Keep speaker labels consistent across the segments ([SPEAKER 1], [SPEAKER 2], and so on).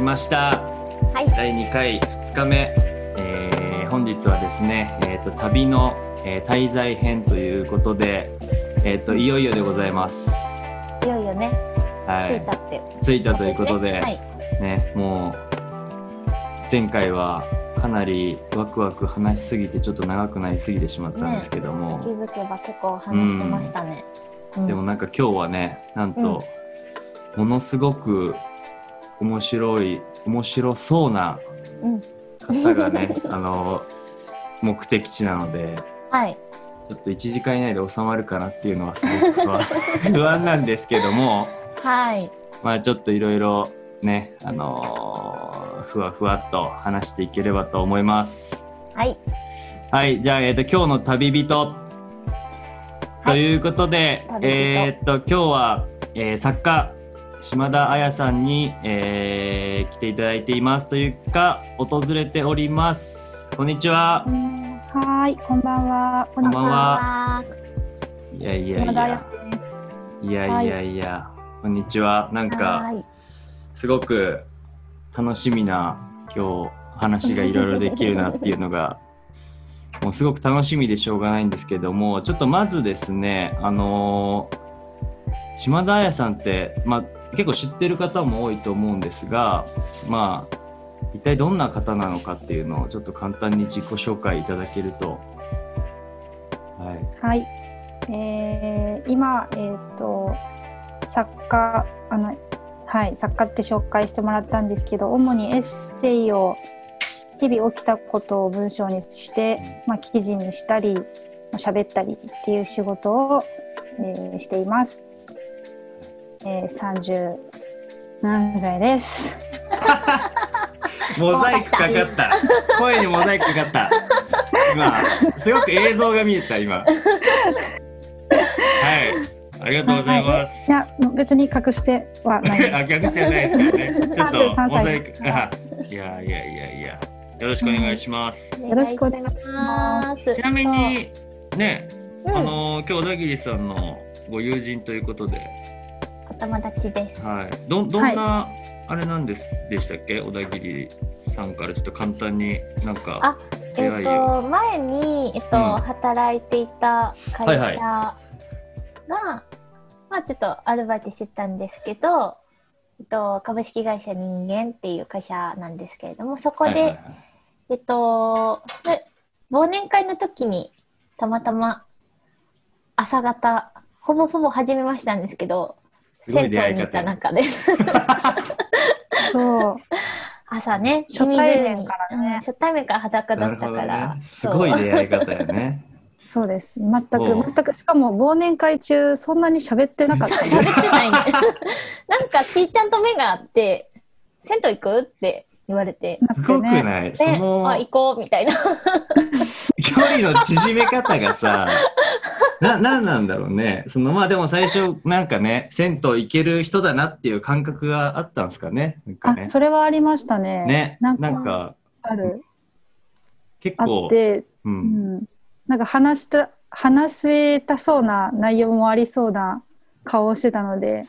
[SPEAKER 1] ました。
[SPEAKER 2] はい、
[SPEAKER 1] 第2回2日目、えー本日はですね、えー、と旅の、えー滞在編ということで、えー、といよいよでございます。
[SPEAKER 2] いよいよね、着い
[SPEAKER 1] は
[SPEAKER 2] たって。
[SPEAKER 1] い、着いたということで、
[SPEAKER 2] はい、
[SPEAKER 1] ね、もう前回はかなりワクワク話しすぎてちょっと長くなりすぎてしまったんですけども、
[SPEAKER 2] 気づけば結構話してましたね。うん
[SPEAKER 1] でもなんか今日はねなんと、ものすごく面白い面白そうな
[SPEAKER 2] うん、
[SPEAKER 1] 方がね あの目的地なので
[SPEAKER 2] はい、
[SPEAKER 1] ちょっと1時間以内で収まるかなっていうのはすごく 不安不安なんですけども
[SPEAKER 2] はい、
[SPEAKER 1] まあちょっといろいろねあのーふわふわっと話していければと思います。
[SPEAKER 2] はい、
[SPEAKER 1] はいじゃあ、えー、と今日の旅人ということで、
[SPEAKER 2] 旅人
[SPEAKER 1] えーっと今日は、えー作家島田彩さんに、えー来ていただいていますというか訪れておりますこんにちは、
[SPEAKER 3] はーい、こんばんは。こ
[SPEAKER 1] んばんは
[SPEAKER 2] はい
[SPEAKER 1] やいや
[SPEAKER 3] 島
[SPEAKER 1] い
[SPEAKER 3] 田彩
[SPEAKER 1] や
[SPEAKER 3] 子です。
[SPEAKER 1] いやいやいやこんにちはなん
[SPEAKER 2] は
[SPEAKER 1] か
[SPEAKER 2] ーい、。
[SPEAKER 1] すごく楽しみな今日話がいろいろできるなっていうのがもうすごく楽しみでしょうがないんですけどもちょっとまずですねあのー島田彩さんって、まあ、結構知ってる方も多いと思うんですがまあ一体どんな方なのかっていうのをちょっと簡単に自己紹介いただけると。はい、
[SPEAKER 3] はい、えー、今、えっ、と、作家、あの、はい、作家って紹介してもらったんですけど、主にエッセイを。日々起きたことを文章にして、まあ、記事にしたり、まあ喋ったりっていう仕事を、えーしています。えー、三十何歳です。
[SPEAKER 1] モザイクかかった。声にモザイクかかった。今、すごく映像が見えた、今。はい。ありがとうございます。
[SPEAKER 3] いや、別に隠してはないです。
[SPEAKER 1] あ、逆してないですからね。ちょっと
[SPEAKER 3] 33
[SPEAKER 1] モザ
[SPEAKER 3] 歳
[SPEAKER 1] イ
[SPEAKER 3] で
[SPEAKER 1] ク
[SPEAKER 3] す。
[SPEAKER 1] あいやいやいやいや。よろしくお願いします。
[SPEAKER 3] よろしくお願いします
[SPEAKER 1] ちなみに、ね、
[SPEAKER 2] う ん
[SPEAKER 1] あのー、今日小田切さんのご友人ということで、
[SPEAKER 2] お友達です。
[SPEAKER 1] はい。ど、どんな、あれなんです、でしたっけ小田切さんからちょっと簡単になんか
[SPEAKER 2] あ、
[SPEAKER 1] 出
[SPEAKER 2] えっ、
[SPEAKER 1] 会いを。
[SPEAKER 2] と前にえっ、と、
[SPEAKER 1] うん
[SPEAKER 2] 働いていた会社が、
[SPEAKER 1] はい
[SPEAKER 2] まあちょっとアルバイトしてたんですけど、えっと株式会社人間っていう会社なんですけれども、そこで、
[SPEAKER 1] はいはいはい
[SPEAKER 2] えっと、ね忘年会の時にたまたま朝方、ほぼほぼ始めましたんですけど、
[SPEAKER 1] すごい
[SPEAKER 2] 銭
[SPEAKER 1] 出会い
[SPEAKER 2] 湯
[SPEAKER 1] 方
[SPEAKER 2] に行った中です。
[SPEAKER 3] そう。
[SPEAKER 2] 朝ね、
[SPEAKER 3] 初対面からね
[SPEAKER 2] うん初対面から裸だったから、
[SPEAKER 1] ね、す
[SPEAKER 2] そう
[SPEAKER 1] ごい出会い方よね。
[SPEAKER 3] そうです。全く
[SPEAKER 1] おう
[SPEAKER 3] 全くしかも忘年会中そんなに喋ってな かった。
[SPEAKER 2] 喋ってない ね。なんか、しーちゃんと目があって、銭湯行くって言われて、
[SPEAKER 3] な
[SPEAKER 1] す
[SPEAKER 3] く
[SPEAKER 1] ご
[SPEAKER 3] て
[SPEAKER 1] く
[SPEAKER 3] ね。
[SPEAKER 1] ない、
[SPEAKER 2] で、
[SPEAKER 1] そ
[SPEAKER 2] あ、
[SPEAKER 1] の
[SPEAKER 2] 行こうみたいな。
[SPEAKER 1] 距離の縮め方が さ、な、なんなんだろうね。そのまあでも最初なんかね、銭湯行ける人だなっていう感覚があったんですかね。なんか
[SPEAKER 3] あ、
[SPEAKER 1] ね。
[SPEAKER 3] それはありましたね。
[SPEAKER 1] ね、
[SPEAKER 3] な
[SPEAKER 1] なん
[SPEAKER 3] んか
[SPEAKER 1] か
[SPEAKER 3] ある
[SPEAKER 1] 結
[SPEAKER 3] あ
[SPEAKER 1] 構
[SPEAKER 3] っ、て、
[SPEAKER 1] う、
[SPEAKER 3] うんん、なんか話した話したそうな内容もありそうな顔をしてた ので、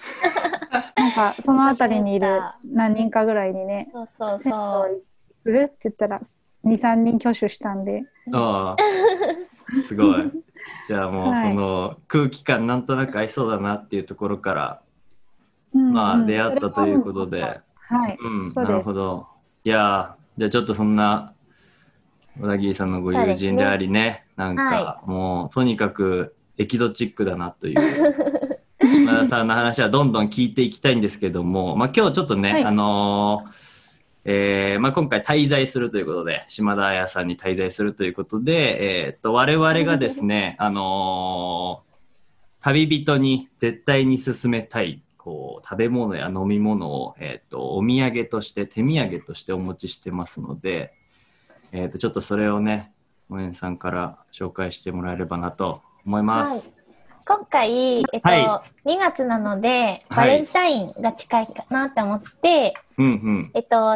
[SPEAKER 3] なんかそのあたりにいる何人かぐらいにね、
[SPEAKER 2] そうそう
[SPEAKER 3] 銭湯
[SPEAKER 2] そ
[SPEAKER 3] 行くって言ったら二三人挙手したんで、
[SPEAKER 1] ああ、すごい。 じゃあもう
[SPEAKER 3] はい
[SPEAKER 1] その空気感なんとなく合いそうだなっていうところから、
[SPEAKER 3] うん
[SPEAKER 1] ま
[SPEAKER 3] う
[SPEAKER 1] あ
[SPEAKER 3] ん
[SPEAKER 1] 出会ったということ
[SPEAKER 3] それ
[SPEAKER 1] で
[SPEAKER 3] は。はい、
[SPEAKER 1] うん、
[SPEAKER 3] そう
[SPEAKER 1] な
[SPEAKER 3] です
[SPEAKER 1] るほど。いやー、じゃあちょっとそんな小田切さんのご友人でありね、なんか、
[SPEAKER 2] は
[SPEAKER 1] もうとにかくエキゾチックだなと いう。島田さんの話はどんどん聞いていきたいんですけども、まあ、今日ちょっとね、
[SPEAKER 3] はい
[SPEAKER 1] あのーえーまあ、今回滞在するということで島田彩さんに滞在するということで、えーっと我々がです ね、あのー旅人に絶対に勧めたいこう食べ物や飲み物を、えー、とお土産として手土産としてお持ちしてますので、えー、とちょっとそれをね応援さんから紹介してもらえればなと思います。
[SPEAKER 2] う。今回、えっと、
[SPEAKER 1] は
[SPEAKER 2] 2月なので、
[SPEAKER 1] は
[SPEAKER 2] バ
[SPEAKER 1] い
[SPEAKER 2] レンタインが近いかなと思って、
[SPEAKER 1] うんうん
[SPEAKER 2] えっと、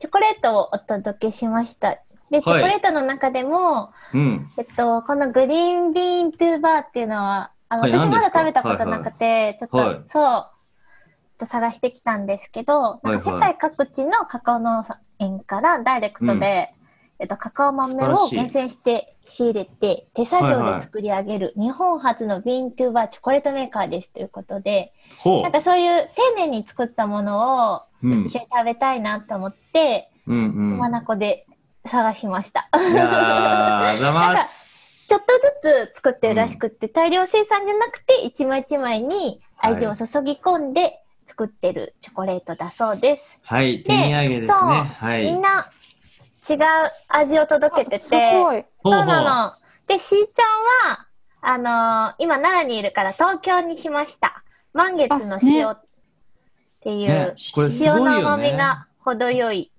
[SPEAKER 2] チョコレートをお届けしました。で、チョコレートの中でも、
[SPEAKER 1] うん
[SPEAKER 2] えっと、このグリーンビーントゥーバーっていうのは、あの、
[SPEAKER 1] はい
[SPEAKER 2] 私ま
[SPEAKER 1] 何です
[SPEAKER 2] だ
[SPEAKER 1] か
[SPEAKER 2] 食べたことなくて、ちょっと、
[SPEAKER 1] はい
[SPEAKER 2] そう。と探してきたんですけど、なん
[SPEAKER 1] は
[SPEAKER 2] か世
[SPEAKER 1] いは
[SPEAKER 2] 界各地のカカオ農園からダイレクトで、
[SPEAKER 1] うん
[SPEAKER 2] えっと、カカオ豆
[SPEAKER 1] 素晴ら
[SPEAKER 2] を
[SPEAKER 1] しい
[SPEAKER 2] 厳選して仕入れて、手作業で作り上げる日本初のビーントゥーバーチョコレートメーカーですということで、
[SPEAKER 1] ほ
[SPEAKER 2] なんかそういう丁寧に作ったものを
[SPEAKER 1] う。うん
[SPEAKER 2] 一。緒に食べたいなと思って、
[SPEAKER 1] うんうん。
[SPEAKER 2] まなこで探しました。
[SPEAKER 1] いやー、ありがとうございます。
[SPEAKER 2] ちょっとずつ作ってるらしくって、大量生産じゃなくて、一枚一枚に愛情を注ぎ込んで作ってるチョコレートだそうです。
[SPEAKER 1] はい、手土産ですね。
[SPEAKER 2] そう
[SPEAKER 1] はい。
[SPEAKER 2] みんな違う味を届けてて、
[SPEAKER 3] すごい。
[SPEAKER 1] ほう
[SPEAKER 2] そう
[SPEAKER 1] ほう。
[SPEAKER 2] なの。で、しーちゃんは、あのー今奈良にいるから東京にしました。満月の塩っていう、
[SPEAKER 1] ね、これすごい
[SPEAKER 2] 塩の
[SPEAKER 1] よ
[SPEAKER 2] 甘み
[SPEAKER 1] ね。
[SPEAKER 2] が程よい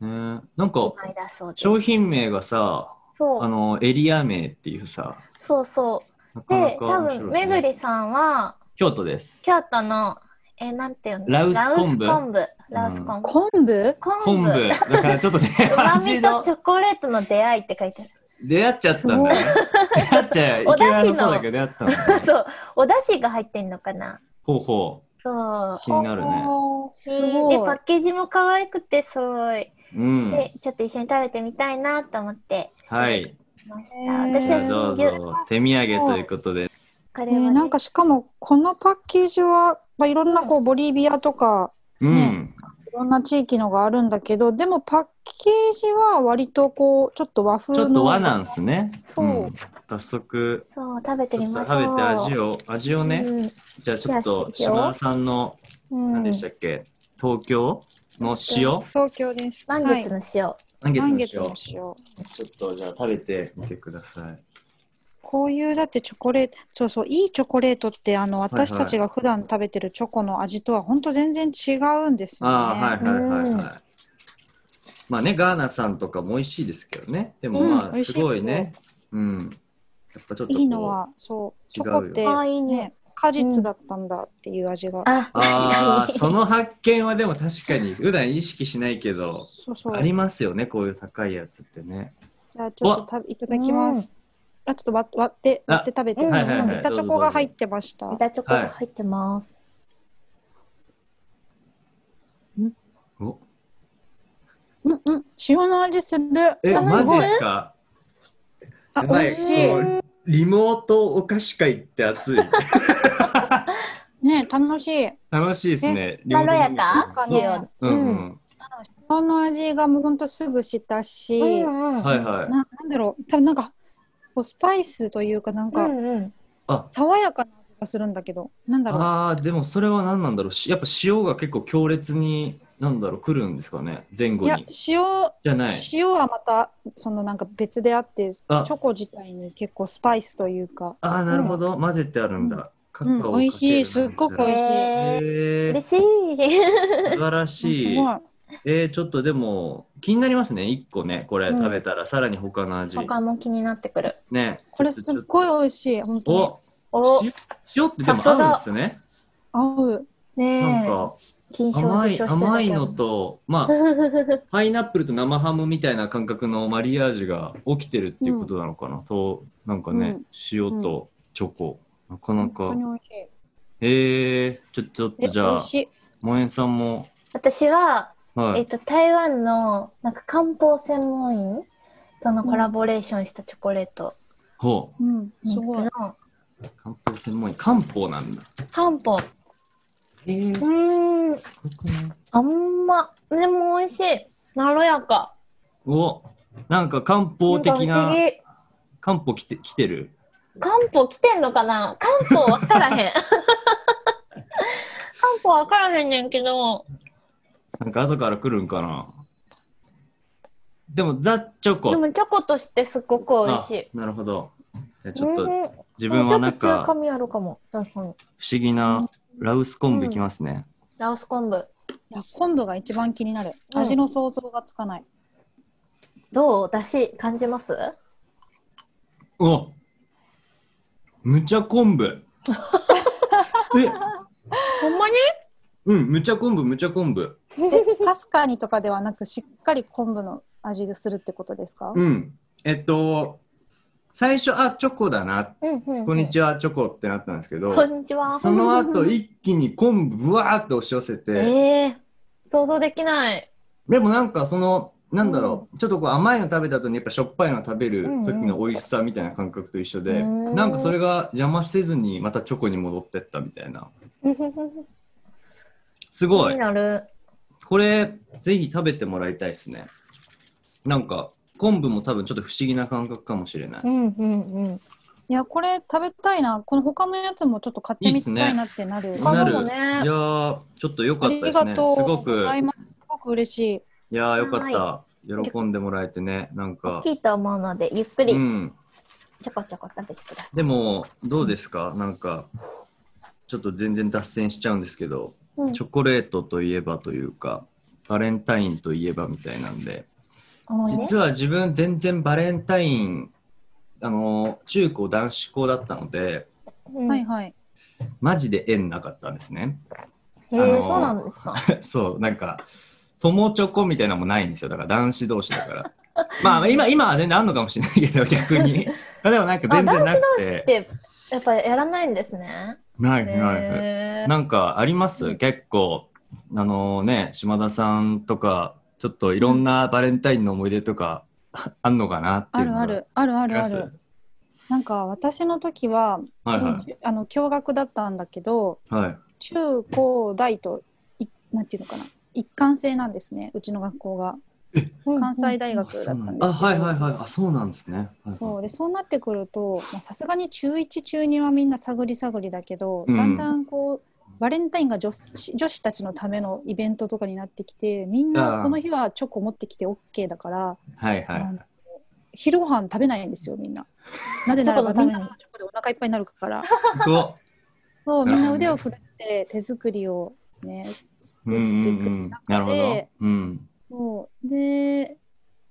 [SPEAKER 1] ねなんか
[SPEAKER 2] 一、枚だそうです。
[SPEAKER 1] 商品名がさ、
[SPEAKER 2] そ
[SPEAKER 1] あ
[SPEAKER 2] う、
[SPEAKER 1] の、エリア名っていうさ、
[SPEAKER 2] そうそう。
[SPEAKER 1] なかな
[SPEAKER 2] で、
[SPEAKER 1] か
[SPEAKER 2] 多
[SPEAKER 1] 面白い、ね。
[SPEAKER 2] 分、めぐりさんは、
[SPEAKER 1] 京都です。
[SPEAKER 2] 京都の、えー、なんていうの
[SPEAKER 1] 羅臼昆布
[SPEAKER 2] 羅臼昆布。羅臼昆布。
[SPEAKER 3] 昆布
[SPEAKER 2] 昆
[SPEAKER 1] 昆布。
[SPEAKER 2] 布。
[SPEAKER 1] だからちょっとね、
[SPEAKER 2] うまみ
[SPEAKER 1] 味
[SPEAKER 2] と
[SPEAKER 1] の
[SPEAKER 2] チョコレートの出会いって書いてあ
[SPEAKER 1] 出会っちゃったんだね。出会っちゃいけ
[SPEAKER 2] お出汁の
[SPEAKER 1] なさそうだけど出会ったんだ、
[SPEAKER 2] る。 そう。お出汁が入ってんのかな
[SPEAKER 1] ほうほ
[SPEAKER 2] そう
[SPEAKER 1] う。。気になるね。
[SPEAKER 3] おーす
[SPEAKER 2] えで、パ
[SPEAKER 3] ごい
[SPEAKER 2] ッ。ケージも可愛くて、すごい。
[SPEAKER 1] うん。
[SPEAKER 2] で、ちょっと一緒に食べてみたいなと思って、
[SPEAKER 1] はい。
[SPEAKER 2] 来ました。
[SPEAKER 3] へー
[SPEAKER 2] 私
[SPEAKER 1] じゃ
[SPEAKER 2] は
[SPEAKER 1] あど
[SPEAKER 2] 新
[SPEAKER 1] う
[SPEAKER 2] 牛。
[SPEAKER 1] ぞ。手土産ということで。
[SPEAKER 2] こ
[SPEAKER 3] え
[SPEAKER 2] れは、ね
[SPEAKER 3] ー、なんかしかもこのパッケージは、まあ、いろんなこうボリビアとか
[SPEAKER 1] うん。
[SPEAKER 3] いろんな地域のがあるんだけどでもパッケージは割とこうちょっと和風
[SPEAKER 1] ち
[SPEAKER 3] の
[SPEAKER 1] ょっと和なんすね。
[SPEAKER 2] そうん
[SPEAKER 1] 早速、
[SPEAKER 2] そう、食べて
[SPEAKER 1] ちょ
[SPEAKER 2] み
[SPEAKER 1] っ
[SPEAKER 2] ま
[SPEAKER 1] と
[SPEAKER 2] しょう。
[SPEAKER 1] 食べて味を、味をね、
[SPEAKER 2] うん
[SPEAKER 1] じゃあちょっ
[SPEAKER 2] シェ
[SPEAKER 1] と
[SPEAKER 2] アしましょう
[SPEAKER 1] 島田さんの、
[SPEAKER 3] うん
[SPEAKER 1] 何でしたっけ、東京の塩、
[SPEAKER 3] 東京です
[SPEAKER 2] 満月の塩。
[SPEAKER 1] 満月
[SPEAKER 3] はい、満
[SPEAKER 1] の塩、
[SPEAKER 3] 月の
[SPEAKER 1] ち
[SPEAKER 3] 塩
[SPEAKER 1] ょっとじゃあ食べてみてください。
[SPEAKER 3] こういうだってチョコレートそうそういいチョコレートってあの
[SPEAKER 1] いはい
[SPEAKER 3] 私たちが普段食べてるチョコの味とは本当全然違うんですよね。
[SPEAKER 1] ああ、はいはいはい
[SPEAKER 2] うん
[SPEAKER 1] はい。まあね、ガーナさんとかも美味しいですけどね。でも
[SPEAKER 3] うん
[SPEAKER 1] まあ、
[SPEAKER 3] 美味し
[SPEAKER 1] す
[SPEAKER 3] い
[SPEAKER 1] ごいね。うん。やっぱちょっとこう
[SPEAKER 3] いいのはそうチョコっ
[SPEAKER 1] 違
[SPEAKER 3] て、
[SPEAKER 2] ああ、いいね。
[SPEAKER 3] ね、果実だったんだっていう味が、
[SPEAKER 2] あ、
[SPEAKER 1] あ
[SPEAKER 2] 確か
[SPEAKER 1] あ、
[SPEAKER 2] に。
[SPEAKER 1] その発見はでも確かに、普段意識しないけど、
[SPEAKER 3] そうそう
[SPEAKER 1] ありますよね、こういう高いやつってね。
[SPEAKER 3] じゃあちょっと食べいただきます。あちょっと割割って
[SPEAKER 1] あ
[SPEAKER 3] 割って食べて
[SPEAKER 2] うん
[SPEAKER 3] み
[SPEAKER 2] は
[SPEAKER 3] た
[SPEAKER 2] いはいはい
[SPEAKER 3] チョコが入ってました。
[SPEAKER 2] 板チョコが入ってます。
[SPEAKER 1] お
[SPEAKER 3] うんうん塩の味する。
[SPEAKER 1] え、
[SPEAKER 3] あ
[SPEAKER 1] マジ
[SPEAKER 3] ご
[SPEAKER 1] で
[SPEAKER 3] い
[SPEAKER 1] すか
[SPEAKER 3] あ
[SPEAKER 1] や
[SPEAKER 3] 美
[SPEAKER 1] ば
[SPEAKER 3] 味しい
[SPEAKER 1] こ。うリモートお菓子会って熱い。
[SPEAKER 3] ね楽しい。
[SPEAKER 1] 楽しいですね。
[SPEAKER 2] まろやか
[SPEAKER 1] そう
[SPEAKER 3] なん
[SPEAKER 2] 塩
[SPEAKER 3] か。
[SPEAKER 1] うんうん。
[SPEAKER 3] 塩の味がもうほんとすぐしたし、
[SPEAKER 2] うんうん。
[SPEAKER 1] はいはい。
[SPEAKER 3] ななんだろう多分なんかこうスパイスというかなん
[SPEAKER 2] う
[SPEAKER 3] か
[SPEAKER 2] んうん。
[SPEAKER 1] あ、
[SPEAKER 3] 爽やかな味がするんだけどなんだろう。
[SPEAKER 1] あーでもそれは何なんだろう。しやっぱ塩が結構強烈に、なんだろう、来るんですかね。前後
[SPEAKER 3] いや
[SPEAKER 1] に。
[SPEAKER 3] 塩
[SPEAKER 1] じゃない。
[SPEAKER 3] 塩はまたそのなんか別であってチ
[SPEAKER 1] あ
[SPEAKER 3] ョコ自体に結構スパイスというか。
[SPEAKER 1] あーなるほど。混ぜてあるんだ。カカオ
[SPEAKER 3] う
[SPEAKER 1] かける
[SPEAKER 3] ん
[SPEAKER 1] な
[SPEAKER 3] 美味しいすっごく美味しい
[SPEAKER 2] えー、
[SPEAKER 1] へー
[SPEAKER 2] 嬉しい。
[SPEAKER 1] 素晴らしい
[SPEAKER 3] す。ごい
[SPEAKER 1] えー、ちょっとでも気になりますね。一個ね、これ
[SPEAKER 2] うん
[SPEAKER 1] 食べたらさらに他の味。
[SPEAKER 2] 他も気になってくる。
[SPEAKER 1] ね。
[SPEAKER 3] これすっごい美味しい本当に
[SPEAKER 1] お、
[SPEAKER 2] お、
[SPEAKER 1] 塩塩ってでも合うんですね。
[SPEAKER 3] 合う。
[SPEAKER 1] な
[SPEAKER 2] ね
[SPEAKER 1] ん
[SPEAKER 2] え。
[SPEAKER 1] か
[SPEAKER 2] 金賞
[SPEAKER 1] 甘
[SPEAKER 2] 受
[SPEAKER 1] い
[SPEAKER 2] 賞して
[SPEAKER 1] 甘いのと、まあ、パイナップルと生ハムみたいな感覚のマリアージュが起きてるっていうことなのかな、となんかね、
[SPEAKER 3] うん
[SPEAKER 1] 塩とチョコ、なかなか
[SPEAKER 3] 本当に美味しい。
[SPEAKER 1] えー、ちょちょっ
[SPEAKER 3] え
[SPEAKER 1] とじゃ
[SPEAKER 3] 美
[SPEAKER 1] あ
[SPEAKER 3] 味しい。
[SPEAKER 1] 萌えさんも
[SPEAKER 2] 私は、
[SPEAKER 1] は
[SPEAKER 2] えっ
[SPEAKER 1] い
[SPEAKER 2] と、台湾の、なんか漢方専門医とのコラボレーションしたチョコレート
[SPEAKER 1] ほ
[SPEAKER 3] うん、すごい
[SPEAKER 2] の。
[SPEAKER 1] う漢方専門医漢方なんだ
[SPEAKER 2] 漢方。
[SPEAKER 1] えー
[SPEAKER 2] う、ーん、
[SPEAKER 1] すごくない
[SPEAKER 2] あんま、でも美味しい。まろやか。
[SPEAKER 1] おなんか漢方
[SPEAKER 2] なんか
[SPEAKER 1] 的
[SPEAKER 2] 不思
[SPEAKER 1] な
[SPEAKER 2] 議。
[SPEAKER 1] 漢方きてきてる
[SPEAKER 2] 漢方来てんのかな漢方分から へん。漢方分からへんねんけど。
[SPEAKER 1] なんか後から来るんかなでもザ・チョコ
[SPEAKER 2] でもチョコとしてすっごく美味しい。
[SPEAKER 1] あなるほどじゃあちょっと
[SPEAKER 2] うん
[SPEAKER 1] 自分はなん
[SPEAKER 2] ちょっと
[SPEAKER 1] か
[SPEAKER 2] 中華味あるかも。確か
[SPEAKER 1] 不
[SPEAKER 2] に。
[SPEAKER 1] 思議なラウス昆布いきますね。
[SPEAKER 2] ラオス昆布。
[SPEAKER 3] いや昆布が一番気になる。
[SPEAKER 2] うん
[SPEAKER 3] 味の想像がつかない。
[SPEAKER 2] どうだし感じます
[SPEAKER 1] うわむちゃ昆 布え
[SPEAKER 2] ほんまに
[SPEAKER 1] うん、むちゃ昆布、むちゃ昆布。
[SPEAKER 3] でかすかにとかではなくしっかり昆布の味がするってことですか？
[SPEAKER 1] うん。えっと、最初、あ、チョコだな、
[SPEAKER 2] うんうんうん
[SPEAKER 1] こんにちは、チョコってなったんですけど、
[SPEAKER 2] こんにちは。
[SPEAKER 1] その後、一気に昆布ぶわーって押し寄せて、
[SPEAKER 2] ええ想像できない。
[SPEAKER 1] でもなんかそのなんだろう、ちょっとこう甘いの食べた後にやっぱしょっぱいの食べる時の美味しさみたいな感覚と一緒で、
[SPEAKER 2] うんうん
[SPEAKER 1] なんかそれが邪魔せずにまたチョコに戻ってったみたいなす
[SPEAKER 2] 気
[SPEAKER 1] ご
[SPEAKER 2] に
[SPEAKER 1] い
[SPEAKER 2] なる。
[SPEAKER 1] これぜひ食べてもらいたいですねなんか昆布も多分ちょっと不思議な感覚かもしれない、
[SPEAKER 2] うんうん
[SPEAKER 3] いやこれ食べたいなこの他のやつもちょっと買ってみたいなってなる
[SPEAKER 2] すね
[SPEAKER 1] な
[SPEAKER 2] 他
[SPEAKER 1] る
[SPEAKER 2] の
[SPEAKER 1] いや
[SPEAKER 2] もね
[SPEAKER 1] ーちょっと良か
[SPEAKER 3] あ
[SPEAKER 1] った
[SPEAKER 3] り
[SPEAKER 1] です
[SPEAKER 3] が
[SPEAKER 1] ねす
[SPEAKER 3] とう
[SPEAKER 1] ご
[SPEAKER 3] ご
[SPEAKER 1] く
[SPEAKER 3] ざいますすごく嬉しい
[SPEAKER 1] いやーよかった、
[SPEAKER 2] は
[SPEAKER 1] 喜んでもらえてねなん
[SPEAKER 2] うん。
[SPEAKER 1] か
[SPEAKER 2] 聞いたもので、ゆっくり
[SPEAKER 1] うん
[SPEAKER 2] ちょこちょこ食べてください。
[SPEAKER 1] でもどうですかなんかちょっと全然脱線しちゃうんですけど
[SPEAKER 2] うん
[SPEAKER 1] チョコレートといえばというかバレンタインといえばみたいなんで
[SPEAKER 2] 思いね
[SPEAKER 1] 実は自分全然バレンタインあの中高男子校だったので
[SPEAKER 2] うん
[SPEAKER 3] はいはい
[SPEAKER 1] マジで縁なかったんですね
[SPEAKER 2] へえ
[SPEAKER 1] あのー
[SPEAKER 2] そうなんですか。
[SPEAKER 1] そうなんか友チョコみたいなのもないんですよだから男子同士だからまあ今今は全然あんのかもしれないけど逆にまあでもなんか
[SPEAKER 2] あ、
[SPEAKER 1] 全然
[SPEAKER 2] 男
[SPEAKER 1] な
[SPEAKER 2] 子
[SPEAKER 1] く
[SPEAKER 2] 同士ってて、やっぱやらないんですね。
[SPEAKER 1] ないないない
[SPEAKER 2] へえ
[SPEAKER 1] なんかあります結構あのね島田さんとかちょっといろんなバレンタインの思い出とか あんのかなってい
[SPEAKER 3] あ
[SPEAKER 1] うの
[SPEAKER 3] る
[SPEAKER 1] が
[SPEAKER 3] あるあるあ
[SPEAKER 1] あり
[SPEAKER 3] る
[SPEAKER 1] ま
[SPEAKER 3] あ
[SPEAKER 1] す
[SPEAKER 3] るなんか私の時は、
[SPEAKER 1] はいはい
[SPEAKER 3] あの共学だったんだけど
[SPEAKER 1] はい
[SPEAKER 3] 中高大といなんていうのかな一貫性なんですねうちの学校が関西大学だった
[SPEAKER 1] あ
[SPEAKER 3] んですけど
[SPEAKER 1] あはいはいはいあそうなんですねはい
[SPEAKER 3] そ
[SPEAKER 1] は
[SPEAKER 3] うでそうなってくるとまあさすがに中1中2はみんな探り探りだけど、
[SPEAKER 1] うん
[SPEAKER 3] だんだんこうバレンタインが女子女子たちのためのイベントとかになってきてみん
[SPEAKER 1] あー
[SPEAKER 3] なその日はチョコ持ってきて OK だから
[SPEAKER 1] いはいはい
[SPEAKER 3] 昼ご飯食べないんですよみんな。なぜならば
[SPEAKER 2] チョコのた
[SPEAKER 3] みん
[SPEAKER 2] めに
[SPEAKER 3] なチョコでお腹いっぱいになる から
[SPEAKER 1] うわ
[SPEAKER 3] そうみんな腕
[SPEAKER 1] なる
[SPEAKER 3] を振るって手作りをね
[SPEAKER 1] うん
[SPEAKER 3] 作
[SPEAKER 1] う
[SPEAKER 3] ってい
[SPEAKER 1] ん
[SPEAKER 3] く
[SPEAKER 1] うん
[SPEAKER 3] 中で
[SPEAKER 1] なるほどうん
[SPEAKER 3] そうで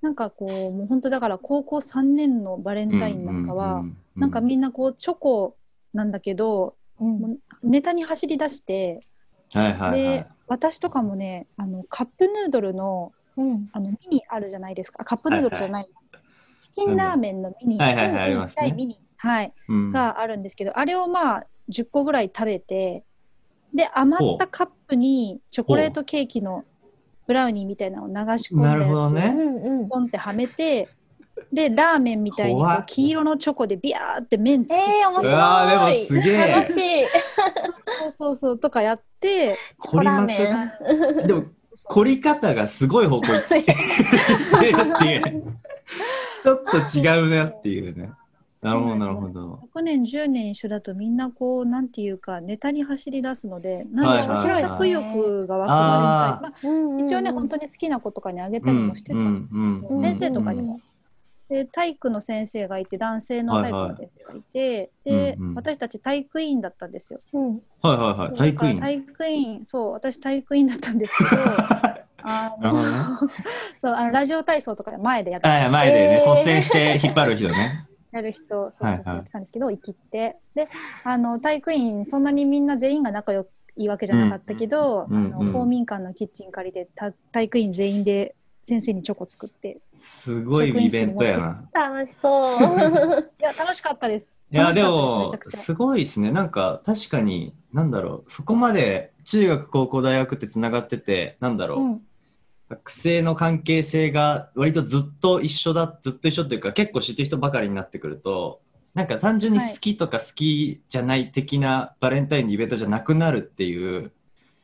[SPEAKER 3] なんかこうもう本当だから高校3年のバレンタインなんかは、
[SPEAKER 1] ううう
[SPEAKER 3] なんかみんなこうチョコなんだけど、
[SPEAKER 2] うん
[SPEAKER 3] もうネタに走り出して、
[SPEAKER 1] はいはいは
[SPEAKER 3] で私とかもねあのカップヌードルの
[SPEAKER 2] うん
[SPEAKER 3] あのミニあるじゃないですかあカップヌードルじゃない、チキンラーメンのミニ、
[SPEAKER 1] はいはいはいあり
[SPEAKER 3] ち
[SPEAKER 1] ま
[SPEAKER 3] っ
[SPEAKER 1] す
[SPEAKER 3] ちゃ
[SPEAKER 1] ね
[SPEAKER 3] いミニ、はい、
[SPEAKER 1] い
[SPEAKER 3] があるんですけど、あれをまあ10個ぐらい食べてで余ったカップにチョコレートケーキのブラウニーみたいなのを流し込んだ
[SPEAKER 1] なるほど
[SPEAKER 2] う
[SPEAKER 1] ね
[SPEAKER 3] や
[SPEAKER 2] んうん
[SPEAKER 3] つを。ポンってはめてでラーメンみたいにこ
[SPEAKER 1] 怖いう
[SPEAKER 3] 黄色のチョコでビャーって麺作って
[SPEAKER 2] ええ面
[SPEAKER 1] うわーで
[SPEAKER 2] 白
[SPEAKER 1] も
[SPEAKER 2] い。
[SPEAKER 1] すげえ
[SPEAKER 2] 楽しい。
[SPEAKER 3] そうそうそうとかやって、
[SPEAKER 1] 凝りま
[SPEAKER 2] チョコラ
[SPEAKER 1] くってでも凝り方がすごい方向行って行ってるっていうちょっと違うなっていうねなるほどなるほど
[SPEAKER 3] 6年10年一緒だとみんなこうなんていうかネタに走り出すので、なんでしょう、
[SPEAKER 1] はいはいはい
[SPEAKER 3] 食欲が湧くバレンタインま
[SPEAKER 2] うんうんう
[SPEAKER 3] あ
[SPEAKER 2] ん
[SPEAKER 3] 一応ね、本当に好きな子とかにあげたりもしてたんですけど、
[SPEAKER 1] うんうん
[SPEAKER 3] 先生とかにも。で体育の先生がいて男性の体育の先生がいて、
[SPEAKER 1] はいはい
[SPEAKER 3] で、
[SPEAKER 1] うんうん
[SPEAKER 3] 私たち体育委員だったんですよ。
[SPEAKER 2] うん
[SPEAKER 1] はいはいはい。体育
[SPEAKER 3] だ
[SPEAKER 1] 院。
[SPEAKER 3] から体育委員そう私体育委員だったんですけ どあ
[SPEAKER 1] なるほどね
[SPEAKER 3] のそうあのラジオ体操とかで前でやって
[SPEAKER 1] はい、前でね、
[SPEAKER 2] えー
[SPEAKER 1] 率先して引っ張る人ね。
[SPEAKER 3] やる人、そうそう
[SPEAKER 1] は
[SPEAKER 3] そ
[SPEAKER 1] いうはい
[SPEAKER 3] ってたんですけど、生きて。で、あの、体育院、そんなにみんな全員が仲良いわけじゃなかったけど、
[SPEAKER 1] うんうん
[SPEAKER 3] あ
[SPEAKER 1] うん
[SPEAKER 3] の公民館のキッチン借りて、た体育院全員で先生にチョコ作って。
[SPEAKER 1] すごいイベントやな。
[SPEAKER 2] 楽しそう。
[SPEAKER 3] いや、楽しかったです。
[SPEAKER 1] いや、
[SPEAKER 3] 楽し
[SPEAKER 1] で
[SPEAKER 3] かった
[SPEAKER 1] も
[SPEAKER 3] すめちゃく、ちゃ
[SPEAKER 1] すごいですね。なんか、確かに、なんだろう、そこまで中学、高校、大学ってつながってて、なんだろう、
[SPEAKER 2] うん
[SPEAKER 1] 学生の関係性が割とずっと一緒だ、ずっと一緒っていうか、結構知ってる人ばかりになってくると、なんか単純に好きとか好きじゃない的なバレンタインのイベントじゃなくなるっていう、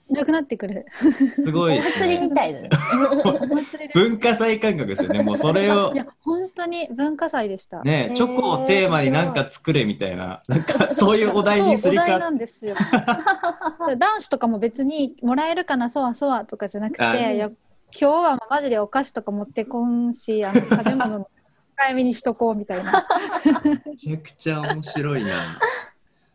[SPEAKER 3] なくなってくる。
[SPEAKER 1] すごい
[SPEAKER 2] お
[SPEAKER 1] です
[SPEAKER 2] 祭り
[SPEAKER 1] ね。
[SPEAKER 2] みたいだね。
[SPEAKER 3] お祭りで
[SPEAKER 1] 文化祭感覚ですよね。もうそれを
[SPEAKER 3] いや、本当に文化祭でした。
[SPEAKER 1] ね
[SPEAKER 2] へー
[SPEAKER 1] チョコをテーマに何か作れみたいな、なんかそういうお題にす
[SPEAKER 3] そうお
[SPEAKER 1] り
[SPEAKER 3] 題
[SPEAKER 1] 替
[SPEAKER 3] な
[SPEAKER 1] え
[SPEAKER 3] んですよ 男子とかも別にもらえるかなそわそわとかじゃなく
[SPEAKER 1] あ
[SPEAKER 3] ていや今日はマジでお菓子とか持ってこん しあの食べ物の控えめにしとこうみたいな
[SPEAKER 1] めちゃくちゃ面白いな。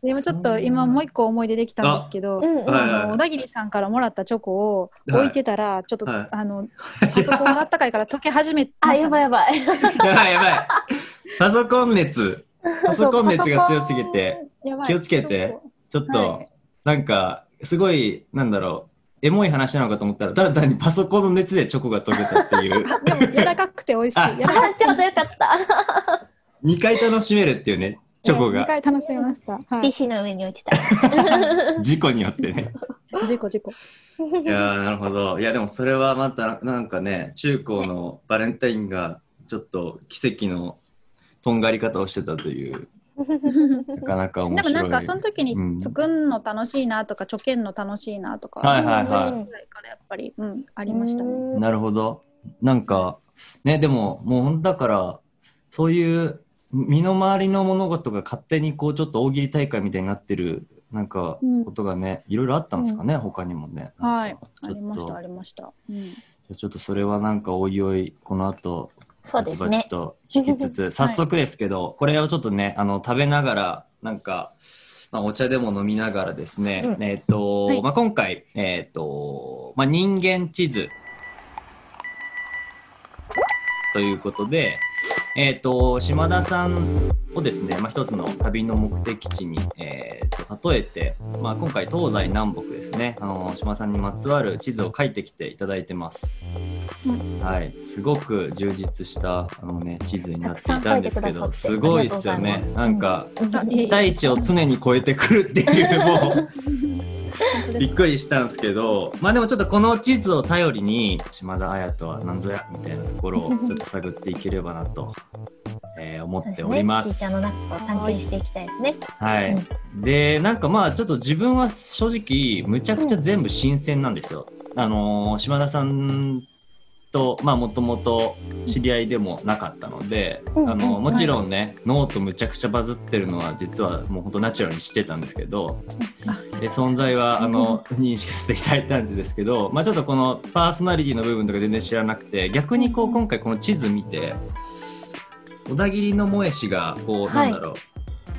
[SPEAKER 3] でもちょっと今もう一個思い出できたんですけど
[SPEAKER 2] うんうん
[SPEAKER 1] はい
[SPEAKER 3] あの小田切さんからもらったチョコを置いてたらちょっと、
[SPEAKER 1] はい
[SPEAKER 3] あのパソコンがあったかいから溶け始めて
[SPEAKER 2] あ、やばいやばい。
[SPEAKER 1] やばいやばい。パソコン熱、パソコン熱が強すぎて、気をつけてちょっ
[SPEAKER 3] は
[SPEAKER 1] と
[SPEAKER 3] い
[SPEAKER 1] なんかすごいなんだろう、エモい話なのかと思ったら、ただ単にパソコンの 熱でチョコが溶けたっていう。
[SPEAKER 3] でも柔らかくて美味しい
[SPEAKER 1] あ
[SPEAKER 3] 柔らか
[SPEAKER 2] あちょうどよかった。
[SPEAKER 1] 2回楽しめるっていうね、チョコ
[SPEAKER 3] 2
[SPEAKER 1] が、
[SPEAKER 3] 回楽しみました。は
[SPEAKER 2] リ
[SPEAKER 3] い。
[SPEAKER 2] シの上に置いてた。
[SPEAKER 1] 事故によって ね。
[SPEAKER 3] 事故事故。
[SPEAKER 1] いやーなるほど。いやでもそれはまたなんかね、中高のバレンタインがちょっと奇跡のとんがり方をしてたという、なかなか面
[SPEAKER 3] でも
[SPEAKER 1] 白い。
[SPEAKER 3] なんかその時
[SPEAKER 1] うん
[SPEAKER 3] に作んの楽しいなとか、貯金の楽しいなとか、
[SPEAKER 1] はいはいはい
[SPEAKER 3] その時ぐらいからやっぱり、うん、ありましたね。
[SPEAKER 1] なるほど。なんかね、でももうほんとだから、そういう身の回りの物事が勝手にこうちょっと大喜利大会みたいになってるなんか
[SPEAKER 3] うん
[SPEAKER 1] ことがね、いろいろあったんですかね、他にもね。
[SPEAKER 3] はい
[SPEAKER 1] なんか
[SPEAKER 3] ありまし
[SPEAKER 1] ちょ
[SPEAKER 3] た、
[SPEAKER 1] っ
[SPEAKER 3] ありました。うん
[SPEAKER 1] とちょっとそれはなんかおいおい、この後
[SPEAKER 2] そうです
[SPEAKER 1] バチバチ
[SPEAKER 2] ね。
[SPEAKER 1] と引きつ つ、早速ですけど、これをちょっとね、あの食べながら、なんか、まあ、お茶でも飲みながらですね、
[SPEAKER 2] うん
[SPEAKER 1] えっ、と、
[SPEAKER 3] はい
[SPEAKER 1] まあ、今回、えっ、と、まあ、人間地図ということで、えっ、と、島田さんをですね、まあ、一つの旅の目的地に、えーと例えて、まあ、今回東西南北ですね、あの島田さんにまつわる地図を書いてきていただいてます。はい、すごく充実したあの、ね、地図になっていたんですけど
[SPEAKER 2] たくさん書
[SPEAKER 1] す
[SPEAKER 2] いてくださって
[SPEAKER 1] ごいですよ
[SPEAKER 2] あ
[SPEAKER 1] ね
[SPEAKER 2] りがとうございます
[SPEAKER 1] なんか、
[SPEAKER 3] あいえ
[SPEAKER 1] 期待値を常に超えてくるっていうも う
[SPEAKER 3] 本当で
[SPEAKER 1] び
[SPEAKER 3] す
[SPEAKER 1] っくりしたんですけどまあでもちょっとこの地図を頼りに島田綾とは何ぞやみたいなところをちょっと探っていければなと、えー思っております。
[SPEAKER 2] シーちゃんの中を探検していきたいですね。
[SPEAKER 1] はい、でなんかまあちょっと自分は正直むちゃくちゃ全部新鮮なんですよ。あのー島田さんとまあもともと知り合いでもなかったので、
[SPEAKER 2] うん
[SPEAKER 1] あ
[SPEAKER 2] うん
[SPEAKER 1] のー
[SPEAKER 2] うん
[SPEAKER 1] もちろんね、ノートむちゃくちゃバズってるのは実はもうほんとナチュラルに知ってたんですけど、で存在はあの認識させていただいたんですけど、まあ、ちょっとこのパーソナリティの部分とか全然知らなくて逆にこう今回この地図見て小田切の萌え氏がこう
[SPEAKER 2] は
[SPEAKER 1] ないんだろ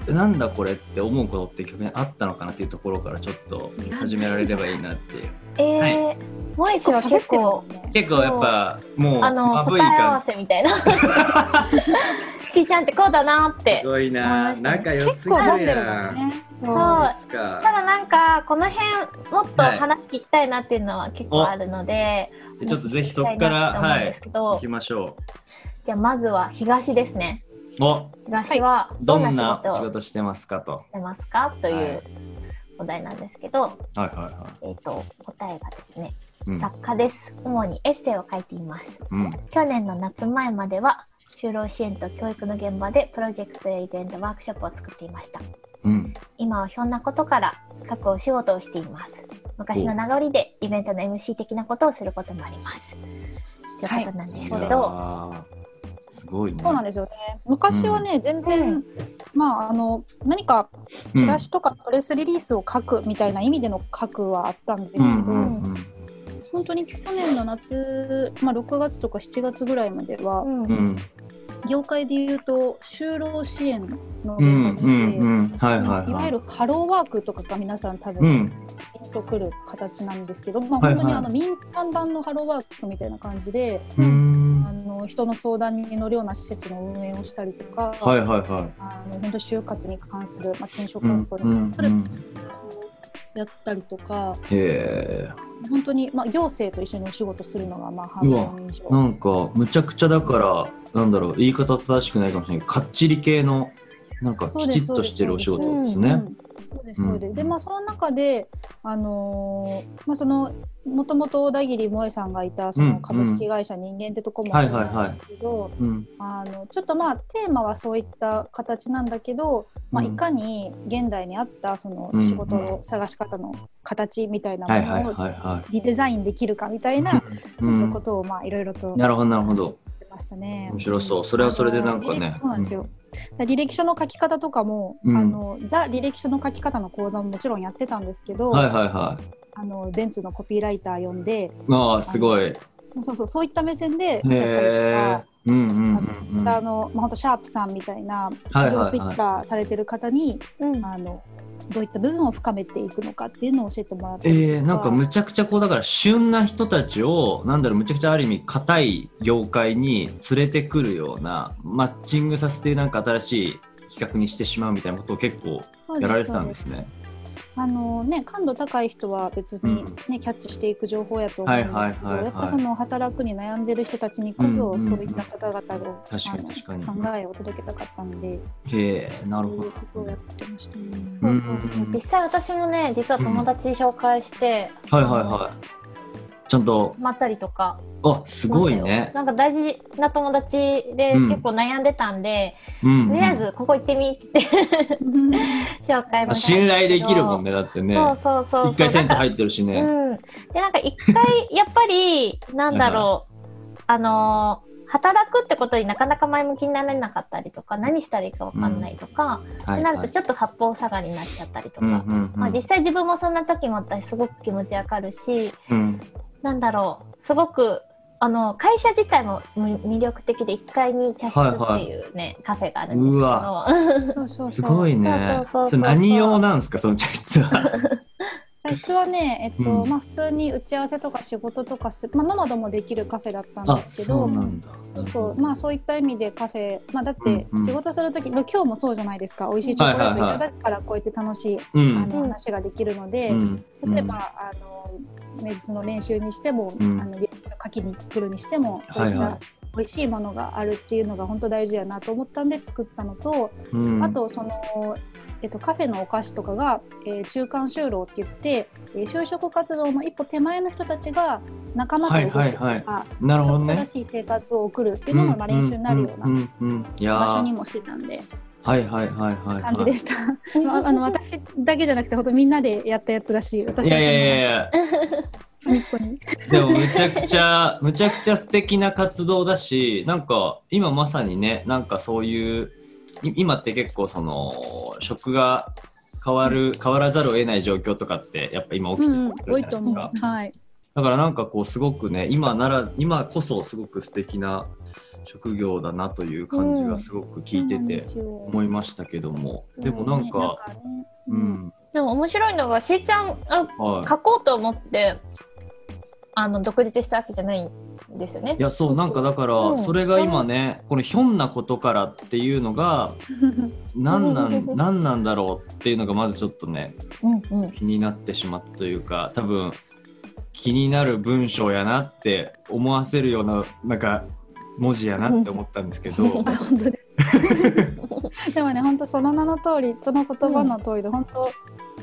[SPEAKER 1] う、なんだこれって思うことって逆にあったのかなっていうところからちょっと始められればいいなっていう
[SPEAKER 2] えー、萌え子は結構、
[SPEAKER 1] 結構やっぱもう
[SPEAKER 2] あの、
[SPEAKER 1] まぶ
[SPEAKER 2] 答
[SPEAKER 1] い
[SPEAKER 2] え合わ
[SPEAKER 1] 感じ
[SPEAKER 2] せみたたいな。 しーちゃんってこうだなーって
[SPEAKER 1] す。ごいな仲良す
[SPEAKER 3] 結
[SPEAKER 1] ぎる
[SPEAKER 3] 構
[SPEAKER 1] や
[SPEAKER 3] 飲
[SPEAKER 1] ん
[SPEAKER 3] んでるからね。そう
[SPEAKER 2] そう
[SPEAKER 1] マジっすか
[SPEAKER 2] ただなんかこの辺もっと話聞きたいなっていうのは結構あるので、
[SPEAKER 1] じゃあちょっとぜひそこから
[SPEAKER 2] 話
[SPEAKER 1] は
[SPEAKER 2] してい
[SPEAKER 1] い
[SPEAKER 2] きたいなと思う
[SPEAKER 1] 行
[SPEAKER 2] んですけ
[SPEAKER 1] きましょ
[SPEAKER 2] ど、じゃあまずは東ですね。
[SPEAKER 1] うお
[SPEAKER 2] 東は
[SPEAKER 1] ど
[SPEAKER 2] どんなん仕
[SPEAKER 1] な
[SPEAKER 2] 事を
[SPEAKER 1] 仕
[SPEAKER 2] し
[SPEAKER 1] 事してますかと
[SPEAKER 2] てますかと
[SPEAKER 1] は
[SPEAKER 2] いう
[SPEAKER 1] い
[SPEAKER 2] お題なんですけど、
[SPEAKER 1] はいはいは
[SPEAKER 2] えっ、と答えがですね、
[SPEAKER 1] い、うん
[SPEAKER 2] 作家です。主にエッセイを書いています。
[SPEAKER 1] うん
[SPEAKER 2] 去年の夏前までは就労支援と教育の現場でプロジェクトやイベントワークショップを作っていました。
[SPEAKER 1] うん
[SPEAKER 2] 今はひょんなことから過去お仕事をしています昔の名残でイベントの MC 的なことをすることもありますということなんですけ
[SPEAKER 1] い
[SPEAKER 2] ど、
[SPEAKER 1] やーすごいね。
[SPEAKER 3] そうなんですよね。昔はね、全然、まああの何かチラシとかプレスリリースを書くみたいな意味での書くはあったんですけ
[SPEAKER 1] う
[SPEAKER 3] ど、
[SPEAKER 1] んうんうん
[SPEAKER 3] 本当に去年の夏、まあ6月とか7月ぐらいまでは、
[SPEAKER 2] う
[SPEAKER 1] うん
[SPEAKER 2] ん
[SPEAKER 1] うん
[SPEAKER 3] 業界で言うと就労支援
[SPEAKER 1] う
[SPEAKER 3] の現
[SPEAKER 1] ん
[SPEAKER 3] 場
[SPEAKER 1] う
[SPEAKER 3] で、
[SPEAKER 1] んうんはい
[SPEAKER 3] なん
[SPEAKER 1] はい
[SPEAKER 3] かいわ
[SPEAKER 1] は
[SPEAKER 3] ゆ
[SPEAKER 1] い。
[SPEAKER 3] るハローワークとかが皆さん多分、
[SPEAKER 1] うん
[SPEAKER 3] ピンとくる形なんですけど、まあ、
[SPEAKER 1] はい
[SPEAKER 3] 本
[SPEAKER 1] は
[SPEAKER 3] 当
[SPEAKER 1] い
[SPEAKER 3] にあの民間版のハローワークみたいな感じで、
[SPEAKER 1] うーん
[SPEAKER 3] あの人の相談に乗るような施設の運営をしたりとか、
[SPEAKER 1] はいはいは
[SPEAKER 3] あの本当就活に関する、まあ、転職
[SPEAKER 1] い。うん
[SPEAKER 3] 活動に
[SPEAKER 1] う
[SPEAKER 3] 関
[SPEAKER 1] ん
[SPEAKER 3] す
[SPEAKER 1] う
[SPEAKER 3] る
[SPEAKER 1] ん。
[SPEAKER 3] やったりとか、
[SPEAKER 1] へえ。
[SPEAKER 3] 本当に、まあ、行政と一緒にお仕事するのがまあ半
[SPEAKER 1] うわ
[SPEAKER 3] 分以上。
[SPEAKER 1] なんかむちゃくちゃだからなんだろう言い方正しくないかもしれないけどかっちり系のなんか
[SPEAKER 3] そう
[SPEAKER 1] き
[SPEAKER 3] です
[SPEAKER 1] ちっとしてるお仕事ですね。
[SPEAKER 3] そうですそうです。
[SPEAKER 1] うん
[SPEAKER 3] でまあその中であのーまあそのもともと小田切萌さんがいたそ
[SPEAKER 1] うん
[SPEAKER 3] の株式会社人間ってとこもあるんですけど、
[SPEAKER 1] うん
[SPEAKER 3] あのちょっとまあテーマはそういった形なんだけど、まあ
[SPEAKER 1] うん
[SPEAKER 3] いかに現代に合ったその
[SPEAKER 1] うん
[SPEAKER 3] 仕事の探し方の形みたいな
[SPEAKER 1] はいはい
[SPEAKER 3] ものを
[SPEAKER 1] はいは
[SPEAKER 3] リデザインできるかみたい
[SPEAKER 1] い。
[SPEAKER 3] な
[SPEAKER 1] うん
[SPEAKER 3] こ。とをまあいろいろと
[SPEAKER 1] なるほどなるほど。
[SPEAKER 3] やってましたね。
[SPEAKER 1] 面白そう。それはそれでなんか
[SPEAKER 3] あの
[SPEAKER 1] ね。
[SPEAKER 3] そうなんですよ。だ履歴書の書き方とかも、
[SPEAKER 1] うん
[SPEAKER 3] あのザ履歴書の書き方の講座ももちろんやってたんですけど、
[SPEAKER 1] うん。はいはいはい。
[SPEAKER 3] あの電通のコピーライター呼んで
[SPEAKER 1] ああすごい。へ
[SPEAKER 3] そうそうそういった目線でやったりと
[SPEAKER 1] え
[SPEAKER 3] か。。
[SPEAKER 1] うんうん
[SPEAKER 3] あ
[SPEAKER 1] うん
[SPEAKER 3] のツイッターの、まあ、ほんとシャープさんみたいな企業ツイッターされてる方に、
[SPEAKER 2] うん
[SPEAKER 3] あのどういった部分を深めていくのかっていうのを教えてもらって、
[SPEAKER 1] えー、なんかむちゃくちゃこうだから旬な人たちをなんだろうむちゃくちゃある意味硬い業界に連れてくるようなマッチングさせてなんか新しい企画にしてしまうみたいなことを結構
[SPEAKER 3] そう
[SPEAKER 1] や
[SPEAKER 3] す
[SPEAKER 1] られてたん
[SPEAKER 3] そう
[SPEAKER 1] ですね。
[SPEAKER 3] あのね、感度高い人は別に、ねキャッチしていく情報やと思うんですけど、
[SPEAKER 1] はいはいはいはい
[SPEAKER 3] やっぱその働くに悩んでる人たちにこ
[SPEAKER 1] うんうんう
[SPEAKER 3] そ
[SPEAKER 1] ん
[SPEAKER 3] そういった方々を、あ
[SPEAKER 1] 確かに確かに
[SPEAKER 3] の考えを届けたかったので、
[SPEAKER 1] へえ、なる
[SPEAKER 3] そうい
[SPEAKER 1] ほ
[SPEAKER 3] うこと
[SPEAKER 1] ど
[SPEAKER 3] をや。ってましたね。
[SPEAKER 2] そ
[SPEAKER 1] うん
[SPEAKER 2] うそうそう実際私もね実は友達紹介して
[SPEAKER 1] はいはいはい。ちゃんと
[SPEAKER 2] 泊、まったりとか
[SPEAKER 1] あ、すごい
[SPEAKER 2] しましたよ
[SPEAKER 1] ね。
[SPEAKER 2] なんか大事な友達で
[SPEAKER 1] うん
[SPEAKER 2] 結構悩んでたんで、
[SPEAKER 1] うんうん
[SPEAKER 2] とりあえずここ行ってみって 紹介も
[SPEAKER 1] あ信頼できるもん
[SPEAKER 2] ね
[SPEAKER 1] ね、だってね。
[SPEAKER 2] そうそうそうそう
[SPEAKER 1] 一回センター入ってるしね。
[SPEAKER 2] うん、でなんか一 回やっぱりなんだろうあのー働くってことになかなか前向きになれなかったりとか何したらいいか分かんないとか、
[SPEAKER 1] はい
[SPEAKER 2] な
[SPEAKER 1] はい
[SPEAKER 2] るとちょっと八方下がりになっちゃったりとか、
[SPEAKER 1] うんうんうん
[SPEAKER 2] まあ、実際自分もそんな時もあったしすごく気持ちわかるし
[SPEAKER 1] うん
[SPEAKER 2] なんだろうすごくあの会社自体もむ魅力的で1階に茶室っていうね、カフェ があるんですけ
[SPEAKER 1] う
[SPEAKER 2] ど
[SPEAKER 1] わ。
[SPEAKER 3] そうそうそう
[SPEAKER 1] すごい
[SPEAKER 2] そ
[SPEAKER 1] ね
[SPEAKER 2] うそうそうそ。う
[SPEAKER 1] それ何用なんですか、その茶室は。
[SPEAKER 3] 茶室はね、えっと
[SPEAKER 1] うん
[SPEAKER 3] まあ、普通に打ち合わせとか仕事とかす、まあ、ノマドもできるカフェだったん
[SPEAKER 1] あ、
[SPEAKER 3] ですけ
[SPEAKER 1] そ
[SPEAKER 3] ど
[SPEAKER 1] うなんだ。
[SPEAKER 3] そうそうまあ、そういった意味でカフェ、まあ、だって
[SPEAKER 1] うんうん
[SPEAKER 3] 仕事するとき、まあ今日もそうじゃないですか美味しいチョコレートいただくからこうやって楽しい、
[SPEAKER 1] う
[SPEAKER 3] あ
[SPEAKER 1] ん。
[SPEAKER 3] の話ができるので、
[SPEAKER 1] うん
[SPEAKER 3] 例えば、あの名実の練習にしても、
[SPEAKER 1] うん
[SPEAKER 3] あの書きに来るにしてもそ
[SPEAKER 1] は
[SPEAKER 3] う
[SPEAKER 1] い
[SPEAKER 3] いっ
[SPEAKER 1] はい
[SPEAKER 3] た美味しいものがあるっていうのが本当大事やなと思ったんで作ったのと、
[SPEAKER 1] うん
[SPEAKER 3] あ、とその、えっと、カフェのお菓子とかが、えー中間就労って言って、えー就職活動の一歩手前の人たちが仲間と動くとか、
[SPEAKER 1] はいはいなるほどね
[SPEAKER 3] 新。しい生活を送るっていうのも、まあ、練習になるような。
[SPEAKER 1] んうんうんいやー
[SPEAKER 3] 場所にもしてたんで
[SPEAKER 1] はいはいはいはいはい。
[SPEAKER 3] 感じでした。まああの私だけじゃなくて本当みんなでやったやつだし、私
[SPEAKER 1] いやいやいや
[SPEAKER 3] はい
[SPEAKER 1] や。
[SPEAKER 3] その隅っこ に。
[SPEAKER 1] でもむちゃくちゃむちゃくちゃ素敵な活動だしなんか今まさにねなんかそういうい今って結構その職が変わる変わらざるを得ない状況とかってやっぱ今起き
[SPEAKER 3] う
[SPEAKER 1] て
[SPEAKER 3] んうん、
[SPEAKER 1] るじゃないいで
[SPEAKER 3] 多
[SPEAKER 1] す
[SPEAKER 3] と思う。
[SPEAKER 1] か、
[SPEAKER 3] はい。
[SPEAKER 1] だからなんかこうすごくね今なら今こそすごく素敵な職業だなという感じがすごく聞いてて
[SPEAKER 3] 思
[SPEAKER 1] 思いましたけども、でもなんか、
[SPEAKER 3] ねね
[SPEAKER 1] う
[SPEAKER 3] うん
[SPEAKER 1] ん、
[SPEAKER 2] でも面白いのがしーちゃんあ
[SPEAKER 1] はい
[SPEAKER 2] 書こうと思ってあの独立したわけじゃないんですよね
[SPEAKER 1] い。やそうなんかだから、
[SPEAKER 2] うん
[SPEAKER 1] それが今ねこのひょんなことからっていうのが何なん何なんだろうっていうのがまずちょっとね
[SPEAKER 2] うんうん、
[SPEAKER 1] 気になってしまったというか多分気になる文章やなって思わせるようななんか文字やなって思ったんですけど
[SPEAKER 3] あ本当 です。でもね、本当その名の通り、その言葉の通りで、本当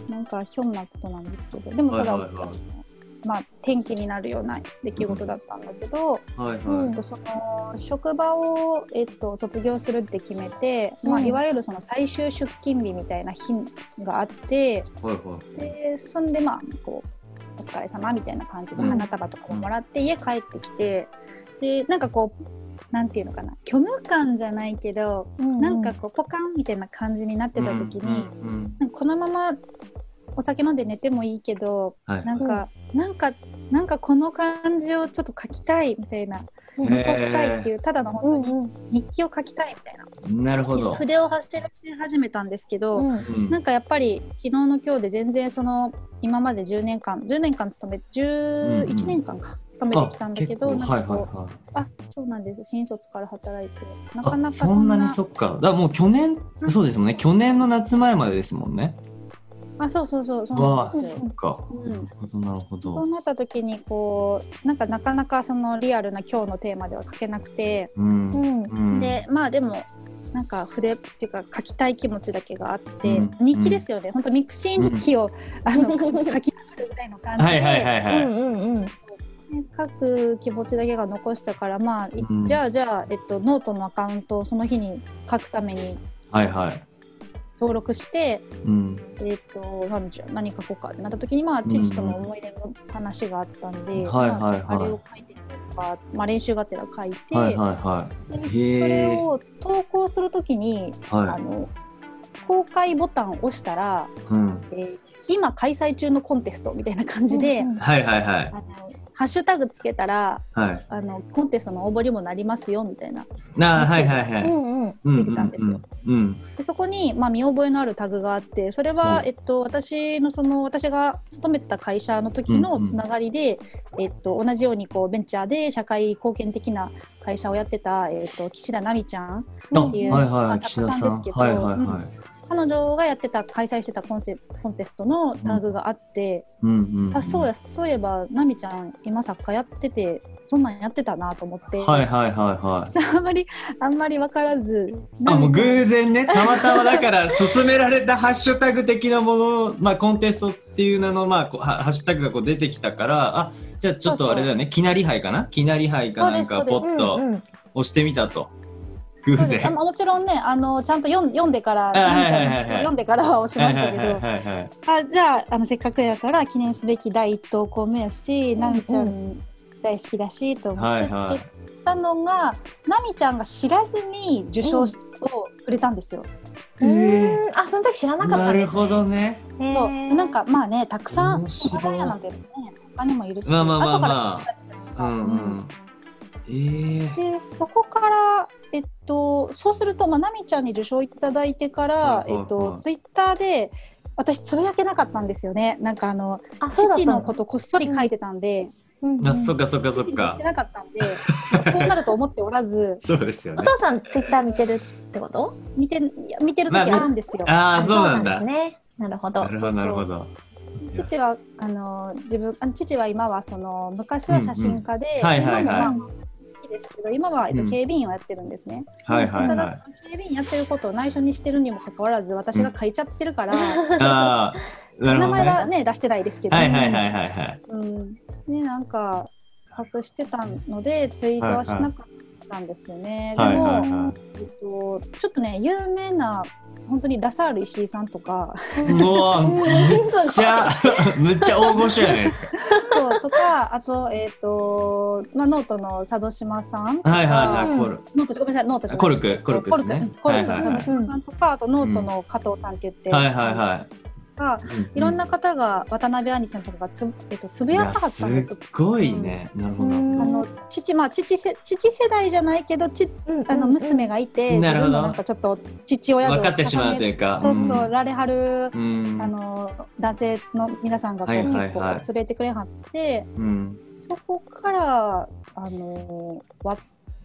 [SPEAKER 3] なんかひょんなことなんですけど、でもた
[SPEAKER 1] は
[SPEAKER 3] だ、
[SPEAKER 1] いはいはい
[SPEAKER 3] まあ天気になるような出来事だったんだけど、
[SPEAKER 1] はい
[SPEAKER 3] えっ
[SPEAKER 1] は
[SPEAKER 3] とその職場をえっと卒業するって決めて、まあ
[SPEAKER 2] うん
[SPEAKER 3] いわゆるその最終出勤日みたいな日があって、
[SPEAKER 1] いはいは
[SPEAKER 3] でそんでまあこうお疲れ様みたいな感じで
[SPEAKER 1] うん
[SPEAKER 3] 花束とかももらって家帰ってきてでなんかこうなんていうのかな虚無感じゃないけど、なんかこうポカンみたいな感じになって
[SPEAKER 1] い
[SPEAKER 3] た時に、
[SPEAKER 1] うんうん
[SPEAKER 3] なんかこのままお酒飲んで寝てもいいけど
[SPEAKER 1] はい
[SPEAKER 3] なんか、なんかなんかこの感じをちょっと書きたいみたいな
[SPEAKER 2] うん
[SPEAKER 1] へー
[SPEAKER 3] 残したいっていうただの
[SPEAKER 2] う
[SPEAKER 3] 本
[SPEAKER 2] ん
[SPEAKER 3] 当に日記を書きたいみたいな、
[SPEAKER 1] なるほど、
[SPEAKER 3] 筆を走らせ始めたんですけど、
[SPEAKER 2] うん
[SPEAKER 1] うん
[SPEAKER 3] なんかやっぱり昨日の今日で全然その今まで10年間10年間勤め11年間か勤めてきたんだけど、
[SPEAKER 1] あ結
[SPEAKER 3] な
[SPEAKER 1] 構
[SPEAKER 3] ん
[SPEAKER 1] はい
[SPEAKER 3] かこ
[SPEAKER 1] は
[SPEAKER 3] う、
[SPEAKER 1] いはい
[SPEAKER 3] あそうなんです新卒から働いてな
[SPEAKER 1] あ
[SPEAKER 3] かなか
[SPEAKER 1] そんなにそっかだからもう去年そうですもんね去年の夏前までですもんね
[SPEAKER 3] あそうそうそうそうな
[SPEAKER 1] わあ
[SPEAKER 3] ん
[SPEAKER 1] そ
[SPEAKER 3] ですよ
[SPEAKER 1] っか、
[SPEAKER 3] うん
[SPEAKER 1] なるほどなるほ
[SPEAKER 3] そ
[SPEAKER 1] ど
[SPEAKER 3] うなった時にこうなんかなかなかそのリアルな今日のテーマでは書けなくて、
[SPEAKER 1] うん
[SPEAKER 2] うん
[SPEAKER 1] うん
[SPEAKER 3] でまあでもなんか筆っていうか書きたい気持ちだけがあって、
[SPEAKER 1] うん
[SPEAKER 3] 日記ですよね、ほん、本当ミクシー日記を、あの書きながらぐらいの感じで、
[SPEAKER 1] はいはいはいはい、
[SPEAKER 2] うんうんうん
[SPEAKER 3] ね書く気持ちだけが残したからまあ、い
[SPEAKER 1] うん
[SPEAKER 3] じゃあじゃあ、えっと、ノートのアカウントをその日に書くために
[SPEAKER 1] はいはい
[SPEAKER 3] 登録して、
[SPEAKER 1] うん
[SPEAKER 3] えっと、なんじゃ何書こうかってなった時に、まあ、
[SPEAKER 1] うん
[SPEAKER 3] 父との思い出の話があったんで、
[SPEAKER 1] はいはいはい
[SPEAKER 3] まあ、あれを書いてみようか、まあ、練習がてら書いて、
[SPEAKER 1] はいはいは
[SPEAKER 3] で
[SPEAKER 1] へえ
[SPEAKER 3] それを投稿する時に、
[SPEAKER 1] いは
[SPEAKER 3] あ
[SPEAKER 1] い
[SPEAKER 3] の公開ボタンを押したら、
[SPEAKER 1] うん
[SPEAKER 3] えー今開催中のコンテストみたいな感じで、
[SPEAKER 2] うんうん
[SPEAKER 1] はいはいはい
[SPEAKER 3] あのハッシュタグつけたら
[SPEAKER 1] はい
[SPEAKER 3] あのコンテストの応募にもなりますよみたいな
[SPEAKER 1] なあは
[SPEAKER 3] メ
[SPEAKER 1] い
[SPEAKER 3] ッセージ
[SPEAKER 1] はいは
[SPEAKER 2] う
[SPEAKER 1] い
[SPEAKER 2] んうん
[SPEAKER 1] うん
[SPEAKER 3] 出てたんですよ
[SPEAKER 1] うんうん
[SPEAKER 3] でそこに、まあ、見覚えのあるタグがあってそれは、
[SPEAKER 1] うん
[SPEAKER 3] えっと、私のその私が勤めてた会社の時
[SPEAKER 1] う
[SPEAKER 3] の
[SPEAKER 1] んうん
[SPEAKER 3] つながりで、えっと、同じようにこうベンチャーで社会貢献的な会社をやってた、えっと、岸田奈美ちゃん
[SPEAKER 1] あ
[SPEAKER 3] っていう
[SPEAKER 1] はいはい
[SPEAKER 3] 作家さんですけど
[SPEAKER 1] はいはいはい
[SPEAKER 3] 彼女がやってた開催してたコンセコンテストのタグがあって、
[SPEAKER 1] うんうんうん
[SPEAKER 3] あそうやそういえば奈美ちゃん今作家やっててそんなんやってたなと思って、
[SPEAKER 1] はいはいはいはい
[SPEAKER 3] あんまりあんまり分からず
[SPEAKER 1] あもう
[SPEAKER 3] 奈美
[SPEAKER 1] 偶然ねたまたまだから勧められたハッシュタグ的なもの、 まあ、コンテストっていう名の、まあこう、ハハッシュタグがこう出てきたからあじゃあちょっとあれだよねきなり杯かなきなり杯かなんか
[SPEAKER 3] そうです
[SPEAKER 1] ポ
[SPEAKER 3] そ
[SPEAKER 1] ッ
[SPEAKER 2] う
[SPEAKER 1] と
[SPEAKER 2] んうん
[SPEAKER 1] 押してみたと偶
[SPEAKER 3] そうですあ
[SPEAKER 1] 然。
[SPEAKER 3] まあもちろんねあのちゃんと読ん読んでから
[SPEAKER 1] いはいはいはい
[SPEAKER 3] 奈美ちゃんの読んでからは押しましたけど
[SPEAKER 1] はいはいはいはい
[SPEAKER 3] あじゃああのせっかくやから記念すべき第一投稿目やし奈美ちゃ
[SPEAKER 2] うん
[SPEAKER 3] 大好きだしと思ってつ
[SPEAKER 1] はいはい
[SPEAKER 3] けたのが奈美ちゃんが知らずに受賞をくれたんですよ。
[SPEAKER 2] う
[SPEAKER 1] え
[SPEAKER 2] んあその時知らなかった
[SPEAKER 1] なるほど
[SPEAKER 2] ね
[SPEAKER 1] ね。
[SPEAKER 2] へ
[SPEAKER 3] そう
[SPEAKER 2] ー
[SPEAKER 3] なんかまあねたくさん
[SPEAKER 1] 面白い
[SPEAKER 3] おやなんてね他にもいるし
[SPEAKER 1] まあまあまあまあ
[SPEAKER 3] 後から聞いたりと
[SPEAKER 1] う
[SPEAKER 3] か
[SPEAKER 1] んうん。えー
[SPEAKER 3] でそこから、えっと、そうすると、まあ、奈美ちゃんに受賞いただいてから、
[SPEAKER 1] はいはいはい
[SPEAKER 3] えっと、ツイッターで私つぶやけなかったんですよねなんかあの
[SPEAKER 2] あそうだった
[SPEAKER 3] 父
[SPEAKER 2] んだ
[SPEAKER 3] のことこっそり書いてたんで、
[SPEAKER 2] うんうん
[SPEAKER 1] あそっかそっかそっ
[SPEAKER 3] 言っ
[SPEAKER 1] か
[SPEAKER 3] て。なかったんでこうなると思っておらず
[SPEAKER 1] そうですよ
[SPEAKER 2] お
[SPEAKER 1] ね。
[SPEAKER 2] 父さんツイッター見てるってこと
[SPEAKER 3] 見て見てる時
[SPEAKER 1] まあ
[SPEAKER 3] あるんですよ。
[SPEAKER 1] ああそうなん
[SPEAKER 2] で
[SPEAKER 1] だ
[SPEAKER 2] す。ねなるほど
[SPEAKER 1] なるほどなるほど。
[SPEAKER 3] 父はあの自分あの父は今はその昔は写真家で、
[SPEAKER 1] うんはいはいはい
[SPEAKER 3] 今もまあ写真好きですけど今は、えっと
[SPEAKER 1] うん
[SPEAKER 3] 警備員をやってるんですね。
[SPEAKER 1] はいはい
[SPEAKER 3] た
[SPEAKER 1] は
[SPEAKER 3] だ
[SPEAKER 1] い。
[SPEAKER 3] その警備員やってることを内緒にしてるにもかかわらず私が書いちゃって るから、
[SPEAKER 1] ああ、なるほど
[SPEAKER 3] 名
[SPEAKER 1] ね。
[SPEAKER 3] 前はね出してないですけど、
[SPEAKER 1] はいはいはいはいはい。
[SPEAKER 3] うん、ねなんか隠してたのでツイートはしなかったんですよね。
[SPEAKER 1] はいはい
[SPEAKER 3] でも、
[SPEAKER 1] は
[SPEAKER 3] えっと、ちょっとね有名な本当にラサール石井さんとか
[SPEAKER 1] い。うわ、むっちゃ、むっちゃ大御所じゃないですか。
[SPEAKER 3] そうとかあと,、えっとまあ、ノートの佐渡島さんとか、
[SPEAKER 1] はいはいは
[SPEAKER 2] う
[SPEAKER 1] い、
[SPEAKER 2] ん
[SPEAKER 1] コル。
[SPEAKER 3] ノートごめんなさいノートじゃない
[SPEAKER 1] コルク、コルクですね。
[SPEAKER 3] コル
[SPEAKER 1] は
[SPEAKER 3] ク
[SPEAKER 1] いはい
[SPEAKER 3] 佐
[SPEAKER 1] は
[SPEAKER 3] 渡
[SPEAKER 1] い。
[SPEAKER 3] 島さんとかあとノートの加藤さんって言って、
[SPEAKER 1] はいはいはい
[SPEAKER 3] が
[SPEAKER 1] い。
[SPEAKER 3] いろんな方が渡辺兄さんとかがつ,、えっと、つぶ
[SPEAKER 1] い
[SPEAKER 3] や
[SPEAKER 1] や
[SPEAKER 3] かはっ
[SPEAKER 1] す
[SPEAKER 3] たんです
[SPEAKER 1] っごいね。なるほど。
[SPEAKER 2] うん
[SPEAKER 3] あの父まあ父せ父世代じゃないけどちあの娘
[SPEAKER 2] が
[SPEAKER 3] がいて、
[SPEAKER 1] なるほ
[SPEAKER 3] 自
[SPEAKER 1] ど
[SPEAKER 3] 分もなんかちょっと父親像
[SPEAKER 1] 分
[SPEAKER 3] を
[SPEAKER 1] かってしまうというか。
[SPEAKER 3] 重ねそうそう、
[SPEAKER 1] ん
[SPEAKER 3] られはる
[SPEAKER 1] うん
[SPEAKER 3] あの男性の皆さんがこう、
[SPEAKER 1] はいはい
[SPEAKER 3] 結構
[SPEAKER 1] はい
[SPEAKER 3] 連れてくれはって
[SPEAKER 1] うん。
[SPEAKER 3] そこからあのわっ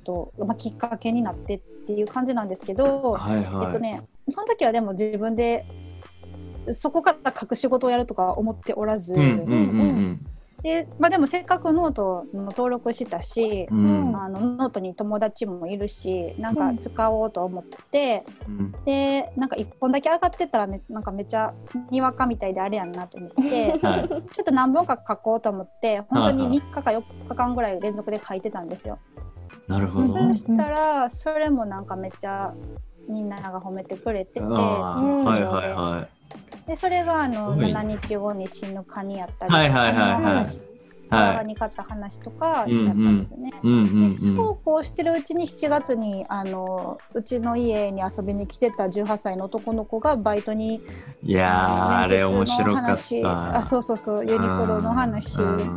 [SPEAKER 3] と、まあ、きっかけになってっていう感じなんですけど、
[SPEAKER 1] はいはい。
[SPEAKER 3] えっとねその時はでも自分でそこから隠し事をやるとか思っておらず、
[SPEAKER 1] うんうんうん
[SPEAKER 3] でまあ、でもせっかくノートの登録したし、
[SPEAKER 1] うん。うん
[SPEAKER 3] あのノートに友達もいるしなん
[SPEAKER 2] う
[SPEAKER 3] か
[SPEAKER 2] ん
[SPEAKER 3] 使おうと思って、
[SPEAKER 1] うん。
[SPEAKER 3] でなんか1本だけ上がってたら、ね、なんかめっちゃにわかみたいであれやんなと思って
[SPEAKER 1] はい。
[SPEAKER 3] ちょっと何本か書こうと思って本当に
[SPEAKER 1] はいはい
[SPEAKER 3] 3日か4日間ぐらい連続で書いてたんですよ。
[SPEAKER 1] なるほ
[SPEAKER 3] そ
[SPEAKER 1] ど。
[SPEAKER 3] したらそれもなんかめっちゃみんなが褒めてくれてて
[SPEAKER 1] ああ、はいはいはい。
[SPEAKER 3] でそれがあの
[SPEAKER 1] すごいね
[SPEAKER 3] 7日後に死ぬカニやったり
[SPEAKER 1] はいはいはいはい
[SPEAKER 3] カニの話
[SPEAKER 1] は
[SPEAKER 3] カ
[SPEAKER 1] い。
[SPEAKER 3] ニ勝った話とかやったんですよね。
[SPEAKER 1] うんうん
[SPEAKER 3] でそうこうしてるうちに7月にあのうちの家に遊びに来てた18歳の男の子がバイトに
[SPEAKER 1] うん。いやー、あれ面
[SPEAKER 3] 面接
[SPEAKER 1] 白
[SPEAKER 3] の
[SPEAKER 1] かっ
[SPEAKER 3] 話
[SPEAKER 1] た。
[SPEAKER 3] あそうそうそうユニクロの話
[SPEAKER 1] う
[SPEAKER 3] を
[SPEAKER 1] ん
[SPEAKER 3] 書
[SPEAKER 1] うん
[SPEAKER 3] い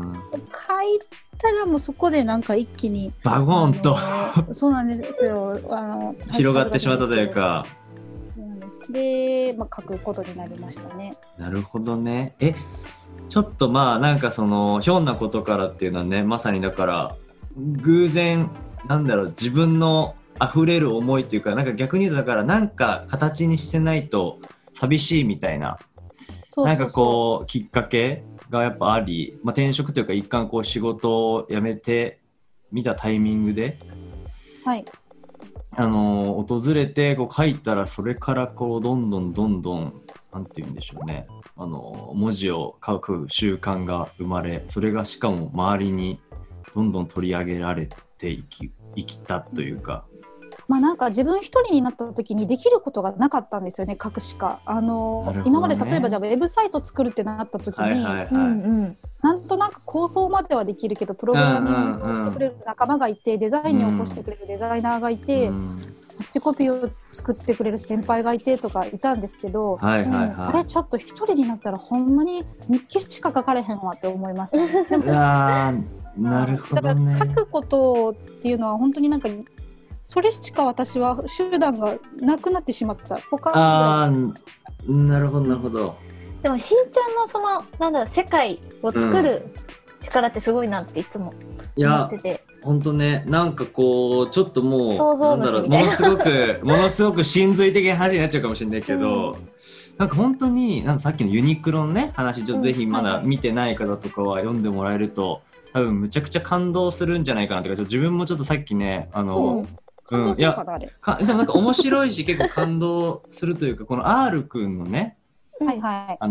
[SPEAKER 3] たらもうそこでなんか一気に
[SPEAKER 1] バゴンと
[SPEAKER 3] あのそうなんですよあの
[SPEAKER 1] 広がってしまったというか。
[SPEAKER 3] そうなんですで、まあ、書くことになりましたね
[SPEAKER 1] なるほどね。え、ちょっとまあなんかそのひょんなことからっていうのはね、まさにだから偶然なんだろう自分の溢れる思いっていうか、なんか逆に言うとだからなんか形にしてないと寂しいみたいな、
[SPEAKER 3] そうそうそう
[SPEAKER 1] なんかこうきっかけがやっぱあり、まあ転職というか一貫こう仕事を辞めて見たタイミングで。
[SPEAKER 3] はい
[SPEAKER 1] あのー訪れてこう書いたらそれからこうどんどんどんどんなんて言うんでしょうねあのー文字を書く習慣が生まれそれがしかも周りにどんどん取り上げられていきいきたというか、
[SPEAKER 3] まあなんか自分一人になった時にできることがなかったんですよね書くしか。あの、
[SPEAKER 1] なるほどね
[SPEAKER 3] 今まで例えばじゃあウェブサイト作るってなった時に、
[SPEAKER 1] はいはいはい、
[SPEAKER 3] なんとなく構想まではできるけどプログラミングをしてくれる仲間がいてデザインを起こしてくれるデザイナーがいて、
[SPEAKER 1] うん
[SPEAKER 3] キャッチコピーを作ってくれる先輩がいてとかいたんですけど、
[SPEAKER 1] はいはい
[SPEAKER 3] あ
[SPEAKER 1] は
[SPEAKER 3] れちょっと一人になったらほんまに日記しか書かれへんわって思いました、
[SPEAKER 1] い、いやーなるほどね
[SPEAKER 3] だから書くことっていうのは本当になんかそれしか私は手段がなくなってしまった他は
[SPEAKER 1] あーなるほどなるほど
[SPEAKER 2] でもしんちゃんのそのなんだろう世界を作る力ってすごいなっていつも
[SPEAKER 1] い
[SPEAKER 2] 思
[SPEAKER 1] や
[SPEAKER 2] ってて。
[SPEAKER 1] 本当ねなんかこうちょっともう
[SPEAKER 2] 想
[SPEAKER 1] な
[SPEAKER 2] 像主
[SPEAKER 1] んだろう
[SPEAKER 2] み
[SPEAKER 1] も
[SPEAKER 2] たいな
[SPEAKER 1] のすごく ものすごく真髄的な話になっちゃうかもしれないけど、
[SPEAKER 2] う
[SPEAKER 1] なんか本当になんかさっきのユニクロのね話ちょっ
[SPEAKER 2] うん
[SPEAKER 1] とぜひま
[SPEAKER 2] はい
[SPEAKER 1] だ
[SPEAKER 2] はい
[SPEAKER 1] 見てない方とかは読んでもらえると多分むちゃくちゃ感動するんじゃないかなとかちょっと自分もちょっとさっきねあ
[SPEAKER 3] そ
[SPEAKER 1] の
[SPEAKER 3] う
[SPEAKER 1] うん
[SPEAKER 3] 感動
[SPEAKER 1] い
[SPEAKER 3] するか
[SPEAKER 1] や
[SPEAKER 3] なあれ
[SPEAKER 1] かでもなんか面白いし結構感動するというかこの R くんのね
[SPEAKER 3] はいはい
[SPEAKER 1] あ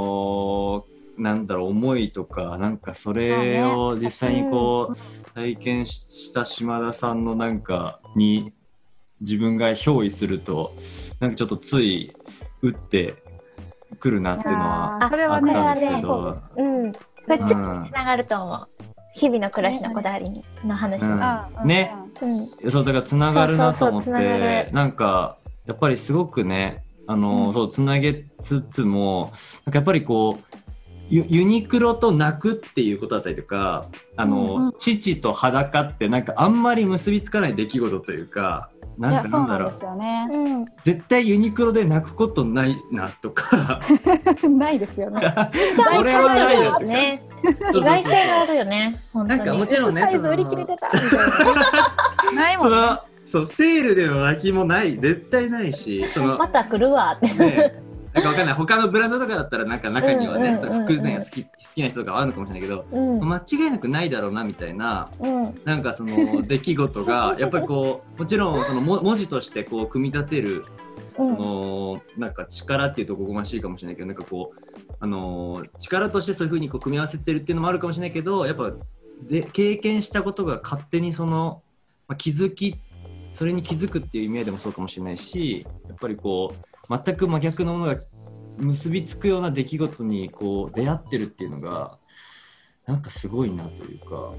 [SPEAKER 1] のーなんだろう思いとかなんかそれ
[SPEAKER 3] ま
[SPEAKER 1] を実際にこう体験した島田さんのなんかに自分が憑依するとなんかちょっとつい打ってくるなっていうのは
[SPEAKER 3] あそれ
[SPEAKER 1] あ
[SPEAKER 3] は
[SPEAKER 1] っ
[SPEAKER 3] ね
[SPEAKER 1] たんです
[SPEAKER 2] あ
[SPEAKER 1] け
[SPEAKER 3] そうで
[SPEAKER 1] ど
[SPEAKER 3] す。
[SPEAKER 2] うん。これ
[SPEAKER 1] う
[SPEAKER 2] つ
[SPEAKER 1] ん
[SPEAKER 2] ながると思う。日々の暮らしのこだわりにの話
[SPEAKER 1] うん
[SPEAKER 2] に。
[SPEAKER 3] あうん
[SPEAKER 1] ね
[SPEAKER 2] うん。
[SPEAKER 1] そうだからつながるなと思っ
[SPEAKER 2] そうそうそうつなが
[SPEAKER 1] て
[SPEAKER 2] る
[SPEAKER 1] なんかやっぱりすごくねあの、
[SPEAKER 3] うん
[SPEAKER 1] そうつなげつつもなんかやっぱりこうユユニクロと泣くっていうことだったりとかあの、
[SPEAKER 3] うんうん
[SPEAKER 1] 父と裸ってなんかあんまり結びつかない出来事というか
[SPEAKER 3] い
[SPEAKER 1] なん
[SPEAKER 3] や
[SPEAKER 1] か
[SPEAKER 3] そ
[SPEAKER 1] なだ
[SPEAKER 3] うんなん
[SPEAKER 1] ろう
[SPEAKER 3] ですよね。
[SPEAKER 2] うん。
[SPEAKER 1] 絶対ユニクロで泣くことないなと か
[SPEAKER 3] ないですよね。
[SPEAKER 1] 俺はないよとか
[SPEAKER 2] ね。
[SPEAKER 1] そ
[SPEAKER 2] 意
[SPEAKER 1] うそうそう
[SPEAKER 2] 外性があるよね。本当に
[SPEAKER 1] なん かもちろんね
[SPEAKER 3] S サイズ売り切れてたみ たいな。ないも
[SPEAKER 1] そ
[SPEAKER 3] んね。
[SPEAKER 1] のそうセールでの泣きもない絶対ないしその
[SPEAKER 2] また来るわって。
[SPEAKER 1] ね、 なんかわかんない他のブランドとかだったらなんか中には
[SPEAKER 2] うんうん
[SPEAKER 1] ね
[SPEAKER 2] うんうん
[SPEAKER 1] その服ね好き好きな人とかはあるのかもしれないけど
[SPEAKER 2] うん。
[SPEAKER 1] 間違いなくないだろうなみたいな
[SPEAKER 2] うん。
[SPEAKER 1] なんかその出来事がやっぱりこうもちろんそのも文字としてこう組み立てる
[SPEAKER 2] う
[SPEAKER 1] そ
[SPEAKER 2] ん。
[SPEAKER 1] のなんか力っていうとおこがましいかもしれないけどなんかこうあのー力としてそういうふうにこう組み合わせてるっていうのもあるかもしれないけどやっぱで経験したことが勝手にその、まあ、気づきそれに気づくっていう意味合いでもそうかもしれないしやっぱりこう全く真逆のものが結びつくような出来事にこう出会ってるっていうのがなんかすごいなというか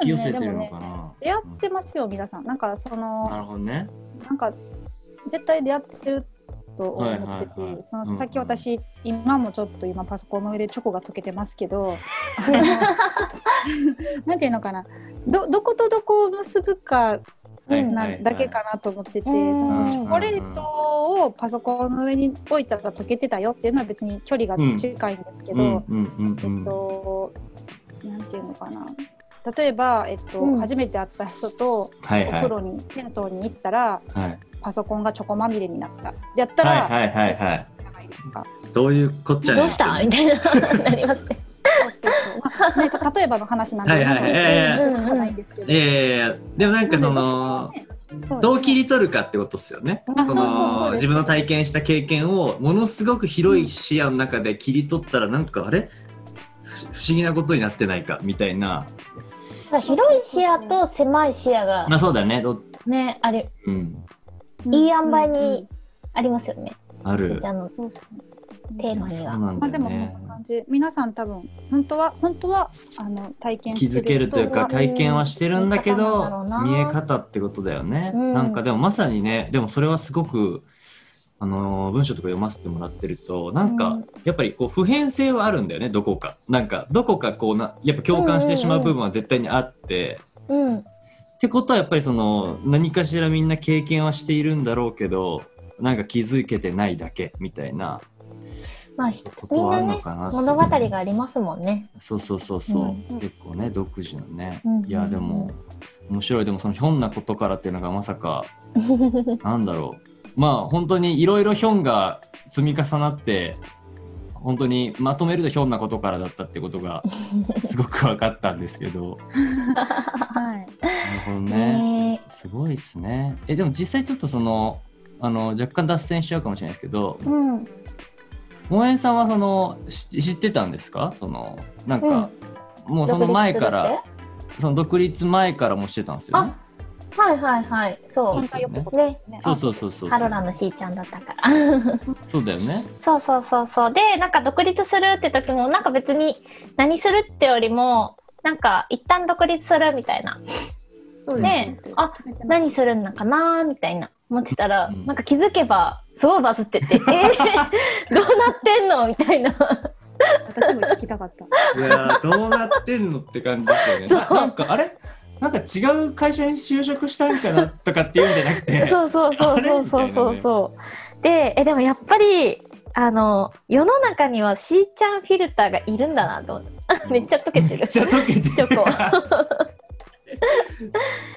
[SPEAKER 1] 引き寄せてるのかな。
[SPEAKER 3] 出会ってますよ皆さん。なんかそ
[SPEAKER 1] な
[SPEAKER 3] の
[SPEAKER 1] るほどね。
[SPEAKER 3] なんか絶対出会ってる。と思ってて、
[SPEAKER 1] はいはいはい
[SPEAKER 3] そ
[SPEAKER 1] うんうん
[SPEAKER 3] のさっき私、今もちょっと今パソコンの上でチョコが溶けてますけど、 あのなんていうのかな、どどことどこを結ぶか
[SPEAKER 1] はい
[SPEAKER 3] な
[SPEAKER 1] はいはい
[SPEAKER 3] だけかなと思ってて、
[SPEAKER 2] うん
[SPEAKER 3] その
[SPEAKER 2] うん
[SPEAKER 3] チョコレートをパソコンの上に置いたら溶けてたよっていうのは別に距離が近いんですけど、
[SPEAKER 1] うんうんうんうん
[SPEAKER 3] えっと、なんていうのかな例えば、えっと
[SPEAKER 2] うん
[SPEAKER 3] 初めて会った人
[SPEAKER 1] は
[SPEAKER 3] とお
[SPEAKER 1] いは
[SPEAKER 3] 風
[SPEAKER 1] い
[SPEAKER 3] 呂に、銭湯に行ったら
[SPEAKER 1] はい。
[SPEAKER 3] パソコンがチョコまみれになったやったら、
[SPEAKER 1] はいはいはいはい
[SPEAKER 3] じゃないですか
[SPEAKER 1] どういうこっちゃね
[SPEAKER 2] どうしたみたいな なりますね。
[SPEAKER 3] そうそうそう、まあね、た例えばの話なんで、
[SPEAKER 1] はいはいはい
[SPEAKER 3] なんか全然ないんですけど、
[SPEAKER 1] ええでもなんかそのどう切
[SPEAKER 3] り
[SPEAKER 1] り取るかってことですよね。
[SPEAKER 3] あ
[SPEAKER 1] そ
[SPEAKER 3] そうそうそう
[SPEAKER 1] の
[SPEAKER 3] です
[SPEAKER 1] 自分の体験した経験をものすごく広い視野の中で切り取ったらなんとかあれふ不思議なことになってないかみたいな。
[SPEAKER 2] 広い視野と狭い視野が
[SPEAKER 1] まあそうだね。ど
[SPEAKER 2] ね、あれ、
[SPEAKER 1] うん
[SPEAKER 2] いい塩梅にありますよね。
[SPEAKER 1] あ
[SPEAKER 2] せい
[SPEAKER 1] る
[SPEAKER 2] ち。ゃんの
[SPEAKER 3] そうそう
[SPEAKER 2] テー
[SPEAKER 1] そ
[SPEAKER 2] マ
[SPEAKER 1] う
[SPEAKER 2] には。
[SPEAKER 1] なんだ
[SPEAKER 3] まあ、で
[SPEAKER 1] よ
[SPEAKER 3] もそんな
[SPEAKER 1] ね。
[SPEAKER 3] 感じ皆さん多分本当は本当はあの体験
[SPEAKER 1] 気
[SPEAKER 3] して
[SPEAKER 1] づけるというか
[SPEAKER 2] うん
[SPEAKER 1] 体験はしてるんだけど見
[SPEAKER 2] 見
[SPEAKER 1] え
[SPEAKER 2] え
[SPEAKER 1] 方ってことだよね、
[SPEAKER 2] うん
[SPEAKER 1] なんかでもまさにねでもそれはすごくあのー文章とか読ませてもらってるとなん
[SPEAKER 2] う
[SPEAKER 1] か
[SPEAKER 2] ん
[SPEAKER 1] やっぱりこう普遍性はあるんだよねどこかなんかどこかこうなやっぱ共感してしまう部分は絶対にあって、
[SPEAKER 2] うん。
[SPEAKER 1] ってことはやっぱりその何かしらみんな経験はしているんだろうけどなんか気づけてないだけみたいな
[SPEAKER 2] まあ、ひ
[SPEAKER 1] こと
[SPEAKER 2] みん
[SPEAKER 1] はある
[SPEAKER 2] な
[SPEAKER 1] の
[SPEAKER 2] ね、
[SPEAKER 1] かなって
[SPEAKER 2] 物語がありますもんね。
[SPEAKER 1] そうそうそうそう、
[SPEAKER 3] うん
[SPEAKER 1] 結構ね独自のね、
[SPEAKER 2] うん
[SPEAKER 1] いやでも面白いでもそのひょんなことからっていうのがまさかなんだろうまあ本当にいろいろひょんが積み重なって本当にまとめるとひょんなことからだったってことがすごく分かったんですけど
[SPEAKER 3] はい
[SPEAKER 1] なるほどね
[SPEAKER 2] ね
[SPEAKER 1] すごいですねえでも実際ちょっとそのあの若干脱線しちゃうかもしれないですけど
[SPEAKER 2] え。うん。
[SPEAKER 1] 萌えさんはそのし知ってたんですかそのなんか、もうその前からその独立前からもしてたんですよね。
[SPEAKER 2] 独立するって。はいはいはい。そ
[SPEAKER 1] そうう。
[SPEAKER 3] 本当はよってことですよね
[SPEAKER 1] そうそうそうそうそ
[SPEAKER 2] ハロラ
[SPEAKER 1] う。
[SPEAKER 2] のしーちゃんだったから。
[SPEAKER 1] そうだよね。
[SPEAKER 2] そうそうそうそう。で、なんか独立するって時も、なんか別に何するってよりも、なんか一旦独立するみたいな。
[SPEAKER 3] そうです
[SPEAKER 2] ねえあ
[SPEAKER 3] 決めてない
[SPEAKER 2] 何するんだかなーみたいな思ってたら、
[SPEAKER 1] うん
[SPEAKER 2] なんか気づけばすごいバズってて「えー、 どうなってんの?」みたいな
[SPEAKER 3] 私も聞きたかった。
[SPEAKER 1] いやーどうなってんのって感じですよね。ななんかあれなんか違う会社に就職したんかなとかっていうんじゃなくて。
[SPEAKER 2] そうそうそうそうそうそうそうでえでもやっぱりあの世の中にはしー ちゃんフィルターがいるんだなと思ってめっちゃ溶けてる
[SPEAKER 1] めっちゃ溶けて
[SPEAKER 2] チョコ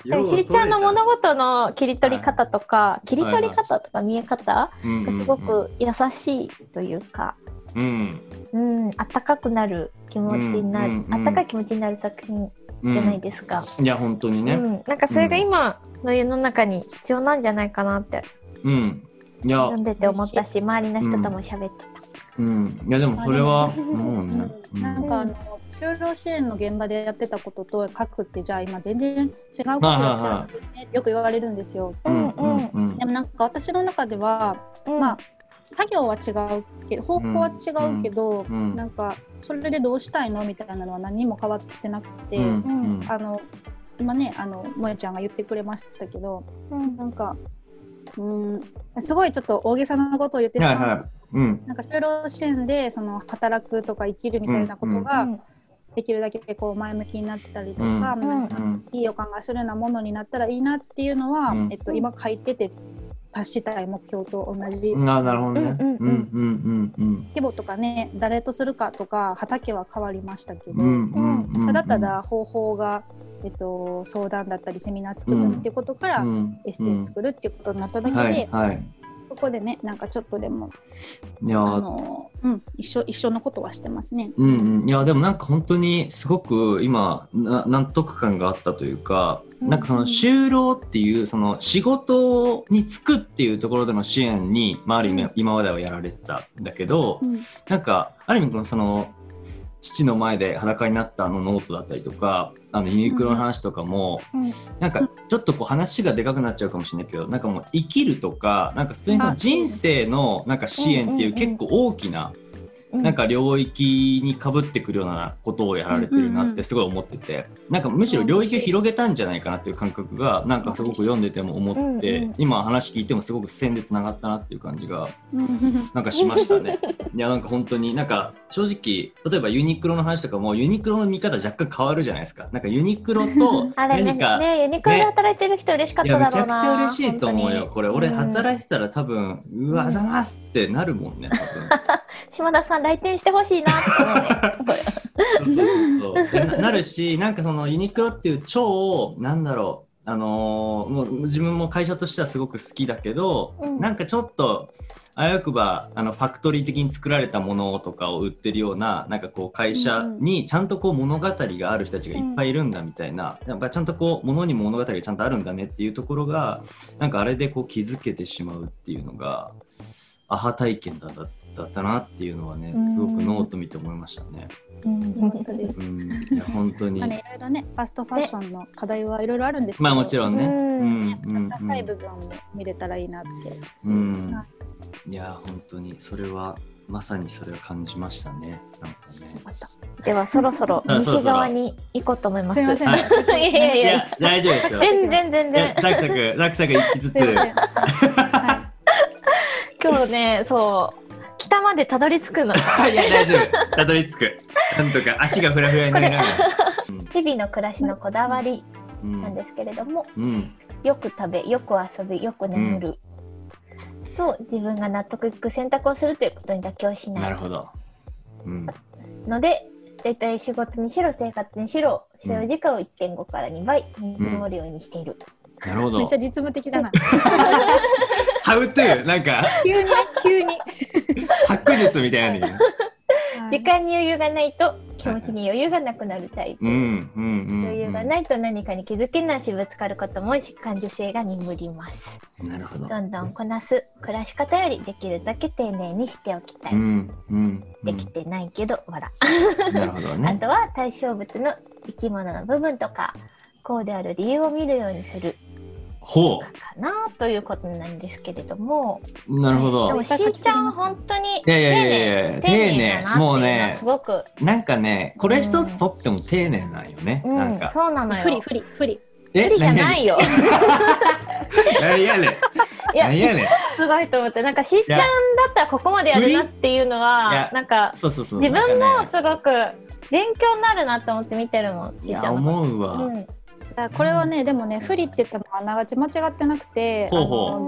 [SPEAKER 2] なんかしりちゃんの物事の切り取り方とか、切り取り方とか見え方
[SPEAKER 1] うん
[SPEAKER 2] がすごく優しいというか、
[SPEAKER 1] うん
[SPEAKER 2] うん、あったかくなる気持ちにな
[SPEAKER 1] う
[SPEAKER 2] る
[SPEAKER 1] ん、うん
[SPEAKER 2] あったかい気持ちになる作品
[SPEAKER 1] うん
[SPEAKER 2] じゃないですか。
[SPEAKER 1] いや本当に
[SPEAKER 2] う
[SPEAKER 1] ね
[SPEAKER 2] ん、なんかそれが今の世の中に必要なんじゃないかなって
[SPEAKER 1] うん、いや
[SPEAKER 2] 読んでて思ったし、周りの人とも喋って
[SPEAKER 1] うんいやでもそれは
[SPEAKER 3] あでも
[SPEAKER 1] もうね、う
[SPEAKER 3] なん
[SPEAKER 1] ん、
[SPEAKER 3] かあの就労支援の現場でやってたことと書くってじゃあ今全然違うことやっ
[SPEAKER 1] は
[SPEAKER 3] てるんですねってよく言われるんですよ。
[SPEAKER 2] た。
[SPEAKER 1] うんうんうん
[SPEAKER 3] でもなんか私の中では
[SPEAKER 2] うん
[SPEAKER 3] まあ作業は違うけど方向は違うけど、
[SPEAKER 1] うん
[SPEAKER 3] なんかそれでどうしたいのみたいなのは何も変わってなくて、
[SPEAKER 1] うんうん
[SPEAKER 3] あの今ねあの萌ちゃんが言ってくれましたけど
[SPEAKER 2] うん
[SPEAKER 3] なんかうんすごいちょっと大げさなことを言ってしまうと、
[SPEAKER 1] はいはいうん
[SPEAKER 3] なんか就労支援でその働くとか生きるみたいなこと
[SPEAKER 2] う
[SPEAKER 3] が
[SPEAKER 2] ん
[SPEAKER 3] できるだけこう前向きになったりとか、
[SPEAKER 1] うん
[SPEAKER 3] まあなん
[SPEAKER 1] う
[SPEAKER 3] か
[SPEAKER 1] ん
[SPEAKER 3] いい予感がするようなものになったらいいなっていうのは、
[SPEAKER 1] うん
[SPEAKER 3] えっと、今書いてて達したい目標と同じ
[SPEAKER 1] あなるほどね
[SPEAKER 2] うん
[SPEAKER 1] う
[SPEAKER 2] うん
[SPEAKER 1] んうん
[SPEAKER 3] 規模とかね誰とするかとか畑は変わりましたけど、
[SPEAKER 1] うんうんうんうんうん
[SPEAKER 3] ただただ方法が、えっと、相談だったりセミナー作るっていうことから、
[SPEAKER 1] うん
[SPEAKER 3] エッセイ作るっていうことになっただけで、
[SPEAKER 1] はいはい
[SPEAKER 3] そこでねなんかちょっとでも
[SPEAKER 1] いや
[SPEAKER 3] あの、うん、一緒一緒のことはしてますね。
[SPEAKER 1] うんうん、いやでもなんか本当にすごく今な納得感があったというか、
[SPEAKER 3] うん
[SPEAKER 1] なんかその就労っていうその仕事に就くっていうところでの支援に、まあ、ある意味今まではやられてたんだけど、
[SPEAKER 3] うん
[SPEAKER 1] なんかある意味このその父の前で裸になったあのノートだったりとかあのユニクロの話とかも、
[SPEAKER 2] うん
[SPEAKER 1] なんかちょっとこう話がでかくなっちゃうかもしれないけどなんかもう生きるとかなんか普通にその
[SPEAKER 3] あ
[SPEAKER 1] 人生のなんか支援っていううん
[SPEAKER 2] うんう
[SPEAKER 1] 結
[SPEAKER 2] ん
[SPEAKER 1] 構大きな
[SPEAKER 2] う
[SPEAKER 1] なん、か領域にかぶってくるようなことをやられてるな
[SPEAKER 3] う
[SPEAKER 1] っ
[SPEAKER 3] んうん
[SPEAKER 1] てすごい思っててなんかむしろ領域を広げたんじゃないかなっていう感覚がなんかすごく読んでても思っ
[SPEAKER 2] うんう
[SPEAKER 1] て
[SPEAKER 2] ん
[SPEAKER 1] 今話聞いてもすごく線でつながったなっていう感じが
[SPEAKER 3] うん
[SPEAKER 1] なんかしましたね。いやなんか本当になんか正直例えばユニクロの話とかもユニクロの見方若干変わるじゃないですか。なんかユニクロと
[SPEAKER 2] あれね
[SPEAKER 1] 何か
[SPEAKER 2] ねユニクロで働いてる人嬉しかっ
[SPEAKER 1] いや
[SPEAKER 2] ただ
[SPEAKER 1] めち
[SPEAKER 2] ろ
[SPEAKER 1] ゃ
[SPEAKER 2] う
[SPEAKER 1] く
[SPEAKER 2] な。
[SPEAKER 1] ちゃ嬉しいと思うよ
[SPEAKER 2] 本
[SPEAKER 1] これ俺
[SPEAKER 2] うん
[SPEAKER 1] 働いてたら多分うわ
[SPEAKER 2] うん
[SPEAKER 1] あざますってなるもんね多分。
[SPEAKER 2] 当に。島田さん来店してほしいなって思う。
[SPEAKER 1] そうそうそうそうななるしなんかそのユニクロっていう超なんだろうあのーもう自分も会社としてはすごく好きだけど、
[SPEAKER 2] う ん
[SPEAKER 1] なんかちょっとあわよくばあのファクトリー的に作られたものとかを売ってるようななんかこう会社にちゃんとこう物語がある人たちがいっぱいいるんだみたいな、やっぱちゃんとこう物にも物語がちゃんとあるんだねっていうところがなんかあれでこう気づけてしまうっていうのがアハ体験だっただったなっていうのはねすごくノート見て思いましたね。
[SPEAKER 3] よかったです
[SPEAKER 1] うん、いや本当に
[SPEAKER 3] まあ。ね、いろいろね、ファストファッションの課題はいろいろあるんですけど、
[SPEAKER 1] まあもちろんね。
[SPEAKER 2] う
[SPEAKER 1] うんんうん
[SPEAKER 3] 高い部分も見れたらいいなって。
[SPEAKER 1] うん
[SPEAKER 3] は
[SPEAKER 1] うん。いや本当にそれはまさにそれを感じましたね。なんかね。
[SPEAKER 2] ではそろそろ
[SPEAKER 1] うんそろそろ
[SPEAKER 2] 西側に行こうと思います。
[SPEAKER 3] すいません。
[SPEAKER 1] はい
[SPEAKER 3] 私もね
[SPEAKER 2] いやい
[SPEAKER 1] い
[SPEAKER 2] や
[SPEAKER 1] や大丈夫ですよ。
[SPEAKER 2] 全然全
[SPEAKER 1] いや
[SPEAKER 2] 然
[SPEAKER 1] サクサクサクサク行きつつ
[SPEAKER 3] すい。ません。は
[SPEAKER 2] 今日ねそう北までたどり着くの
[SPEAKER 1] いや大丈夫。たどり着く。なんとか足がフラフラになりながら。うん
[SPEAKER 2] 日々の暮らしのこだわり
[SPEAKER 1] う
[SPEAKER 2] なん
[SPEAKER 1] ん
[SPEAKER 2] ですけれども、
[SPEAKER 1] うん
[SPEAKER 2] よく食べよく遊びよく眠る、と自分が納得いく選択をするということに妥協し
[SPEAKER 1] な
[SPEAKER 2] な
[SPEAKER 1] る
[SPEAKER 2] い
[SPEAKER 1] ほど。うん
[SPEAKER 2] ので大体仕事にしろ生活にしろ使用時間を1.5から2倍見積もるようにしている、
[SPEAKER 1] なるほ
[SPEAKER 3] いめ
[SPEAKER 1] ど
[SPEAKER 3] っちゃ。実務的だな。
[SPEAKER 1] ハウトゥーなんか
[SPEAKER 3] 急にね急に。
[SPEAKER 1] 白術みたいなのに。
[SPEAKER 2] 時間に余裕がないと気持ちに余裕がなくなるタイプ、
[SPEAKER 1] うんうんうんうん。
[SPEAKER 2] 余裕がないと何かに気づけないしぶつかることも多いし感受性が鈍ります
[SPEAKER 1] なるほど。
[SPEAKER 2] どんどんこなす暮らし方よりできるだけ丁寧にしておきたい、
[SPEAKER 1] うんうんう
[SPEAKER 2] でき
[SPEAKER 1] ん。
[SPEAKER 2] てないけど笑、
[SPEAKER 1] なるほど
[SPEAKER 2] あ
[SPEAKER 1] ね
[SPEAKER 2] と。は対象物の生き物の部分とかこうである理由を見るようにする
[SPEAKER 1] ほ
[SPEAKER 2] かなということなんですけれども
[SPEAKER 1] う。なるほ
[SPEAKER 2] で
[SPEAKER 1] ど
[SPEAKER 2] も。しーちゃんは本当に
[SPEAKER 1] い
[SPEAKER 2] 丁
[SPEAKER 1] やいやいやい
[SPEAKER 2] 寧
[SPEAKER 1] や
[SPEAKER 2] 丁寧だなっていう
[SPEAKER 1] もう
[SPEAKER 2] のは
[SPEAKER 1] ね
[SPEAKER 2] す、ごく、
[SPEAKER 1] なんかね、これ一つとっても丁寧なんよね。
[SPEAKER 2] うん
[SPEAKER 1] なんか。
[SPEAKER 2] そうなのよ
[SPEAKER 3] ふりふりふり。
[SPEAKER 2] 不利じゃない よ
[SPEAKER 1] 何何。何やねん。
[SPEAKER 2] いや
[SPEAKER 1] 何やねん。
[SPEAKER 2] すごいと思ってなんかしーちゃんだったらここまでやるなっていうの
[SPEAKER 1] いや
[SPEAKER 2] はなんか
[SPEAKER 1] そうそうそう。
[SPEAKER 2] 自分
[SPEAKER 1] なん
[SPEAKER 2] も
[SPEAKER 1] か
[SPEAKER 2] すごく勉強になるなと思って見てるもんし
[SPEAKER 1] ね。
[SPEAKER 2] ー
[SPEAKER 1] い
[SPEAKER 2] ち
[SPEAKER 1] や、
[SPEAKER 2] ゃんのこと
[SPEAKER 1] 思うわ。
[SPEAKER 2] うん
[SPEAKER 3] あこれはねでもね不利って言ったのはあながち間違ってなくて、
[SPEAKER 1] ほうほう
[SPEAKER 3] あの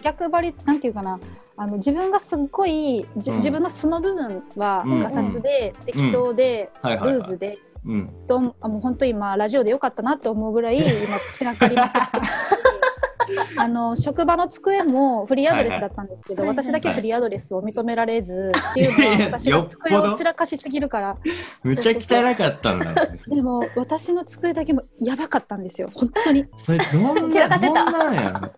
[SPEAKER 3] 逆逆張りなんていうかな。あの自分がすっごいじ、
[SPEAKER 1] うん
[SPEAKER 3] 自分の素の部分は
[SPEAKER 1] うん
[SPEAKER 3] ガサツで、適当で、
[SPEAKER 1] はいはいはい
[SPEAKER 3] ルーズで、
[SPEAKER 1] うん。
[SPEAKER 3] どんあもう本当今ラジオでよかったなって思うぐらい今散らかりまくってあの職場の机もフリーアドレスだったんですけど、
[SPEAKER 2] はいはい
[SPEAKER 3] 私だけフリーアドレスを認められず、っていう
[SPEAKER 1] いやいや
[SPEAKER 3] のは私が机を散らかしすぎるから
[SPEAKER 1] むちゃ汚かったんだ。
[SPEAKER 3] でも私の机だけもやばかったんですよ本当に
[SPEAKER 1] それどん
[SPEAKER 2] 散らか
[SPEAKER 1] な
[SPEAKER 2] って
[SPEAKER 1] どん
[SPEAKER 2] た
[SPEAKER 1] なんや。うん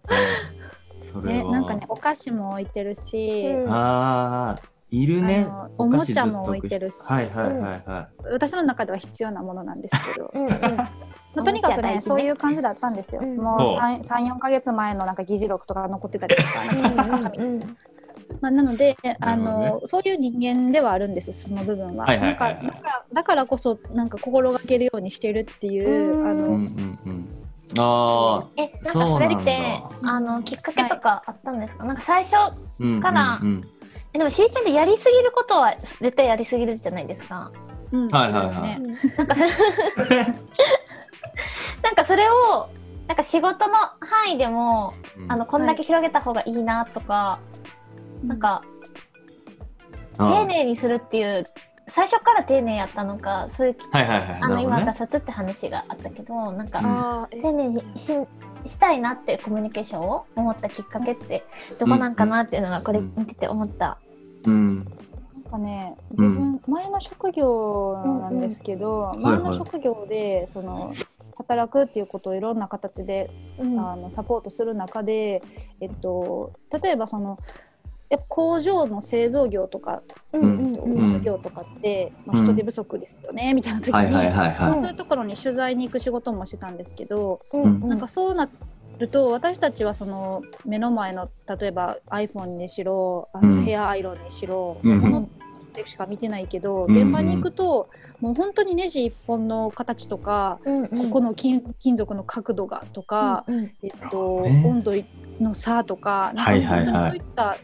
[SPEAKER 1] それ
[SPEAKER 3] ね
[SPEAKER 1] は。
[SPEAKER 3] なんかねお菓子も置いてるし、
[SPEAKER 2] うん、
[SPEAKER 1] ああいるね
[SPEAKER 3] あの。
[SPEAKER 1] お菓子ずっと
[SPEAKER 3] おもちゃも置いてるし
[SPEAKER 1] はいはいはいは
[SPEAKER 3] 私の中では必要なものなんですけど
[SPEAKER 2] うんうん
[SPEAKER 3] まあ、とにかく
[SPEAKER 2] おもちゃだよ
[SPEAKER 3] ね
[SPEAKER 2] ね
[SPEAKER 3] そういう感じだったんですよ、
[SPEAKER 2] うん
[SPEAKER 3] もう34か月前のなんか議事録とかが残ってたりとかなんか
[SPEAKER 2] うんうんうん
[SPEAKER 3] まあ、なので
[SPEAKER 1] な
[SPEAKER 3] あ
[SPEAKER 1] るほどね
[SPEAKER 3] の、そういう人間ではあるんですその部分は,、
[SPEAKER 1] はいはいはいはい
[SPEAKER 3] なんかだからだからこそなんか心がけるようにしているっていう
[SPEAKER 2] うん
[SPEAKER 3] あ
[SPEAKER 1] い。うんうんう
[SPEAKER 3] の
[SPEAKER 1] ん。ああ。
[SPEAKER 2] え、なんか
[SPEAKER 1] そ
[SPEAKER 2] そう
[SPEAKER 1] なん
[SPEAKER 2] れ
[SPEAKER 1] だ
[SPEAKER 2] って、あの、きっかけとかあったんですか、なんか最初、
[SPEAKER 1] うんうん
[SPEAKER 2] から
[SPEAKER 1] うん
[SPEAKER 2] えでもしーちゃんってやりすぎることは絶対やりすぎるじゃないですか。
[SPEAKER 3] うん
[SPEAKER 1] はいはいはい
[SPEAKER 3] ね
[SPEAKER 2] なんか、なんかそれを、なんか仕事の範囲でも、
[SPEAKER 1] うん
[SPEAKER 2] あの、こんだけ広げた方がいいなとか、なんか、
[SPEAKER 1] あ
[SPEAKER 2] 丁
[SPEAKER 1] ー
[SPEAKER 2] 寧にするっていう、最初から丁寧やったのか、そういう、
[SPEAKER 1] はいはいはい。
[SPEAKER 2] あの、
[SPEAKER 1] なるほど
[SPEAKER 2] 今が
[SPEAKER 1] ね。
[SPEAKER 2] さつって話があったけど、なんか、
[SPEAKER 1] うん
[SPEAKER 3] あー
[SPEAKER 2] 丁寧にししたいなってコミュニケーションを思ったきっかけってどこなんかなっていうのがこれ見てて思った。
[SPEAKER 1] うん。
[SPEAKER 3] なんかね自分前の職業なんですけど、
[SPEAKER 1] ん
[SPEAKER 3] 前
[SPEAKER 1] はいは
[SPEAKER 3] の
[SPEAKER 1] い
[SPEAKER 3] 職業でその働くっていうことをいろんな形で、あのサポートする中で、えっと、例えばそのやっぱ工場の製造業とか、
[SPEAKER 2] うん
[SPEAKER 1] うん
[SPEAKER 2] うんうん
[SPEAKER 3] 農業とかって、まあ、
[SPEAKER 1] うん
[SPEAKER 3] 人手不足ですよね、みたいな時に、
[SPEAKER 1] はいはいはい
[SPEAKER 3] まあ
[SPEAKER 1] は
[SPEAKER 3] そういうところに取材に行く仕事もしてたんですけど、
[SPEAKER 1] うん
[SPEAKER 3] なんかそうなると私たちはその目の前の例えば iPhone にしろあ
[SPEAKER 1] うん
[SPEAKER 3] のヘアアイロンにしろ、
[SPEAKER 1] うん
[SPEAKER 3] このでしか見てないけど、
[SPEAKER 1] うん
[SPEAKER 3] 現場に行くともう本当にネジ一本の形とか、
[SPEAKER 2] うんうん
[SPEAKER 3] ここの金金属の角度がとか、
[SPEAKER 2] うんうん
[SPEAKER 3] えっと
[SPEAKER 1] ね
[SPEAKER 3] 温度の差とかなんか
[SPEAKER 1] はいはいはい
[SPEAKER 3] 本当にそういった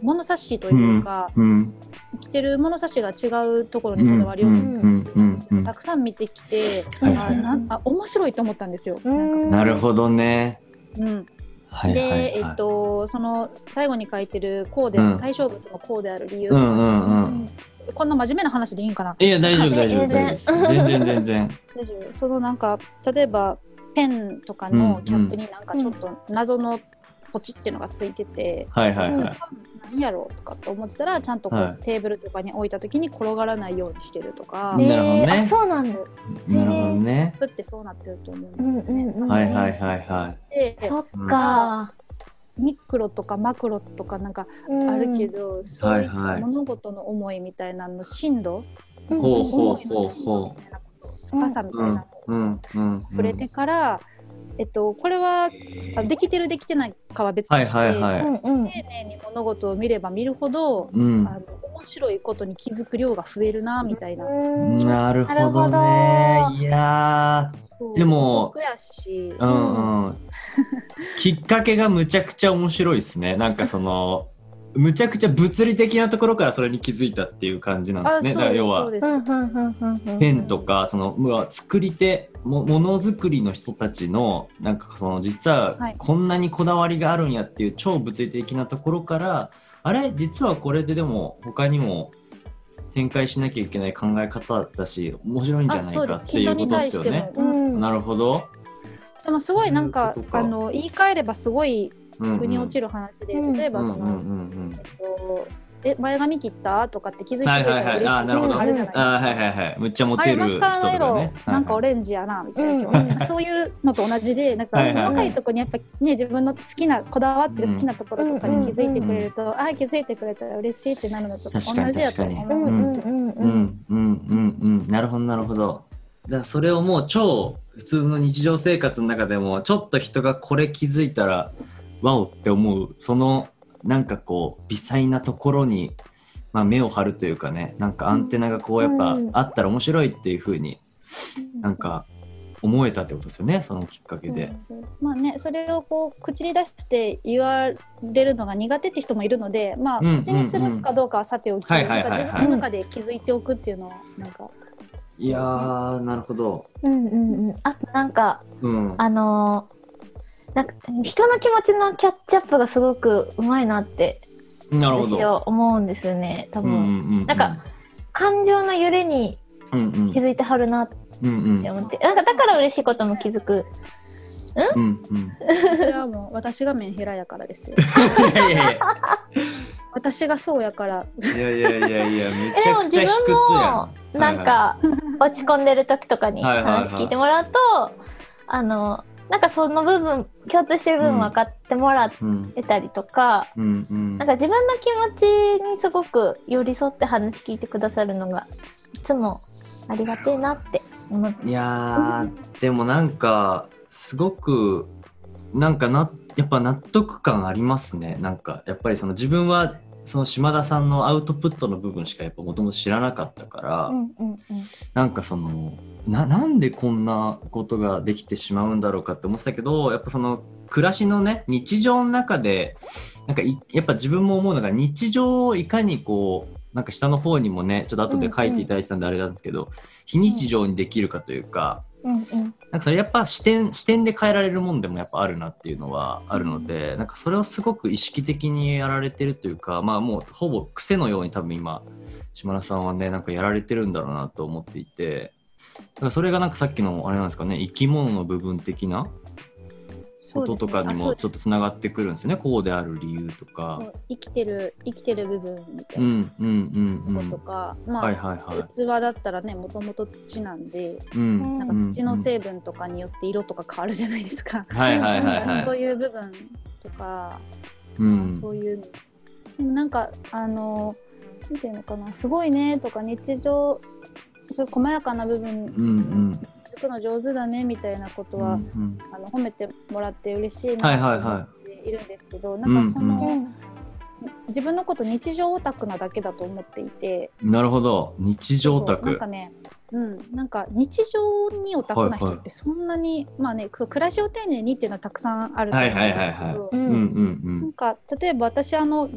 [SPEAKER 3] 物差しというか、
[SPEAKER 1] い。うん
[SPEAKER 3] 着てる物差しが違うところ
[SPEAKER 1] う
[SPEAKER 3] にこ
[SPEAKER 1] ん
[SPEAKER 3] だわりを持って
[SPEAKER 1] うんうんうん
[SPEAKER 3] たくさん見てきて、
[SPEAKER 1] はい
[SPEAKER 3] あ
[SPEAKER 1] はい
[SPEAKER 3] なんあ面白いと思ったんですよ。
[SPEAKER 2] うん
[SPEAKER 1] なるほどね。
[SPEAKER 3] ど、うん、
[SPEAKER 1] はいはいはい。
[SPEAKER 3] で、えっと、その最後に書いてる「こうで、
[SPEAKER 1] うん
[SPEAKER 3] 対象物のこうである理由」
[SPEAKER 1] うんうんうん。
[SPEAKER 3] こんな真面目な話でいいんかない
[SPEAKER 1] や大丈夫大丈夫
[SPEAKER 2] 全
[SPEAKER 1] 大
[SPEAKER 2] 然
[SPEAKER 1] 丈夫です。全然全然。
[SPEAKER 3] 大丈夫そのなんか例えばペンとかのキャップになんかちょっと謎のポチってのがついてて、
[SPEAKER 1] はいはいはい。
[SPEAKER 3] 何やろうとかって思ってたらちゃんとこ
[SPEAKER 1] は
[SPEAKER 3] うテーブルとかに置いた時に転がらないようにしてるとか、
[SPEAKER 1] ねなるほどね
[SPEAKER 2] えーあそうなんだ。
[SPEAKER 1] なるほどね。
[SPEAKER 3] プってそうなってると思うん
[SPEAKER 2] う
[SPEAKER 3] で
[SPEAKER 2] んうんうん。
[SPEAKER 1] はいはいはいはい。
[SPEAKER 3] で
[SPEAKER 2] そっか。
[SPEAKER 3] ミクロとかマクロとかなんか
[SPEAKER 2] うん
[SPEAKER 3] あるけど、そういった
[SPEAKER 1] はいはい
[SPEAKER 3] 物事の思いみたいなの深度、
[SPEAKER 2] うん
[SPEAKER 1] ほうほう
[SPEAKER 3] 思いの深度みたいなこと深さみたいなのを
[SPEAKER 1] うんうん。
[SPEAKER 3] 触れてから、えっとこれはあできてるできてないかは別と
[SPEAKER 1] はい
[SPEAKER 3] して、
[SPEAKER 1] はい
[SPEAKER 2] うん
[SPEAKER 1] は
[SPEAKER 2] うんうん
[SPEAKER 3] 丁寧に物事を見れば見るほど、
[SPEAKER 1] い。う
[SPEAKER 3] あ
[SPEAKER 1] ん。
[SPEAKER 3] の面白いことに気づく量が増えるなみたいな。
[SPEAKER 1] なるほどね。いや
[SPEAKER 3] そう
[SPEAKER 1] でも
[SPEAKER 3] 僕やし、
[SPEAKER 1] ー、うんうん。きっかけがむちゃくちゃ面白いですね。なんかその。むちゃくちゃ物理的なところからそれに気づいたっていう感じなんで
[SPEAKER 3] あ
[SPEAKER 1] す
[SPEAKER 3] そう
[SPEAKER 1] ね。だから
[SPEAKER 3] です
[SPEAKER 1] 要
[SPEAKER 3] そう
[SPEAKER 1] は
[SPEAKER 3] です、
[SPEAKER 2] うんうんうんうんうん
[SPEAKER 1] ペンとかそのうわ作り手もものづくりの人たちのなんかその実は
[SPEAKER 3] はい
[SPEAKER 1] こんなにこだわりがあるんやっていう超物理的なところから、あれ実はこれででも他にも展開しなきゃいけない考え方だし面白いんじゃ
[SPEAKER 3] あ
[SPEAKER 1] ない
[SPEAKER 3] そう
[SPEAKER 1] かっ
[SPEAKER 3] です
[SPEAKER 1] ていう
[SPEAKER 3] 人
[SPEAKER 1] こ
[SPEAKER 3] に
[SPEAKER 1] とで
[SPEAKER 3] 対
[SPEAKER 1] す
[SPEAKER 3] し
[SPEAKER 1] よ
[SPEAKER 3] て
[SPEAKER 1] ね
[SPEAKER 3] も。。
[SPEAKER 2] う
[SPEAKER 3] うん
[SPEAKER 2] ん。
[SPEAKER 1] なるほど。
[SPEAKER 3] でもすごいなんか
[SPEAKER 1] そういうことか
[SPEAKER 3] あの言い換えればすごい
[SPEAKER 1] うんうん
[SPEAKER 3] 腑に落ちる話で、
[SPEAKER 2] うん
[SPEAKER 3] 例えばその、
[SPEAKER 1] うんうんうんうん
[SPEAKER 3] えっとえ前髪切ったとかって気づいてくれたら嬉しい
[SPEAKER 1] はいはいはいあなるほど
[SPEAKER 3] あるじゃないですか。
[SPEAKER 1] あーはいはいはい。むっちゃモ
[SPEAKER 3] あ
[SPEAKER 1] テ
[SPEAKER 3] れ
[SPEAKER 1] る
[SPEAKER 3] マ
[SPEAKER 1] 人
[SPEAKER 3] ス
[SPEAKER 1] と
[SPEAKER 3] カ
[SPEAKER 1] か
[SPEAKER 3] ラの色、
[SPEAKER 1] ね。
[SPEAKER 3] なんかオ
[SPEAKER 1] 俺
[SPEAKER 3] レンジやなみたいな、
[SPEAKER 2] うん
[SPEAKER 3] なんかそういうのと同じでなんか
[SPEAKER 1] はいはい
[SPEAKER 3] 若いとこにやっぱね自分の好きなこだわってる好きなところとかに気づいてくれると、ああ気づいてくれたら嬉しいってなるのと同
[SPEAKER 1] 確かに
[SPEAKER 3] じやと思
[SPEAKER 2] うん
[SPEAKER 3] う
[SPEAKER 2] うんん
[SPEAKER 3] ですよ。
[SPEAKER 2] うん
[SPEAKER 1] うん
[SPEAKER 2] うん。
[SPEAKER 1] うんうんうんなるほどなるほどだからそれをもう超普通の日常生活の中でもちょっと人がこれ気づいたらワオって思うそのなんかこう微細なところに、まあ、目を張るというかねなんかアンテナがこうやっぱ
[SPEAKER 2] うん
[SPEAKER 1] あったら面白いっていうふうになんか思えたってことですよねそのきっかけで。
[SPEAKER 3] まあねそれをこう口に出して言われるのが苦手って人もいるのでまあ
[SPEAKER 1] うん
[SPEAKER 3] 口にするかどうかはさておき、
[SPEAKER 1] うんう
[SPEAKER 3] なんんか
[SPEAKER 1] はいはいはい
[SPEAKER 3] 自
[SPEAKER 1] はい
[SPEAKER 3] 分の中で気づいておくっていうのはなんか
[SPEAKER 1] いやーなるほど。
[SPEAKER 2] うんうんうん。あとなんか
[SPEAKER 1] うん、
[SPEAKER 2] あのーなんか人の気持ちのキャッチアップがすごくうまいなって
[SPEAKER 1] なるほ
[SPEAKER 2] 私
[SPEAKER 1] ど。
[SPEAKER 2] は思うんですよね多
[SPEAKER 1] うん
[SPEAKER 2] 分、
[SPEAKER 1] うんうん、
[SPEAKER 2] なんか感情の揺れに
[SPEAKER 1] うんうん
[SPEAKER 2] 気づいてはるなっ
[SPEAKER 1] うんうん
[SPEAKER 2] て思って、なんかだから嬉しいことも気づく。
[SPEAKER 1] うん うん
[SPEAKER 4] それはもう私がメンヘラやからですよ。
[SPEAKER 1] いやいやいや
[SPEAKER 4] 私がそうやから。
[SPEAKER 1] いやいやいやいや、め
[SPEAKER 2] え
[SPEAKER 1] ち
[SPEAKER 2] で
[SPEAKER 1] ゃ
[SPEAKER 2] も
[SPEAKER 1] く
[SPEAKER 2] 自
[SPEAKER 1] ちゃ卑屈
[SPEAKER 2] 分
[SPEAKER 1] や
[SPEAKER 2] も
[SPEAKER 1] ん。
[SPEAKER 2] なんか落ち込んでる時とかに
[SPEAKER 1] はいはいはい
[SPEAKER 2] 話聞いてもらうと、あのなんかその部分共通してる部分分かってもら
[SPEAKER 1] うん
[SPEAKER 2] えたりとか、
[SPEAKER 1] うんうん。
[SPEAKER 2] なんか自分の気持ちにすごく寄り添って話聞いてくださるのがいつもありがてえなって思って。
[SPEAKER 1] いやー、でもなんか、すごく、なんかな、やっぱ納得感ありますね。なんか、やっぱりその自分は、その島田さんのアウトプットの部分しかやっぱもともと知らなかったから、
[SPEAKER 2] うんうんうん
[SPEAKER 1] なんかそのななんでこんなことができてしまうんだろうかって思ってたけどやっぱその暮らしのね日常の中でなんかいやっぱ自分も思うのが日常をいかにこうなんか下の方にもねちょっと後で書いていただいてたんであれなんですけど、非日常にできるかというか、
[SPEAKER 2] うんうん
[SPEAKER 1] なんかそれやっぱ視点視点で変えられるもんでもやっぱあるなっていうのはあるので、なんかそれをすごく意識的にやられてるというかまあもうほぼ癖のように多分今島田さんはねなんかやられてるんだろうなと思っていてだからそれがなんかさっきのあれなんですかね生き物の部分的なこととかにもちょっとつながってくるんですよねこうである理由とか。
[SPEAKER 3] 生きてる生きてる部分みた
[SPEAKER 1] う
[SPEAKER 3] いなん
[SPEAKER 1] うんうんう
[SPEAKER 3] こと
[SPEAKER 1] ん
[SPEAKER 3] と。か、まあ、
[SPEAKER 1] はいはいは
[SPEAKER 3] 器だったらねもともと土なんで
[SPEAKER 1] い。うん。
[SPEAKER 3] なんか土の成分とかによって色とか変わるじゃないですか。
[SPEAKER 1] はいはいはい
[SPEAKER 3] なんかそ
[SPEAKER 1] は
[SPEAKER 3] う
[SPEAKER 1] い。
[SPEAKER 3] いう部分とか、
[SPEAKER 1] う
[SPEAKER 3] まあ
[SPEAKER 1] ん。
[SPEAKER 3] そういうでもなんかあのなんていうのかなすごいねとか日常そういう細やかな部分
[SPEAKER 1] うんうん。
[SPEAKER 3] 行くの上手だねみたいなことは、
[SPEAKER 1] うん
[SPEAKER 3] あの褒めてもらって嬉しい
[SPEAKER 1] はい
[SPEAKER 3] な
[SPEAKER 1] はい
[SPEAKER 3] と思
[SPEAKER 1] は
[SPEAKER 3] っているんですけど、
[SPEAKER 1] ん
[SPEAKER 3] なんかその、
[SPEAKER 2] うん
[SPEAKER 3] 自分のこと日常オタクなだけだと思っていて
[SPEAKER 1] い。なるほど。日常オタ
[SPEAKER 3] そうそうなん
[SPEAKER 1] ク
[SPEAKER 3] か。ねうん、なんか日常にオタクな人ってそんなに、まあねそう暮らしを丁寧にっていうのはたくさんあると思うんですけど、
[SPEAKER 1] はいはいはいは
[SPEAKER 2] う
[SPEAKER 1] うんうん
[SPEAKER 2] ん
[SPEAKER 1] うん
[SPEAKER 3] なん。か例えば私あの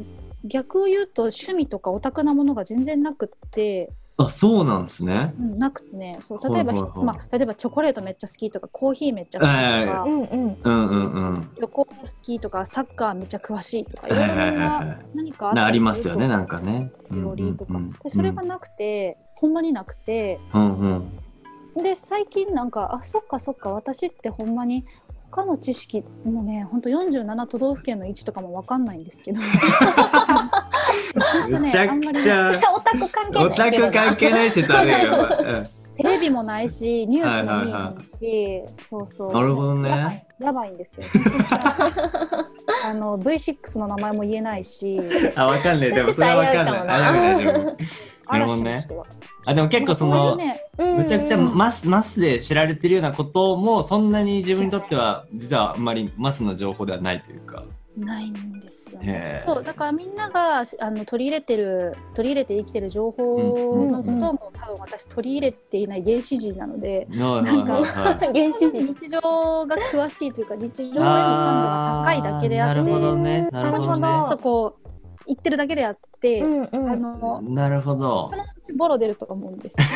[SPEAKER 3] 逆を言うと趣味とかオタクなものが全然なくって、
[SPEAKER 1] あ、そうなんですね。
[SPEAKER 3] うんなくてねそう
[SPEAKER 1] はい
[SPEAKER 3] 例
[SPEAKER 1] は
[SPEAKER 3] え
[SPEAKER 1] い
[SPEAKER 3] ば、
[SPEAKER 1] はい
[SPEAKER 3] まあ、例えばチョコレートめっちゃ好きとかコーヒーめっちゃ好きとか、
[SPEAKER 1] はいは
[SPEAKER 2] うんうん
[SPEAKER 1] うんうんうん。
[SPEAKER 3] 旅行好きとかサッカーめっちゃ詳しいとかい
[SPEAKER 1] は
[SPEAKER 3] ろ
[SPEAKER 1] い
[SPEAKER 3] い
[SPEAKER 1] は
[SPEAKER 3] ろ
[SPEAKER 1] いはい
[SPEAKER 3] な
[SPEAKER 1] は
[SPEAKER 3] 何
[SPEAKER 1] い。
[SPEAKER 3] か
[SPEAKER 1] な
[SPEAKER 3] った
[SPEAKER 1] あり
[SPEAKER 3] りする
[SPEAKER 1] ますよね、なんかね。うん
[SPEAKER 3] 料
[SPEAKER 1] うん
[SPEAKER 3] 理とか、
[SPEAKER 1] うん
[SPEAKER 3] でそれがなくて、ほんまになくて
[SPEAKER 1] うんうん。
[SPEAKER 3] で最近なんかあそっかそっか私ってほんまに他の知識もうねほんと47都道府県の位置とかもわかんないんで すけど
[SPEAKER 1] めちゃくち
[SPEAKER 2] そ
[SPEAKER 1] ゃ
[SPEAKER 2] れ。オタク関係
[SPEAKER 1] オ
[SPEAKER 2] ない
[SPEAKER 1] タ
[SPEAKER 2] けど
[SPEAKER 1] ク関係ない説あるよ。
[SPEAKER 3] テレビもないしニュースも見えないし、そうそう
[SPEAKER 1] なるほどね
[SPEAKER 3] やばいやばいんですよ あの V6 の名前も言えないし
[SPEAKER 1] うんあ、わかんない。でも、それはわかんない。
[SPEAKER 2] そ
[SPEAKER 1] 大丈夫、大丈夫。なるほど
[SPEAKER 3] 嵐
[SPEAKER 1] ね
[SPEAKER 3] の人は、
[SPEAKER 1] あ、でも、結構、そ
[SPEAKER 3] まあ
[SPEAKER 1] の
[SPEAKER 3] ういう。ね
[SPEAKER 2] うんうん
[SPEAKER 1] むちゃくちゃマスマスで知られてるようなこともそんなに自分にとっては実はあんまりマスの情報ではないというか。
[SPEAKER 3] ないんですよ
[SPEAKER 1] へ
[SPEAKER 3] ね
[SPEAKER 1] え。
[SPEAKER 3] そうだからみんながあの取り入れてる取り入れて生きてる情報のこと
[SPEAKER 2] うんうんう
[SPEAKER 3] も多分私取り入れていない原始人なので。
[SPEAKER 1] なん
[SPEAKER 3] か
[SPEAKER 2] 原始人
[SPEAKER 3] 日常が詳しいというか日常への感度が高いだけであって
[SPEAKER 1] なるほど
[SPEAKER 3] ち
[SPEAKER 1] ね。なるほ
[SPEAKER 2] なる
[SPEAKER 1] ど
[SPEAKER 2] ほ
[SPEAKER 3] ょっ
[SPEAKER 1] ね
[SPEAKER 2] ど
[SPEAKER 3] とこう言ってるだけであって、
[SPEAKER 2] うんうん
[SPEAKER 3] あの
[SPEAKER 1] なるほど
[SPEAKER 3] そ。のうちボロ出ると思うんですよ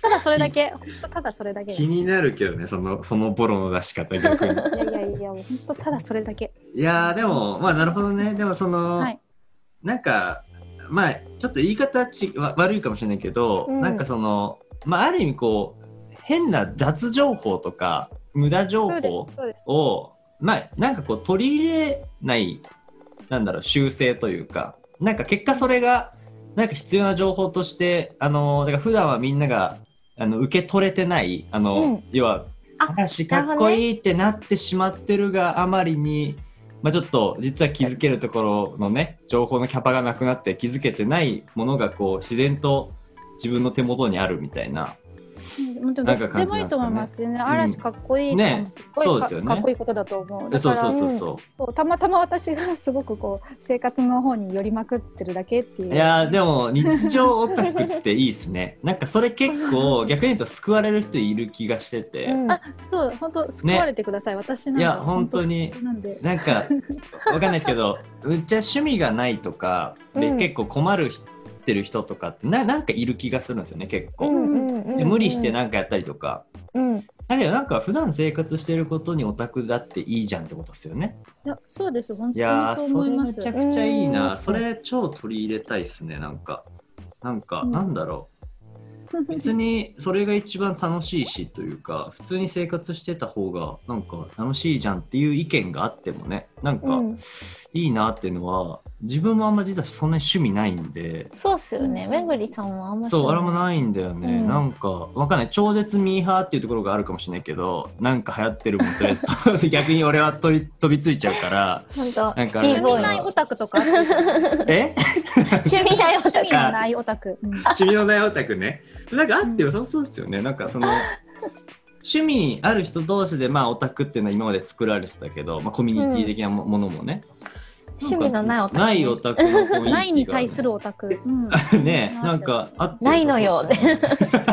[SPEAKER 3] ただそれだけほんとただそれだけです
[SPEAKER 1] 気になるけどねそのそのボロの出し方逆に
[SPEAKER 3] いやいやいやもう本当ただそれだけ
[SPEAKER 1] いやーでもまあなるほどねでもその、
[SPEAKER 3] はい
[SPEAKER 1] なんかまあちょっと言い方ちわ悪いかもしれないけど、
[SPEAKER 2] うん
[SPEAKER 1] なんかそのまあある意味こう変な雑情報とか無駄情
[SPEAKER 3] そうです
[SPEAKER 1] 報
[SPEAKER 3] そうです
[SPEAKER 1] をまあなんかこう取り入れないなんだろう修正というかなんか結果それがなんか必要な情報としてあのだから普段はみんながあの受け取れてないあの、
[SPEAKER 2] うん
[SPEAKER 1] 要は
[SPEAKER 2] あ
[SPEAKER 1] 嵐
[SPEAKER 2] なる
[SPEAKER 1] かっ
[SPEAKER 2] ほど
[SPEAKER 1] こ
[SPEAKER 2] ね
[SPEAKER 1] いいってなってしまってるがあまりに、まあ、ちょっと実は気づけるところのね情報のキャパがなくなって気づけてないものがこう自然と自分の手元にあるみたいな。
[SPEAKER 3] うんでも
[SPEAKER 1] な
[SPEAKER 3] ど
[SPEAKER 1] んか
[SPEAKER 3] っちで
[SPEAKER 1] 感じ
[SPEAKER 3] もい
[SPEAKER 1] ないんす
[SPEAKER 3] と
[SPEAKER 1] かね
[SPEAKER 3] 思いますよね。嵐かっこいいとか
[SPEAKER 1] ね
[SPEAKER 3] もすっごいか,、
[SPEAKER 1] そうですよね
[SPEAKER 3] かっこいいことだと思う。だ
[SPEAKER 1] そ
[SPEAKER 3] か
[SPEAKER 1] う
[SPEAKER 3] ら
[SPEAKER 1] そうそうそう。
[SPEAKER 3] そうたまたま私がすごくこう生活の方に寄りまくってるだけっていう。
[SPEAKER 1] いやーでも日常オタクっていいっすねなんかそれ結構逆に言うと救われる人いる気がしてて、
[SPEAKER 2] うん
[SPEAKER 3] あそう本当救われてください、私なんか
[SPEAKER 1] いや本当に
[SPEAKER 3] 本当なんで
[SPEAKER 1] なんかわかんないですけどめっちゃ趣味がないとかで、
[SPEAKER 2] うん
[SPEAKER 1] 結構困るってる人とかってななんかいる気がするんですよね結構、で無理してなんかやったりとか
[SPEAKER 2] うん
[SPEAKER 1] だけどなんか普段生活してることにオタクだっていいじゃんってことですよね
[SPEAKER 3] いやそうです本
[SPEAKER 1] い
[SPEAKER 3] 当
[SPEAKER 1] や
[SPEAKER 3] に
[SPEAKER 1] ー
[SPEAKER 3] そう
[SPEAKER 1] そ
[SPEAKER 3] 思
[SPEAKER 1] れ
[SPEAKER 3] いま
[SPEAKER 1] め
[SPEAKER 3] す
[SPEAKER 1] ちゃくちゃいいうなんそれ超取り入れたいっすねなんかなんか、
[SPEAKER 3] うん
[SPEAKER 1] なんだろう別にそれが一番楽しいしというか普通に生活してた方がなんか楽しいじゃんっていう意見があってもねなんか
[SPEAKER 3] うん
[SPEAKER 1] いいなっていうのは自分もあんま実はそんなに趣味ないんで
[SPEAKER 2] そうっすよね。
[SPEAKER 3] うん
[SPEAKER 2] めぐりさんもあんま
[SPEAKER 1] そうあれも
[SPEAKER 2] い。
[SPEAKER 1] ないんだよね、
[SPEAKER 3] うん
[SPEAKER 1] なんかわかんない超絶ミーハーっていうところがあるかもしれないけどなんか流行ってるもんとりあえずとりあえず 逆に俺は飛び飛びついちゃうから
[SPEAKER 2] ほんと
[SPEAKER 1] なんかあれ
[SPEAKER 2] ス
[SPEAKER 1] だけ
[SPEAKER 2] ピー
[SPEAKER 3] 趣
[SPEAKER 1] ど
[SPEAKER 2] ボ
[SPEAKER 3] 味
[SPEAKER 2] ーイ
[SPEAKER 3] ないオタク とかある
[SPEAKER 1] え
[SPEAKER 2] 趣味ないオタ
[SPEAKER 3] 趣
[SPEAKER 2] ク
[SPEAKER 3] 味のないオタク、うん
[SPEAKER 1] 趣味のないオタクね。なんかあって良さそうですよね。なんかその趣味ある人同士でまあオタクっていうのは今まで作られてたけど、まあ、コミュニティ的なもものもね、
[SPEAKER 2] 趣味のないオタクね
[SPEAKER 1] ないオタクの雰囲気がね
[SPEAKER 3] ないに対するオタク、うん、
[SPEAKER 1] ねなんかあって
[SPEAKER 2] ないのよ
[SPEAKER 1] そうそうそう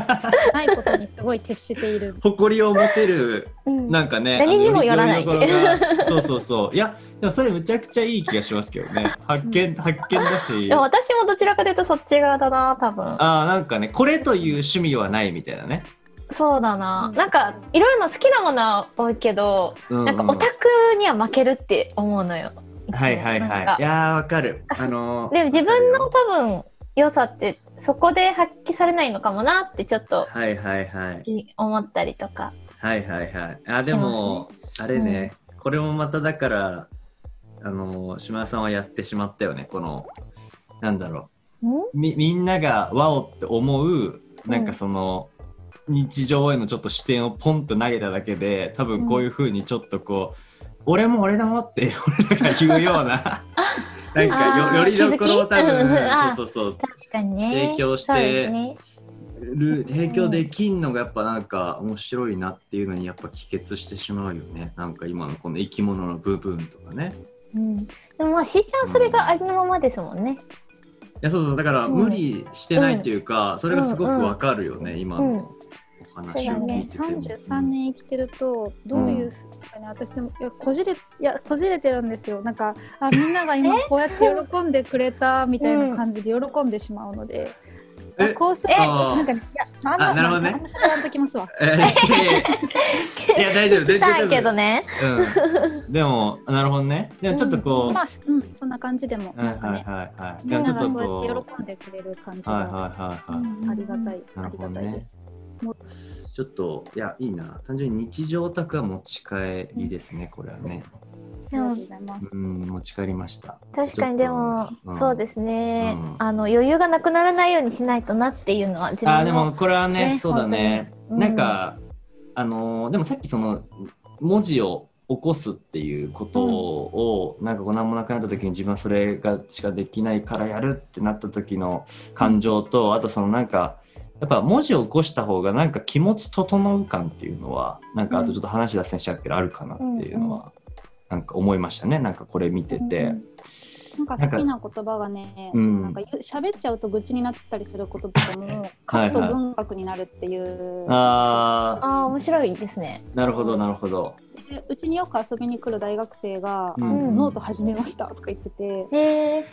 [SPEAKER 3] ないことにすごい徹している
[SPEAKER 1] 誇りを持てる
[SPEAKER 2] うん
[SPEAKER 1] なんかね
[SPEAKER 2] 何にもよらない
[SPEAKER 1] あのよりよりどころがそうそうそういやでもそれむちゃくちゃいい気がしますけどね発見発見だし
[SPEAKER 2] でも私もどちらかというとそっち側だな多分
[SPEAKER 1] あーなんかねこれという趣味はないみたいなね、
[SPEAKER 2] そうだななんかいろいろな好きなものは多いけど
[SPEAKER 1] うう
[SPEAKER 2] なんかオタクには負けるって思うのよ
[SPEAKER 1] はいはい
[SPEAKER 2] なん
[SPEAKER 1] は
[SPEAKER 2] か
[SPEAKER 1] い。いやーわかる。あのー
[SPEAKER 2] でも自分の
[SPEAKER 1] わ
[SPEAKER 2] 多
[SPEAKER 1] か
[SPEAKER 2] 分良さってそこで発揮されないのかもなってちょっと
[SPEAKER 1] るよはいはいはい
[SPEAKER 2] 思ったりとか
[SPEAKER 1] はいはいはい。あでも、あれね、これもまただからあのー島田さんはやってしまったよね。このなんだろ
[SPEAKER 2] ん
[SPEAKER 1] うみみんながワオって思うなん
[SPEAKER 2] う
[SPEAKER 1] か
[SPEAKER 2] ん
[SPEAKER 1] その、日常へのちょっと視点をポンと投げただけで多分こういうふうにちょっとこう、俺も俺だもって俺らが言うような なんかよよりどころを多
[SPEAKER 2] 気づきうんうんあ
[SPEAKER 1] 分
[SPEAKER 2] ー
[SPEAKER 1] そうそうそう
[SPEAKER 2] 確かにね
[SPEAKER 1] 提供して
[SPEAKER 2] そうですね
[SPEAKER 1] る提供できんのがやっぱなんか面白いなっていうのにやっぱ帰結してしまうよねなんか今のこの生き物の部分とかね
[SPEAKER 2] うん、でもまあしーちゃんそれがありのままですもんね、
[SPEAKER 1] いやそうそうだから
[SPEAKER 2] うん
[SPEAKER 1] 無理してないというか、それがすごくわかるよね、今
[SPEAKER 2] うん
[SPEAKER 1] のお話を聞いてても、
[SPEAKER 3] 33年生きてるとどういうふうかね、私でもいやこじれいやこじれてるんですよなんかあみんなが 今こうやって喜んでくれたみたいな感じで喜んでしまうので、
[SPEAKER 1] え
[SPEAKER 3] あこうすると
[SPEAKER 1] え
[SPEAKER 3] なんかいやまあま
[SPEAKER 1] あ
[SPEAKER 3] あ
[SPEAKER 1] なるほどね
[SPEAKER 3] まああんま喋らんときますわ
[SPEAKER 1] えー いや大丈夫全然
[SPEAKER 2] だ
[SPEAKER 1] 大
[SPEAKER 2] け
[SPEAKER 1] 丈
[SPEAKER 2] どね
[SPEAKER 1] 夫、うん、でもなるほどねでもちょっとこう、
[SPEAKER 3] まあ、すうん、そんな感じでも
[SPEAKER 1] うん、は
[SPEAKER 3] ないんか
[SPEAKER 1] はい
[SPEAKER 3] ね、
[SPEAKER 1] はいはい
[SPEAKER 3] み
[SPEAKER 1] で
[SPEAKER 3] ん
[SPEAKER 1] もちょ
[SPEAKER 3] な
[SPEAKER 1] っと
[SPEAKER 3] がそうやっ
[SPEAKER 1] こ
[SPEAKER 3] て喜んでくれる感じ
[SPEAKER 1] うはいはい
[SPEAKER 3] が
[SPEAKER 1] はいはい、
[SPEAKER 3] ありがたい、
[SPEAKER 1] うん
[SPEAKER 3] ありがたいです、
[SPEAKER 1] ちょっといやいいな単純に日常オタクは持ち帰りですね、これはね
[SPEAKER 3] ありがとうございます、
[SPEAKER 1] うん持ち帰りました
[SPEAKER 2] 確かにでも、そうですすね、
[SPEAKER 1] うん
[SPEAKER 2] あの余裕がなくならないようにしないとなっていうのは自分
[SPEAKER 1] あ
[SPEAKER 2] の
[SPEAKER 1] ーでもこれはね
[SPEAKER 2] ね
[SPEAKER 1] そうだね、
[SPEAKER 2] 本当にう
[SPEAKER 1] なん
[SPEAKER 2] ん
[SPEAKER 1] かあのーでもさっきその文字を起こすっていうことを、なんかこう何もなくなった時に自分はそれがしかできないからやるってなった時の感情と、あとそのなんかやっぱ文字を起こした方がなんか気持ち整う感っていうのはなんかあとちょっと話脱線しちゃうけどあるかなっていうのは、なんか思いましたねなんかこれ見てて。
[SPEAKER 3] うんなんか好きな言葉がね、
[SPEAKER 1] うん
[SPEAKER 3] そのなんか言う喋っちゃうと愚痴になったりすることとかも、書くと文学になるっていう。
[SPEAKER 1] あ
[SPEAKER 2] あー面白いですね
[SPEAKER 1] ーなるほどなるほど。
[SPEAKER 3] でうちによく遊びに来る大学生が、
[SPEAKER 1] うん
[SPEAKER 3] あのノート始めましたとか言ってて。
[SPEAKER 2] ね
[SPEAKER 3] で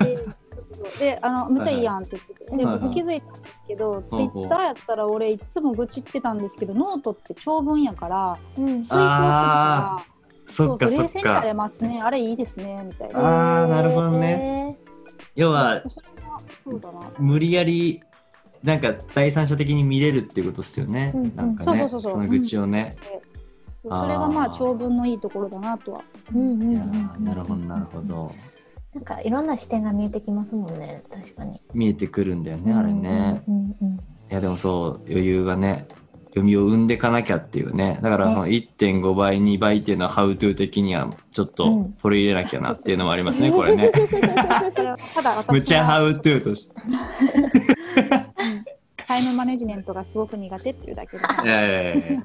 [SPEAKER 3] であのむちゃいいやんって言ってて、で
[SPEAKER 1] はいはい
[SPEAKER 3] 僕気づいたんですけど、ツイ
[SPEAKER 1] ほうほう
[SPEAKER 3] ッターやったら俺いつも愚痴ってたんですけどノートって長文やから
[SPEAKER 2] うん
[SPEAKER 3] 遂行するから
[SPEAKER 1] そっか
[SPEAKER 3] そう
[SPEAKER 1] そ
[SPEAKER 3] 冷
[SPEAKER 1] っ
[SPEAKER 3] 静にな
[SPEAKER 1] か
[SPEAKER 3] れ。ますねあれいいですねみたいな
[SPEAKER 1] あーなるほどね要は
[SPEAKER 3] それはそうだな
[SPEAKER 1] 無理やりなんか第三者的に見れるっていうことですよね。
[SPEAKER 2] うんうん
[SPEAKER 1] なんか
[SPEAKER 3] そうそ
[SPEAKER 1] ね
[SPEAKER 3] うそうそう
[SPEAKER 1] の愚痴をね。あー
[SPEAKER 3] それがまあ長文のいいところだなとは
[SPEAKER 2] うんうんうん
[SPEAKER 1] い
[SPEAKER 2] うん
[SPEAKER 1] やーなるほどなるほど。
[SPEAKER 2] なんかいろんな視点が見えてきますもんね確かに
[SPEAKER 1] 見えてくるんだよねあれね。
[SPEAKER 2] うんうん
[SPEAKER 1] いやでもそう余裕がね読みを生んでいかなきゃっていうねだから
[SPEAKER 2] ね
[SPEAKER 1] その1.5倍2倍っていうのはハウトゥー的にはちょっ
[SPEAKER 2] う
[SPEAKER 1] と
[SPEAKER 2] ん
[SPEAKER 1] 取り入れなきゃなっていうのもあります ね、これね。
[SPEAKER 3] それはただ私は
[SPEAKER 1] むちゃハウトゥーと して。
[SPEAKER 3] タイムマネジメントがすごく苦手ってい うだけで
[SPEAKER 1] いやいやいやいや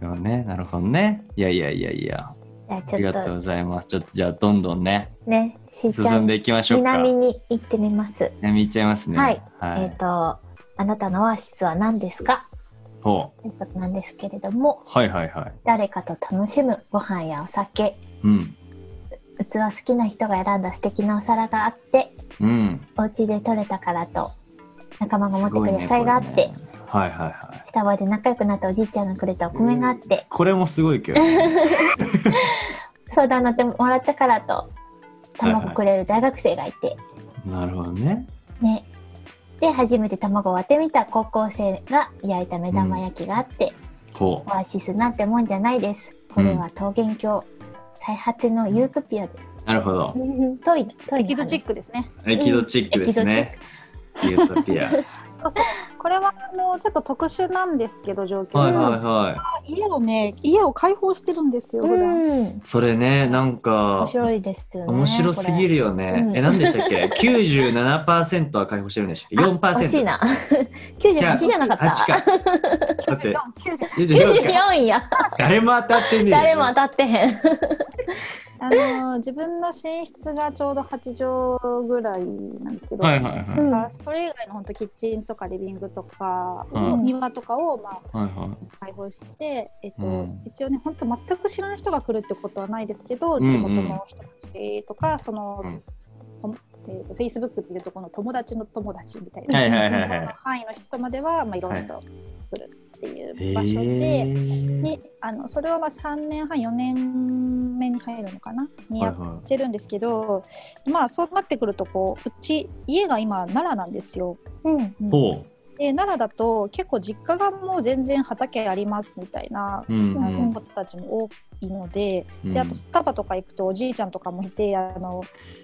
[SPEAKER 1] でもねなるほどね。いやいやいやいや。
[SPEAKER 2] じゃあ
[SPEAKER 1] あり
[SPEAKER 2] ちょ
[SPEAKER 1] が
[SPEAKER 2] っ
[SPEAKER 1] とう
[SPEAKER 2] と
[SPEAKER 1] ございます。ちょっとじゃあどんどんね
[SPEAKER 2] ねしーちゃ
[SPEAKER 1] 進ん
[SPEAKER 2] ん
[SPEAKER 1] でいきましょうか。
[SPEAKER 2] 南に行ってみます
[SPEAKER 1] 南行っちゃいますね。
[SPEAKER 2] はい。
[SPEAKER 1] は
[SPEAKER 2] えっ、
[SPEAKER 1] い。
[SPEAKER 2] とあなたのオアシスは何ですか
[SPEAKER 1] ほう
[SPEAKER 2] ということなんですけれども
[SPEAKER 1] はいはいはい。
[SPEAKER 2] 誰かと楽しむご飯やお酒
[SPEAKER 1] うん。
[SPEAKER 2] 器好きな人が選んだ素敵なお皿があって
[SPEAKER 1] うん。
[SPEAKER 2] お家で採れたからと仲間が持
[SPEAKER 1] す
[SPEAKER 2] ってく
[SPEAKER 1] ごい
[SPEAKER 2] る
[SPEAKER 1] ね
[SPEAKER 2] 野菜があって、
[SPEAKER 1] これねはいはいはい。
[SPEAKER 2] スタバで仲良くなったおじいちゃんがくれたお米があって、
[SPEAKER 1] これもすごいけど。 はい
[SPEAKER 2] 相談乗ってもらったからと
[SPEAKER 1] はいはい
[SPEAKER 2] 卵くれる大学生がいて、
[SPEAKER 1] なるほどね。
[SPEAKER 2] ねで初めて卵を割ってみた高校生が焼いた目玉焼きがあって、
[SPEAKER 1] ほう
[SPEAKER 2] オアシスなんてもんじゃないですこれは桃源郷最果てのユートピアです、
[SPEAKER 1] なるほど
[SPEAKER 2] トイトイ
[SPEAKER 3] エキゾチックですね。
[SPEAKER 1] エキゾチックですね、ユートピ アはい
[SPEAKER 5] そうそうこれはあのちょっと特殊なんですけど状況、
[SPEAKER 1] はいは
[SPEAKER 3] 家をね、家を開放してるんですよ。普段
[SPEAKER 2] うん
[SPEAKER 1] いそれねなんか
[SPEAKER 2] 面白いですよね
[SPEAKER 1] 面白すぎるよね。
[SPEAKER 2] うん
[SPEAKER 1] え、何でしたっけ ?97% は解放してるんでしたっけ ?4%。
[SPEAKER 2] あ惜しいな 98じゃなかった
[SPEAKER 1] 8か。だって、
[SPEAKER 3] 94
[SPEAKER 1] 94か。
[SPEAKER 2] 94や
[SPEAKER 1] 誰も当たってねえ。
[SPEAKER 2] 誰も当たってへん
[SPEAKER 3] あの自分の寝室がちょうど8畳ぐらいなんですけど、
[SPEAKER 1] はいはいはい。はい
[SPEAKER 2] うん
[SPEAKER 3] だからそれ以外の本当キッチンとかリビングとか、
[SPEAKER 1] うん
[SPEAKER 3] 庭とかをまあ
[SPEAKER 1] は
[SPEAKER 3] 開放して、えっと
[SPEAKER 1] うん
[SPEAKER 3] 一応ね本当全く知らない人が来るってことはないですけ
[SPEAKER 1] ん
[SPEAKER 3] ど、
[SPEAKER 1] うん
[SPEAKER 3] 地元の人たちとかその、
[SPEAKER 1] うん
[SPEAKER 3] ともえっと Facebook っていうところの友達の友達みたい
[SPEAKER 1] い。
[SPEAKER 3] な、
[SPEAKER 1] はいはいはいはい。
[SPEAKER 3] 範囲の人までは、まあ、いろいろと来るってい
[SPEAKER 1] へ
[SPEAKER 3] う場所で。
[SPEAKER 1] ー。
[SPEAKER 3] にあのそれはまあ3年半4年目に入るのかなに
[SPEAKER 1] は
[SPEAKER 3] や
[SPEAKER 1] い
[SPEAKER 3] っ
[SPEAKER 1] は
[SPEAKER 3] てるんですけど、まあそうなってくるとこううち家が今奈良なんですよ。
[SPEAKER 2] うん
[SPEAKER 1] い。ほ
[SPEAKER 3] で奈良だと結構実家がもう全然畑ありますみたいな
[SPEAKER 1] う。うん
[SPEAKER 3] 子、
[SPEAKER 1] うん。
[SPEAKER 3] たちも多いので,、
[SPEAKER 1] うん
[SPEAKER 3] であとスタバとか行くとおじいちゃんとかもいてあの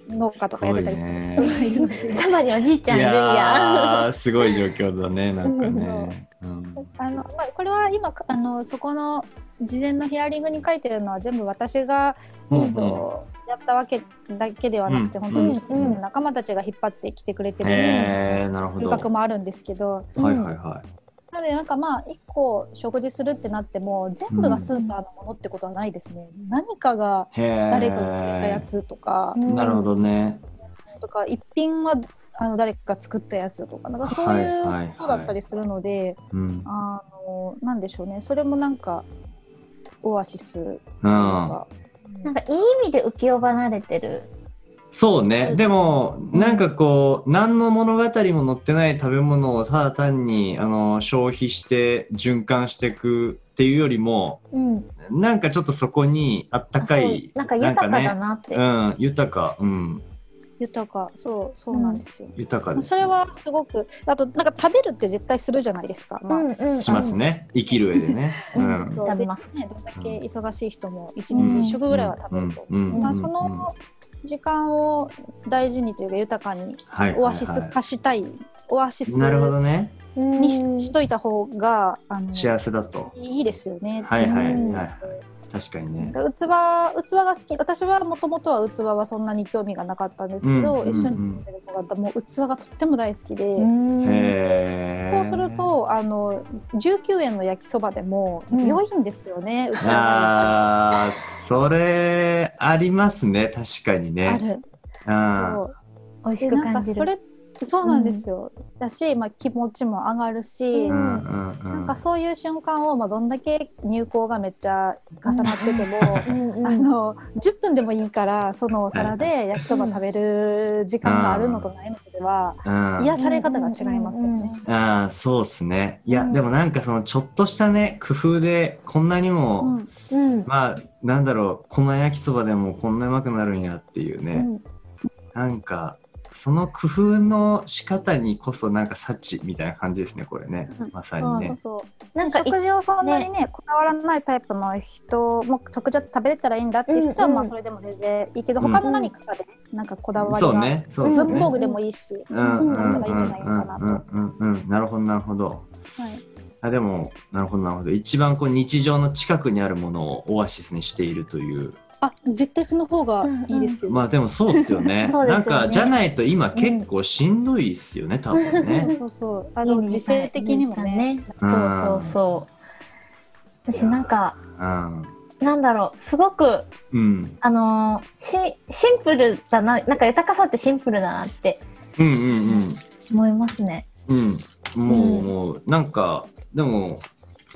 [SPEAKER 3] 農家とかやってたりす
[SPEAKER 1] す
[SPEAKER 3] る
[SPEAKER 1] ごいね
[SPEAKER 3] 人がいるので
[SPEAKER 2] スタバにおじいちゃんいるや
[SPEAKER 1] やー、すごい状況だ ね、なんかね。うん
[SPEAKER 3] あのまあ、これは今あのそこの事前のヒアリングに書いてるのは全部私が
[SPEAKER 1] うん
[SPEAKER 3] えっとやったわけだけではなくて、
[SPEAKER 1] うん
[SPEAKER 3] 本当に、
[SPEAKER 2] うん
[SPEAKER 3] その仲間たちが引っ張ってきてくれて
[SPEAKER 1] うん
[SPEAKER 3] る
[SPEAKER 1] へー、なるほ
[SPEAKER 3] 感
[SPEAKER 1] ど。
[SPEAKER 3] 覚もあるんですけど、
[SPEAKER 1] はいはいは
[SPEAKER 3] なのでなんかまあ一個食事するってなっても全部がスーパーのものってことはないですね、何かが
[SPEAKER 1] い。へー。
[SPEAKER 3] 誰かが作ったやつとか、
[SPEAKER 1] なるほどね。
[SPEAKER 3] とか一品はあの誰かが作ったやつとかなんかそうい
[SPEAKER 1] はいはいはいう
[SPEAKER 3] ことだったりするので、
[SPEAKER 1] うん。
[SPEAKER 3] あのなんでしょうねそれもなんかオアシスと
[SPEAKER 1] うん。
[SPEAKER 3] か、
[SPEAKER 2] なんかいい意味で浮世離れてる
[SPEAKER 1] そうね。でも、なんかこう、何の物語も載ってない食べ物をただ単に、あの、消費して、循環していくっていうよりも、
[SPEAKER 2] うん
[SPEAKER 1] なんかちょっとそこにあったかい、
[SPEAKER 2] そうなんか豊かだ
[SPEAKER 1] ね、
[SPEAKER 2] なって
[SPEAKER 1] うん、豊か、うん、
[SPEAKER 3] 豊かそうそうなんですよ、
[SPEAKER 1] 豊か
[SPEAKER 3] まあ
[SPEAKER 1] です、
[SPEAKER 3] それはすごくあとなんか食べるって絶対するじゃないですか、まあ
[SPEAKER 2] うんうん
[SPEAKER 1] しますね。生きる上でね。う
[SPEAKER 3] う
[SPEAKER 1] んん。
[SPEAKER 3] そう
[SPEAKER 2] 食べます
[SPEAKER 3] ね、どんだけ忙しい人も一
[SPEAKER 1] うん
[SPEAKER 3] 日一食ぐらいは食べると、
[SPEAKER 1] うんうんう
[SPEAKER 3] まあ、
[SPEAKER 1] ん
[SPEAKER 3] その時間を大事にというか豊かに
[SPEAKER 1] はいはいはい
[SPEAKER 3] オアシス化したい、オアシス
[SPEAKER 1] なるほど
[SPEAKER 3] に
[SPEAKER 1] ね。
[SPEAKER 3] し,、といた方があの
[SPEAKER 1] 幸せだと。
[SPEAKER 3] いいですよね。
[SPEAKER 1] はいはいはい
[SPEAKER 2] うん
[SPEAKER 1] はい。確かにね。
[SPEAKER 3] 器器が好き私はもともとは器はそんなに興味がなかったんですけど、
[SPEAKER 1] うん
[SPEAKER 3] 一緒に食べてる子がもう器がとっても大好きで、
[SPEAKER 2] うん
[SPEAKER 1] へ
[SPEAKER 3] そ
[SPEAKER 1] ー
[SPEAKER 3] うする、とあの19円の焼きそばでも
[SPEAKER 2] うん
[SPEAKER 3] 良いんですよね、器が
[SPEAKER 1] ああ、それありますね。確かにね。
[SPEAKER 3] ある。
[SPEAKER 1] うん。
[SPEAKER 3] そう
[SPEAKER 2] 美味し
[SPEAKER 3] で
[SPEAKER 2] く
[SPEAKER 3] なん
[SPEAKER 2] 感
[SPEAKER 3] か
[SPEAKER 2] じ
[SPEAKER 3] そ
[SPEAKER 2] る
[SPEAKER 3] れそうなんですよ、だし、まあ、気持ちも上がるし、
[SPEAKER 2] う
[SPEAKER 1] うんうん
[SPEAKER 2] ん
[SPEAKER 1] う
[SPEAKER 3] なん
[SPEAKER 1] ん
[SPEAKER 3] かそういう瞬間を、まあ、どんだけ入稿がめっちゃ重なってても、
[SPEAKER 2] うんうん
[SPEAKER 3] あの10分でもいいからそのお皿で焼きそば食べる時間があるのとないのとでは
[SPEAKER 1] うん
[SPEAKER 3] 癒され方が違いますよね。
[SPEAKER 1] ああそうっすねいや、
[SPEAKER 2] うん
[SPEAKER 1] でもなんかそのちょっとしたね工夫でこんなにも、
[SPEAKER 3] うん
[SPEAKER 2] うん
[SPEAKER 1] まあなんだろうこの焼きそばでもこんなうまくなるんやっていう
[SPEAKER 2] う
[SPEAKER 1] ね、
[SPEAKER 2] ん
[SPEAKER 1] なんかその工夫の仕方にこそなんか幸みたいな感じですねこれね
[SPEAKER 3] うん
[SPEAKER 1] まさにね。
[SPEAKER 3] そう
[SPEAKER 2] なんかい
[SPEAKER 3] 食事をそんなにねこだわらないタイプの人もう食事は食べれたらいいんだっていう人
[SPEAKER 2] う
[SPEAKER 3] は、
[SPEAKER 2] んうん
[SPEAKER 3] まあ、それでも全然いいけど、
[SPEAKER 1] うん
[SPEAKER 3] 他の何かで、ね、なんかこだわりが
[SPEAKER 1] そうねそうです
[SPEAKER 3] 文
[SPEAKER 1] ね
[SPEAKER 3] 房。具でもいいし、
[SPEAKER 1] うんうんうんうん
[SPEAKER 3] いいんじゃないかなと
[SPEAKER 1] うんうんうんなるほどなるほど。
[SPEAKER 3] はい
[SPEAKER 1] あでもなるほどなるほど一番こう日常の近くにあるものをオアシスにしているという
[SPEAKER 3] あ絶対その方がいいですよ。
[SPEAKER 1] まあでもそうっすよね
[SPEAKER 2] そうですよね
[SPEAKER 1] なんかじゃないと今結構しんどいっすよね、多分
[SPEAKER 3] そう
[SPEAKER 1] ね。
[SPEAKER 3] そうそう。あ
[SPEAKER 2] いい
[SPEAKER 3] の
[SPEAKER 2] ね
[SPEAKER 3] 時勢的にもね。
[SPEAKER 2] いい時間ねそうそうそう私なんか
[SPEAKER 1] うん
[SPEAKER 2] なんだろうすごく
[SPEAKER 1] うん
[SPEAKER 2] あのーしシンプルだななんか豊かさってシンプルだなって
[SPEAKER 1] うんうん
[SPEAKER 2] 思いますね
[SPEAKER 1] うんうんもう、
[SPEAKER 2] うん
[SPEAKER 1] もうなんかでも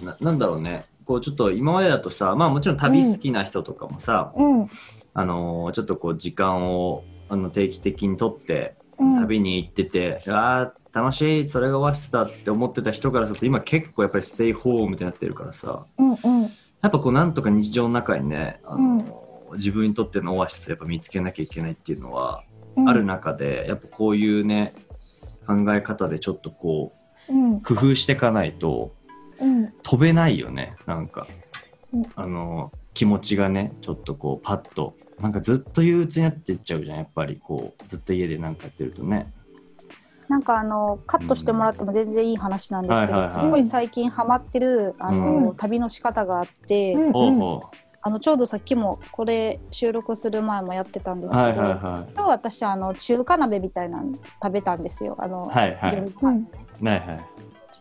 [SPEAKER 1] ななんだろうねこうちょっと今までだとさまあもちろん旅好きな人とかもさ、
[SPEAKER 2] うん
[SPEAKER 1] あのーちょっとこう時間をあの定期的に取って
[SPEAKER 2] うん
[SPEAKER 1] 旅に行ってて、あー楽しいそれがオアシスだって思ってた人からすると今結構やっぱりステイホームってなってるからさ、
[SPEAKER 2] うんうん
[SPEAKER 1] やっぱこうなんとか日常の中にね、あの自分にとってのオアシスをやっぱ見つけなきゃいけないっていうのはある中で、やっぱこういうね考え方でちょっとこ
[SPEAKER 6] うん
[SPEAKER 1] う工夫していかないと
[SPEAKER 6] うん
[SPEAKER 1] 飛べないよねなんか
[SPEAKER 6] うん
[SPEAKER 1] あの気持ちがねちょっとこうパッとなんかずっと憂鬱になってっちゃうじゃんやっぱりこうずっと家でなんかやってるとね
[SPEAKER 3] なんかあのカットしてもらっても全然いい話なんですけど、
[SPEAKER 1] はいはいはい
[SPEAKER 3] すごい最近ハマってるあの、
[SPEAKER 6] うん
[SPEAKER 3] 旅の仕方があって、
[SPEAKER 6] うん
[SPEAKER 1] おう
[SPEAKER 6] うん
[SPEAKER 1] お
[SPEAKER 3] あのちょうどさっきもこれ収録する前もやってたんで
[SPEAKER 1] う
[SPEAKER 3] すけど、
[SPEAKER 1] はいはいはい
[SPEAKER 3] 今日私あの中華鍋みたいなの食べたんですよ。あの、
[SPEAKER 1] はいはい
[SPEAKER 3] 夜
[SPEAKER 6] う
[SPEAKER 3] ご飯
[SPEAKER 6] ん
[SPEAKER 1] ないはい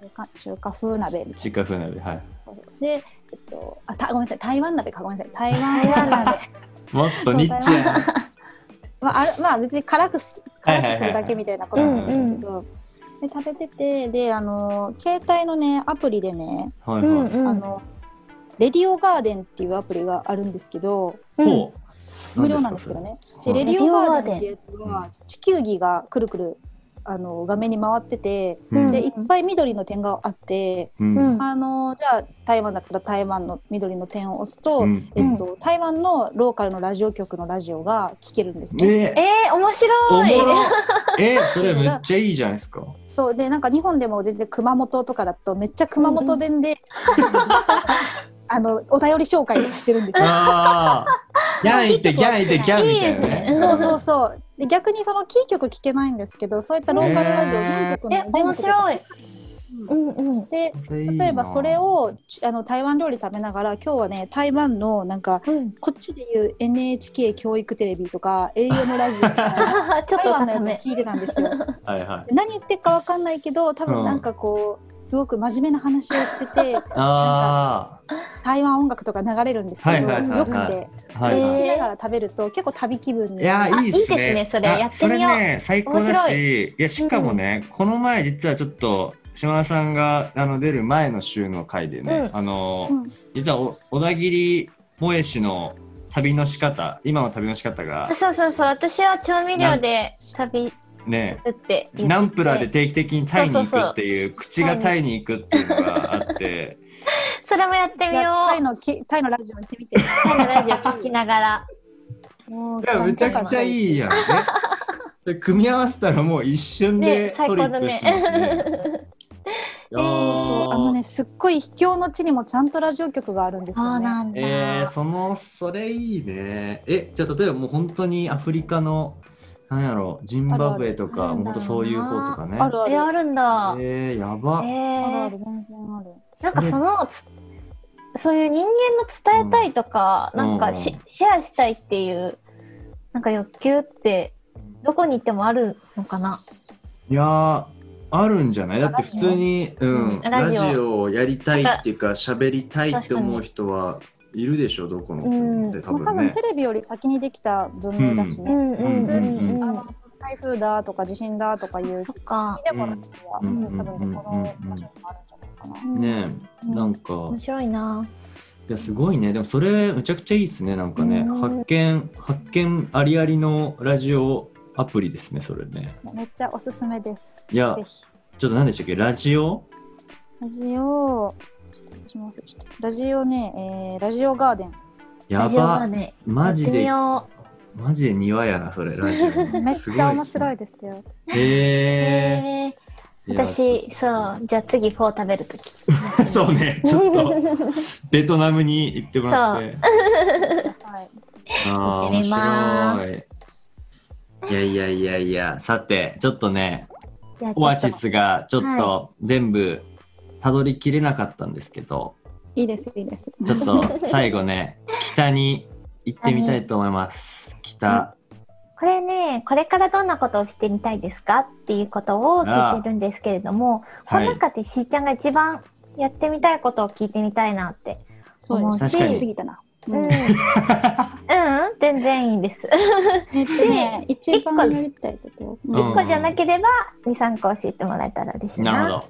[SPEAKER 3] 中華中華風鍋みたい
[SPEAKER 1] 地下船鍋はい
[SPEAKER 3] な。で、えっとあたごめんなさい台湾鍋かごめんなさい台湾
[SPEAKER 6] 台 湾鍋
[SPEAKER 1] もっとニッチやん
[SPEAKER 3] まあ、あれまあ別に辛くす辛くするだけみたいなことなんですけど、で食べててであの携帯のねアプリでね、
[SPEAKER 1] はい
[SPEAKER 6] うん
[SPEAKER 1] はい、
[SPEAKER 6] うん
[SPEAKER 3] あのレディオガーデンっていうアプリがあるんですけど
[SPEAKER 1] ほう
[SPEAKER 3] 無料なんですけどね
[SPEAKER 1] う
[SPEAKER 3] で
[SPEAKER 1] ん
[SPEAKER 3] レディオガーデンっていうやつ
[SPEAKER 1] ガーデ
[SPEAKER 3] は地球儀がくるくるあの画面に回ってて
[SPEAKER 1] うんん
[SPEAKER 3] でいっぱい緑の点があって、
[SPEAKER 1] うん
[SPEAKER 6] う
[SPEAKER 1] うん
[SPEAKER 6] ん
[SPEAKER 3] あのじゃあ台湾だったら台湾の緑の点を押すと、
[SPEAKER 1] うん
[SPEAKER 3] えっと、台湾のローカルのラジオ局のラジオが聴けるんですね。
[SPEAKER 1] え
[SPEAKER 2] えー、面白い。
[SPEAKER 1] おも ろえそれめっちゃいいじゃないですか
[SPEAKER 3] そうでなんか日本でも全然熊本とかだとめっちゃ熊本弁 で、あのお便り紹介とかしてるんですよ。
[SPEAKER 1] ああ ギャンいってギャンいってギャンみたいない
[SPEAKER 2] いです
[SPEAKER 1] ね
[SPEAKER 2] ね
[SPEAKER 3] そうそうそうで逆にそのキー局聞けないんですけどそういったローカルラジオ
[SPEAKER 1] へー
[SPEAKER 3] 全国
[SPEAKER 2] え
[SPEAKER 3] の、
[SPEAKER 2] 面白
[SPEAKER 3] い
[SPEAKER 2] い。うんうん。
[SPEAKER 3] で例えばそれをちあの台湾料理食べながら今日はね台湾のなんか
[SPEAKER 2] うん、
[SPEAKER 3] こっちで言う NHK 教育テレビとか AM ラジオとか
[SPEAKER 2] ちょっ
[SPEAKER 3] 台
[SPEAKER 2] と
[SPEAKER 3] 湾
[SPEAKER 2] 高
[SPEAKER 3] のや
[SPEAKER 2] め
[SPEAKER 3] つ。聞いてたんですよ。
[SPEAKER 1] はいはい
[SPEAKER 3] 何言ってるかわかんないけど多分なんかこう、すごく真面目な話をしてて。
[SPEAKER 1] あ
[SPEAKER 3] 台湾音楽とか流れるんですけど、
[SPEAKER 1] はいはい
[SPEAKER 2] はいはい
[SPEAKER 3] よくて、
[SPEAKER 1] あはい
[SPEAKER 2] え
[SPEAKER 1] は
[SPEAKER 3] 聞
[SPEAKER 1] い
[SPEAKER 3] きながら食べると結構旅気分
[SPEAKER 1] い
[SPEAKER 3] に
[SPEAKER 1] や
[SPEAKER 3] なる
[SPEAKER 1] ーいいっす
[SPEAKER 2] いいです
[SPEAKER 1] ね
[SPEAKER 2] ねそれやってみよう
[SPEAKER 1] あそれね最高だしいやしかもね、この前実はちょっと島田さんがあの出る前の週の回でね、
[SPEAKER 2] うん
[SPEAKER 1] あのー
[SPEAKER 3] うん
[SPEAKER 1] 実はお小田切萌氏の旅の仕方今の旅の仕方が
[SPEAKER 2] そうそうそう、私は調味料で旅
[SPEAKER 1] ね
[SPEAKER 2] 打って言って。
[SPEAKER 1] ナンプラーで定期的にタイに行くっていう口がタイに行くっていうのがあ って
[SPEAKER 2] それもやって
[SPEAKER 3] い
[SPEAKER 2] みよ
[SPEAKER 3] やタイ
[SPEAKER 2] う。
[SPEAKER 3] のきタイのラジオ行って みて
[SPEAKER 2] タイの ラジオ聞きながら。
[SPEAKER 3] もう
[SPEAKER 1] いやめちゃくちゃいいやんね で組み合わせたらもう一瞬で
[SPEAKER 2] ね最
[SPEAKER 1] ト
[SPEAKER 2] 高
[SPEAKER 1] リ
[SPEAKER 2] だ
[SPEAKER 1] ップ
[SPEAKER 2] ね
[SPEAKER 1] します ねいや
[SPEAKER 3] そう
[SPEAKER 1] ー
[SPEAKER 3] そうあのねすっごい秘境の地にもちゃんとラジオ局があるんですよね
[SPEAKER 2] ん
[SPEAKER 1] えー、そのそれいいねえじゃあ例えばもう本当にアフリカのなんやろジンバブエと
[SPEAKER 2] ある
[SPEAKER 1] か
[SPEAKER 2] ある
[SPEAKER 1] もう本当そういう方とかね
[SPEAKER 3] あるあ
[SPEAKER 2] えー、あ
[SPEAKER 3] る
[SPEAKER 2] るんだ。
[SPEAKER 1] えー、や
[SPEAKER 2] え
[SPEAKER 1] ば、
[SPEAKER 3] あるあ
[SPEAKER 2] ー
[SPEAKER 3] る、全然ある
[SPEAKER 2] なんかそのつそういう人間の伝えたいとか、
[SPEAKER 1] うん
[SPEAKER 2] なんか
[SPEAKER 1] う
[SPEAKER 2] シ
[SPEAKER 1] ん
[SPEAKER 2] シェアしたいっていうなんか欲求ってどこに行ってもあるのかな。
[SPEAKER 1] いやーあるんじゃないだって普通に、うん、ラ
[SPEAKER 2] ラ
[SPEAKER 1] ジ
[SPEAKER 2] ジオ
[SPEAKER 1] オをやりたいっていうか喋りたいって思う人はいるでしょどこの国って多
[SPEAKER 3] もう多
[SPEAKER 1] 分
[SPEAKER 3] 分
[SPEAKER 1] ね
[SPEAKER 3] テ。レビより先にできた文明だしね、
[SPEAKER 2] んうん
[SPEAKER 1] うん
[SPEAKER 3] あの台風だとか地震だとかいう
[SPEAKER 2] そっか
[SPEAKER 3] でもなくては、
[SPEAKER 1] うん
[SPEAKER 3] 多分ねこの場所にもあるんじゃないかな、
[SPEAKER 1] ねえ
[SPEAKER 2] うん
[SPEAKER 1] なんか
[SPEAKER 2] 面白いな。
[SPEAKER 1] いやすごいねでもそれめちゃくちゃいいですねなんかね
[SPEAKER 2] うん
[SPEAKER 1] 発見発見ありありのラジオアプリですねそれね
[SPEAKER 3] めっちゃおすすめです
[SPEAKER 1] いや
[SPEAKER 3] ぜひ
[SPEAKER 1] ちょっと何でしたっけラジオ
[SPEAKER 3] ラジオ、ちょっと私も忘れちゃったラジオね、えーラジオガーデン。
[SPEAKER 1] や
[SPEAKER 2] ラジオは
[SPEAKER 1] ば
[SPEAKER 2] ね
[SPEAKER 1] マジ
[SPEAKER 2] やってみ
[SPEAKER 1] で
[SPEAKER 2] よ
[SPEAKER 1] マジで庭やなそれラジオ
[SPEAKER 3] めっちゃ面白い
[SPEAKER 1] い
[SPEAKER 3] で すよ。
[SPEAKER 1] へ
[SPEAKER 2] う。
[SPEAKER 1] え
[SPEAKER 2] え
[SPEAKER 1] い
[SPEAKER 2] ー、
[SPEAKER 1] や
[SPEAKER 2] 私そうじゃあ次フォー食べるとき。
[SPEAKER 1] そう ねち ょっとベトナムに行ってもらって
[SPEAKER 3] はい。
[SPEAKER 1] ああ、
[SPEAKER 2] 行って
[SPEAKER 1] 面
[SPEAKER 2] みま
[SPEAKER 1] 白い。いやいやいやいや、さて、ちょっとね、
[SPEAKER 2] じゃあちょっと
[SPEAKER 1] オアシスがちょっと全部たどりきれなかったんですけど、
[SPEAKER 3] いいです、いいです。
[SPEAKER 1] ちょっ と最後ね、北に行ってみたいと思います。北、
[SPEAKER 2] これねこれからどんなことをしてみたいですかっていうことを聞いてるんですけれども、
[SPEAKER 1] は
[SPEAKER 2] この
[SPEAKER 1] い。
[SPEAKER 2] 中でしーちゃんが一番やってみたいことを聞いてみたいなって思うし、
[SPEAKER 1] 確かに
[SPEAKER 3] 過ぎたな。
[SPEAKER 2] う、
[SPEAKER 3] うん
[SPEAKER 2] うんん、全然いいです。
[SPEAKER 3] えっとね、一番やりたいこと。
[SPEAKER 1] ん
[SPEAKER 2] 1個じゃなければ2、3個教えてもらえたら嬉しいな。
[SPEAKER 1] なるほど。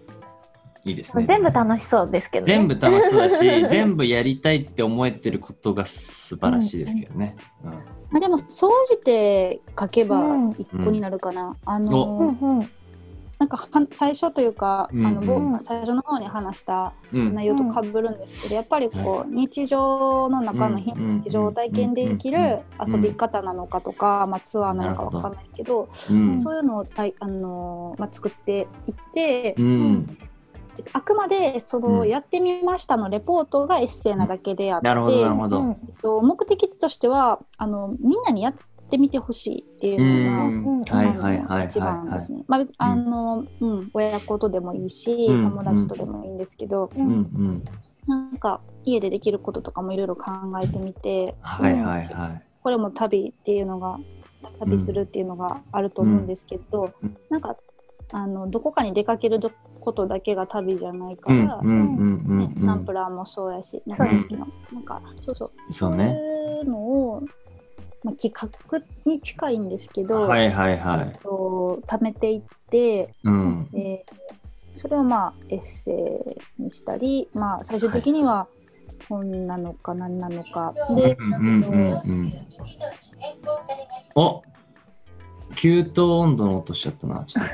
[SPEAKER 1] いいですね。
[SPEAKER 2] 全部楽しそうですけどね。
[SPEAKER 1] 全部楽しそうだし、 全部やりたいって思えてることが素晴らしいですけどね。うん
[SPEAKER 3] まあでも、総じて書けば
[SPEAKER 2] うん
[SPEAKER 3] 一個になるかな。あ
[SPEAKER 1] お
[SPEAKER 2] うん
[SPEAKER 3] の、
[SPEAKER 2] うん。
[SPEAKER 3] なんかは最初というか、
[SPEAKER 1] うんうん
[SPEAKER 3] あの僕が最初の方に話した
[SPEAKER 1] うん
[SPEAKER 3] 内容とかぶるんですけど、やっぱりこう日常の中の非
[SPEAKER 1] うん
[SPEAKER 3] 日常を体験でき
[SPEAKER 1] うん
[SPEAKER 3] る遊び方なのかとか、まあ、ツアーなのかわかんないですけど
[SPEAKER 1] うん
[SPEAKER 3] そういうのをたい、あのーまあ、作っていって、
[SPEAKER 1] うん
[SPEAKER 3] あくまでその、
[SPEAKER 1] うん
[SPEAKER 3] やってみましたのレポートがエッセイなだけであって、
[SPEAKER 1] なるほどなるほど。
[SPEAKER 3] えっと目的としてはあのみんなにやってみてほしいっていうのが。
[SPEAKER 1] うん
[SPEAKER 3] あ
[SPEAKER 1] は
[SPEAKER 3] の
[SPEAKER 1] いはいはい
[SPEAKER 3] 一
[SPEAKER 1] は
[SPEAKER 3] 番
[SPEAKER 1] いは
[SPEAKER 3] で
[SPEAKER 1] い
[SPEAKER 3] すね。まあ、別あの、うん、親子とでもいいし、
[SPEAKER 1] うん
[SPEAKER 3] 友達とでもいいんですけど、
[SPEAKER 1] うんうん
[SPEAKER 3] なんか家でできることとかもいろいろ考えてみて、
[SPEAKER 1] はい
[SPEAKER 3] その
[SPEAKER 1] はいはい。
[SPEAKER 3] これも旅っていうのが旅するっていうのがあると思うんですけど、
[SPEAKER 1] うん
[SPEAKER 3] なんかあのどこかに出かけるどことだけが旅じゃないか
[SPEAKER 1] う
[SPEAKER 3] ら、
[SPEAKER 1] んうんうんう
[SPEAKER 3] ね
[SPEAKER 1] ん
[SPEAKER 3] ナンプ
[SPEAKER 1] う
[SPEAKER 3] ラーもそうやし、なん
[SPEAKER 2] そう
[SPEAKER 3] か
[SPEAKER 1] です。
[SPEAKER 3] なんかそうそうん
[SPEAKER 1] そう
[SPEAKER 3] そう
[SPEAKER 1] ね。
[SPEAKER 3] いうのを、まあ、企画に近いんですけど、
[SPEAKER 1] はいはいはい。
[SPEAKER 3] と貯めていって、
[SPEAKER 1] うん。
[SPEAKER 3] えーそれをまあエッセイにしたり、まあ、最終的には本なのか何なのかで、
[SPEAKER 1] うんうんうんうん。お給湯温度の音しちゃったな。ちょっ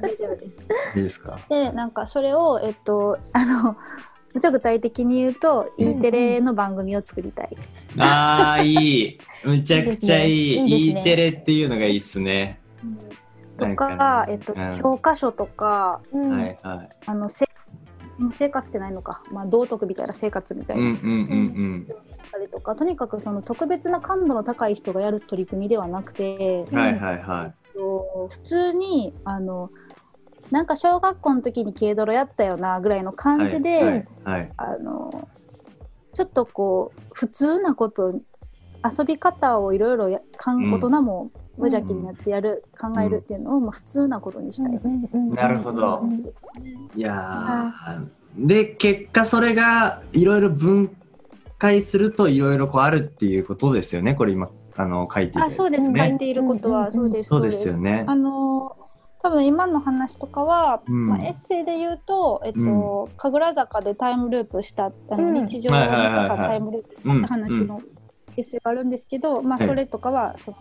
[SPEAKER 3] 大丈夫です。
[SPEAKER 1] といいですか
[SPEAKER 3] でなんかそれをえっとあの めっちゃ具体的に言うと、
[SPEAKER 1] うん
[SPEAKER 3] E テレの番組を作りたい。
[SPEAKER 1] あーいい。むちゃくちゃいい。
[SPEAKER 2] いいですねい
[SPEAKER 1] E
[SPEAKER 2] いですね
[SPEAKER 1] テレっていうのがいいっすね。
[SPEAKER 3] と
[SPEAKER 1] な
[SPEAKER 3] か
[SPEAKER 1] ん、ね
[SPEAKER 3] えっと
[SPEAKER 1] うん
[SPEAKER 3] 教科書とか
[SPEAKER 2] うん
[SPEAKER 1] はいは
[SPEAKER 3] あのせ生活ってないのか、まあ、道徳みたいな生活みた
[SPEAKER 1] い。
[SPEAKER 3] い
[SPEAKER 1] うん
[SPEAKER 3] な
[SPEAKER 1] う
[SPEAKER 3] の
[SPEAKER 1] んうん
[SPEAKER 3] だったりとか、とにかくその特別な感度の高い人がやる取り組みではなくて、
[SPEAKER 1] うん。はいはいは
[SPEAKER 3] えっと普通にあのなんか小学校の時に軽泥やったよなぐらいの
[SPEAKER 1] い。
[SPEAKER 3] 感じで、
[SPEAKER 1] はいはいはい。
[SPEAKER 3] あのちょっとこう普通なこと遊び方をいろいろやか
[SPEAKER 1] うん
[SPEAKER 3] ん大人も無邪気になってやる、考えるっていうのを、まあ、普通なことにしたい。
[SPEAKER 1] なるほどいやーで結果それがいろいろ分解するといろいろこうあるっていうことですよねこれ今あの書いていて
[SPEAKER 3] あそうです、
[SPEAKER 1] ね
[SPEAKER 3] 書いていることは、
[SPEAKER 2] うんうんうん
[SPEAKER 3] そうです
[SPEAKER 1] そうですよね
[SPEAKER 3] あの多分今の話とかは、
[SPEAKER 1] うん
[SPEAKER 3] まあ、エッセイで言うと、えっと
[SPEAKER 1] う
[SPEAKER 3] 神楽坂でタイムループしたあの
[SPEAKER 2] うん
[SPEAKER 3] 日常の
[SPEAKER 1] はいはい
[SPEAKER 3] 中
[SPEAKER 1] はいはい
[SPEAKER 3] タイムループ
[SPEAKER 1] うん
[SPEAKER 3] した話のエッセイがあるんですけど、まあ、
[SPEAKER 1] はい
[SPEAKER 3] それとかはその、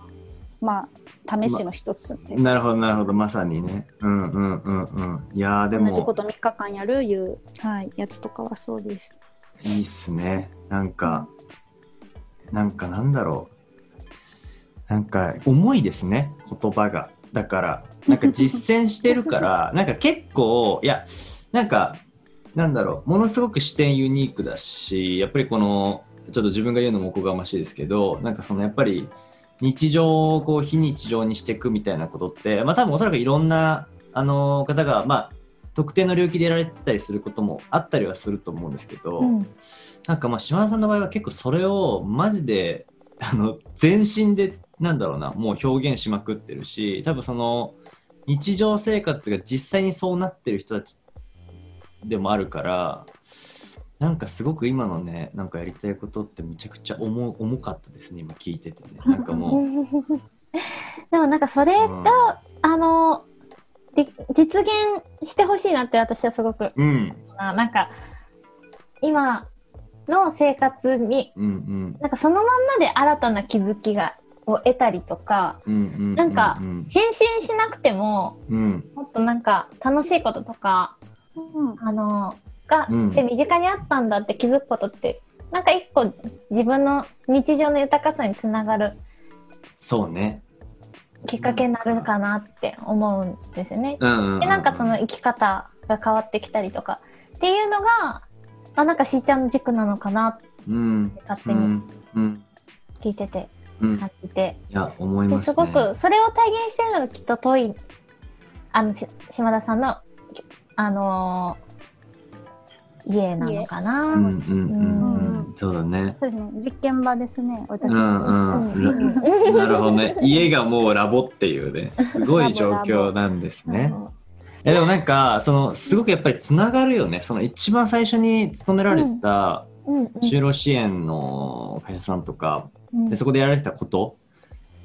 [SPEAKER 3] まあ、試しの一つみたいな
[SPEAKER 1] なるほどなるほどまさにねうんうんうんうんいやーで
[SPEAKER 3] 同じこ
[SPEAKER 1] も
[SPEAKER 3] と3日間やるいう、はい、やつとかはそうです。
[SPEAKER 1] いいっすねなんかなんかなんだろうなんか重いですね言葉がだからなんか実践してるから なんか結構いやなんかなんだろうものすごく視点ユニークだしやっぱりこのちょっと自分が言うのもおこがましいですけどなんかそのやっぱり日常をこう非日常にしていくみたいなことってまあ多分おそらくいろんなあの方がまあ特定の領域でやられてたりすることもあったりはすると思うんですけど、なんかまあ島田さんの場合は結構それをマジであの全身でなんだろうなもう表現しまくってるし多分その日常生活が実際にそうなってる人たちでもあるからなんかすごく今のねなんかやりたいことってむちゃくちゃ重重かったですね今聞いててねなんかもう
[SPEAKER 2] でもなんかそれ
[SPEAKER 1] う
[SPEAKER 2] が、
[SPEAKER 1] ん
[SPEAKER 2] あので実現してほしいなって私はすごく
[SPEAKER 1] うん
[SPEAKER 2] ななんか今の生活に
[SPEAKER 1] うんうん
[SPEAKER 2] なんかそのまんまで新たな気づきがを得たりとか
[SPEAKER 1] うんうんうん
[SPEAKER 2] なんか
[SPEAKER 1] うん
[SPEAKER 2] 返信しなくても
[SPEAKER 1] うん
[SPEAKER 2] もっとなんか楽しいこととか
[SPEAKER 3] うん
[SPEAKER 2] あのが、
[SPEAKER 1] うん
[SPEAKER 2] で身近にあったんだって気づくことってなんか一個自分の日常の豊かさにつながる
[SPEAKER 1] そうね
[SPEAKER 2] きっかけになるかなって思うんですよね。
[SPEAKER 1] うんうんうん
[SPEAKER 2] でなんかその生き方が変わってきたりとかっていうのがあなんかしーちゃんの軸なのかなって
[SPEAKER 1] うんう
[SPEAKER 2] 勝手に
[SPEAKER 1] んうん
[SPEAKER 2] 聞いてて
[SPEAKER 1] うん
[SPEAKER 2] 感じて、
[SPEAKER 1] いや思い
[SPEAKER 2] で
[SPEAKER 1] ますすね
[SPEAKER 2] ごくそれを体現してるのがきっと遠いあのし島田さんのきあのー家なのかな。
[SPEAKER 1] うんうんうんうん
[SPEAKER 3] う
[SPEAKER 1] そうだね。
[SPEAKER 3] そうですね、実験場ですね、
[SPEAKER 1] う
[SPEAKER 3] 私
[SPEAKER 1] んう
[SPEAKER 3] の。
[SPEAKER 1] ん。らなるほど ね。家がもうラボっていうね、すごい状況なんですね。えでもなんかそのすごくやっぱりつながるよね。その一番最初に勤められてた
[SPEAKER 2] うんうん
[SPEAKER 1] 就労支援の会社さんとか、
[SPEAKER 2] うん
[SPEAKER 1] でそこでやられてたこと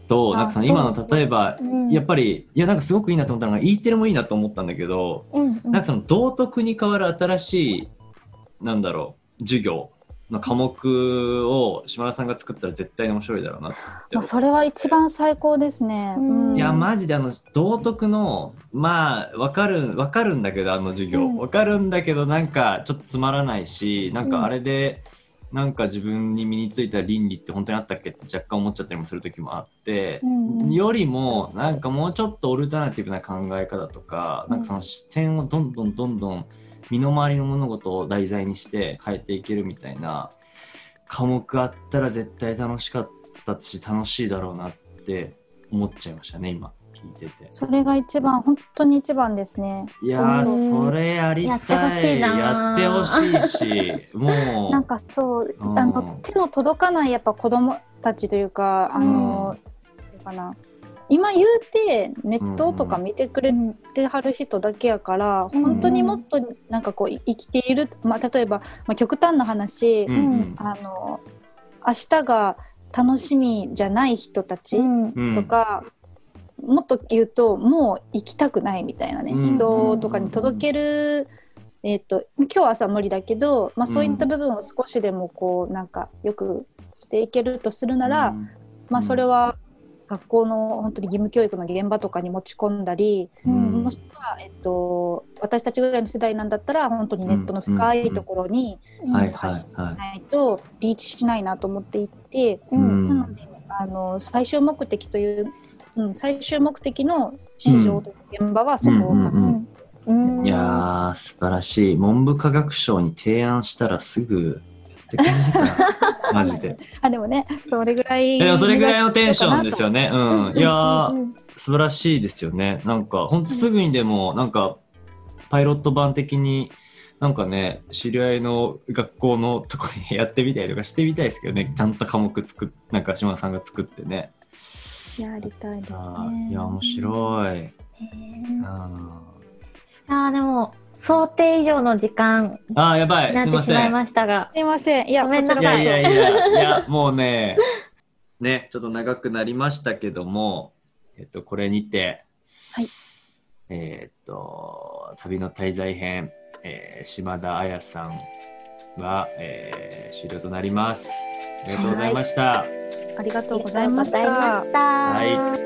[SPEAKER 1] と、
[SPEAKER 3] あ
[SPEAKER 1] なんかその今
[SPEAKER 3] そう
[SPEAKER 1] の
[SPEAKER 3] そう
[SPEAKER 1] 例えば
[SPEAKER 2] うん
[SPEAKER 1] やっぱりいやなんかすごくいいなと思ったのが E テレもいいなと思ったんだけど、
[SPEAKER 2] うんうん
[SPEAKER 1] なんかその道徳に代わる新しいなんだろう授業の科目を島田さんが作ったら絶対に面白いだろうなって
[SPEAKER 3] まあ、それは一番最高ですね。
[SPEAKER 2] うん
[SPEAKER 1] いや
[SPEAKER 3] ま
[SPEAKER 1] マジであの道徳のまあわかるわかるんだけどあの授業
[SPEAKER 3] うん
[SPEAKER 1] わかるんだけどなんかちょっとつまらないしなん
[SPEAKER 3] うん
[SPEAKER 1] かあれでなんか自分に身についた倫理って本当にあったっけって若干思っちゃったりもする時もあって
[SPEAKER 3] うんうん
[SPEAKER 1] よりもなんかもうちょっとオルタナティブな考え方とかなんかその視点をどんどんどんどん身の回りの物事を題材にして変えていけるみたいな科目あったら絶対楽しかったし楽しいだろうなって思っちゃいましたね今聞いてて
[SPEAKER 3] それが一番本当に一番ですね。
[SPEAKER 1] いやー
[SPEAKER 3] そうそう
[SPEAKER 1] それやり
[SPEAKER 2] やってほ
[SPEAKER 1] た
[SPEAKER 2] し
[SPEAKER 1] い
[SPEAKER 2] いな
[SPEAKER 1] やってほしいしもう
[SPEAKER 3] なんかそう、
[SPEAKER 1] うん
[SPEAKER 3] あの手の届かないやっぱ子供たちというかあの、なんていうかな今言うてネットとか見てくれてはる人だけやから、
[SPEAKER 2] ん
[SPEAKER 3] 本当にもっとなんかこうい生きている、まあ、例えば、まあ、極端な話、
[SPEAKER 1] うんうん
[SPEAKER 3] あの明日が楽しみじゃない人たち
[SPEAKER 1] うん
[SPEAKER 3] とか、もっと言うともう行きたくないみたいなね、
[SPEAKER 1] うん
[SPEAKER 3] 人とかに届ける、えっと今日は朝無理だけど、まあ、そういった部分を少しでもこうなんかよくしていけるとするなら、
[SPEAKER 1] うんう
[SPEAKER 3] まあ、
[SPEAKER 1] ん
[SPEAKER 3] それは学校の本当に義務教育の現場とかに持ち込んだり、
[SPEAKER 1] うん
[SPEAKER 3] もしくは、えっと私たちぐらいの世代なんだったら本当にネットの深いところに
[SPEAKER 1] はいは
[SPEAKER 3] 発信し
[SPEAKER 1] いはい
[SPEAKER 3] ないとリーチしないなと思っていて。
[SPEAKER 1] う
[SPEAKER 3] なんのであの最終目的という、うん、最終目的の市場という現場はそこ
[SPEAKER 1] う
[SPEAKER 3] かな、
[SPEAKER 1] んうん
[SPEAKER 3] うん
[SPEAKER 1] いやー素晴らしい文部科学省に提案したらすぐやってくれないかな マジで
[SPEAKER 3] あでもねそれぐらい
[SPEAKER 1] でもそれぐらいのテンションですよね
[SPEAKER 3] ね
[SPEAKER 1] うんいやー素晴らしいですよねなんかほんとすぐにでもなんかパイロット版的になんかね知り合いの学校のとこでやってみたりとかしてみたいですけどねちゃんと科目作っなんか島田さんが作ってね
[SPEAKER 3] やりたいです
[SPEAKER 1] あ
[SPEAKER 3] ね
[SPEAKER 1] ーいや面白い
[SPEAKER 2] い
[SPEAKER 1] あ
[SPEAKER 2] やーでも想定以上の時間
[SPEAKER 1] ーあーやば
[SPEAKER 2] に
[SPEAKER 1] い
[SPEAKER 2] なっ
[SPEAKER 1] すいま
[SPEAKER 2] てしま
[SPEAKER 1] せ
[SPEAKER 2] い
[SPEAKER 1] ん
[SPEAKER 2] ましたが
[SPEAKER 3] すいませんいや
[SPEAKER 2] ごめんなさ
[SPEAKER 3] こ
[SPEAKER 1] い
[SPEAKER 3] ち
[SPEAKER 1] や
[SPEAKER 3] らこ
[SPEAKER 1] い
[SPEAKER 3] そ
[SPEAKER 1] やいやいやもうねねちょっと長くなりましたけどもえっとこれにて、
[SPEAKER 3] はい
[SPEAKER 1] えっと旅の滞在編、えー島田彩さんは、えー終了となりますありがとうございました、
[SPEAKER 3] ありがと
[SPEAKER 2] あ
[SPEAKER 3] うございました
[SPEAKER 2] りがとうございました
[SPEAKER 1] はい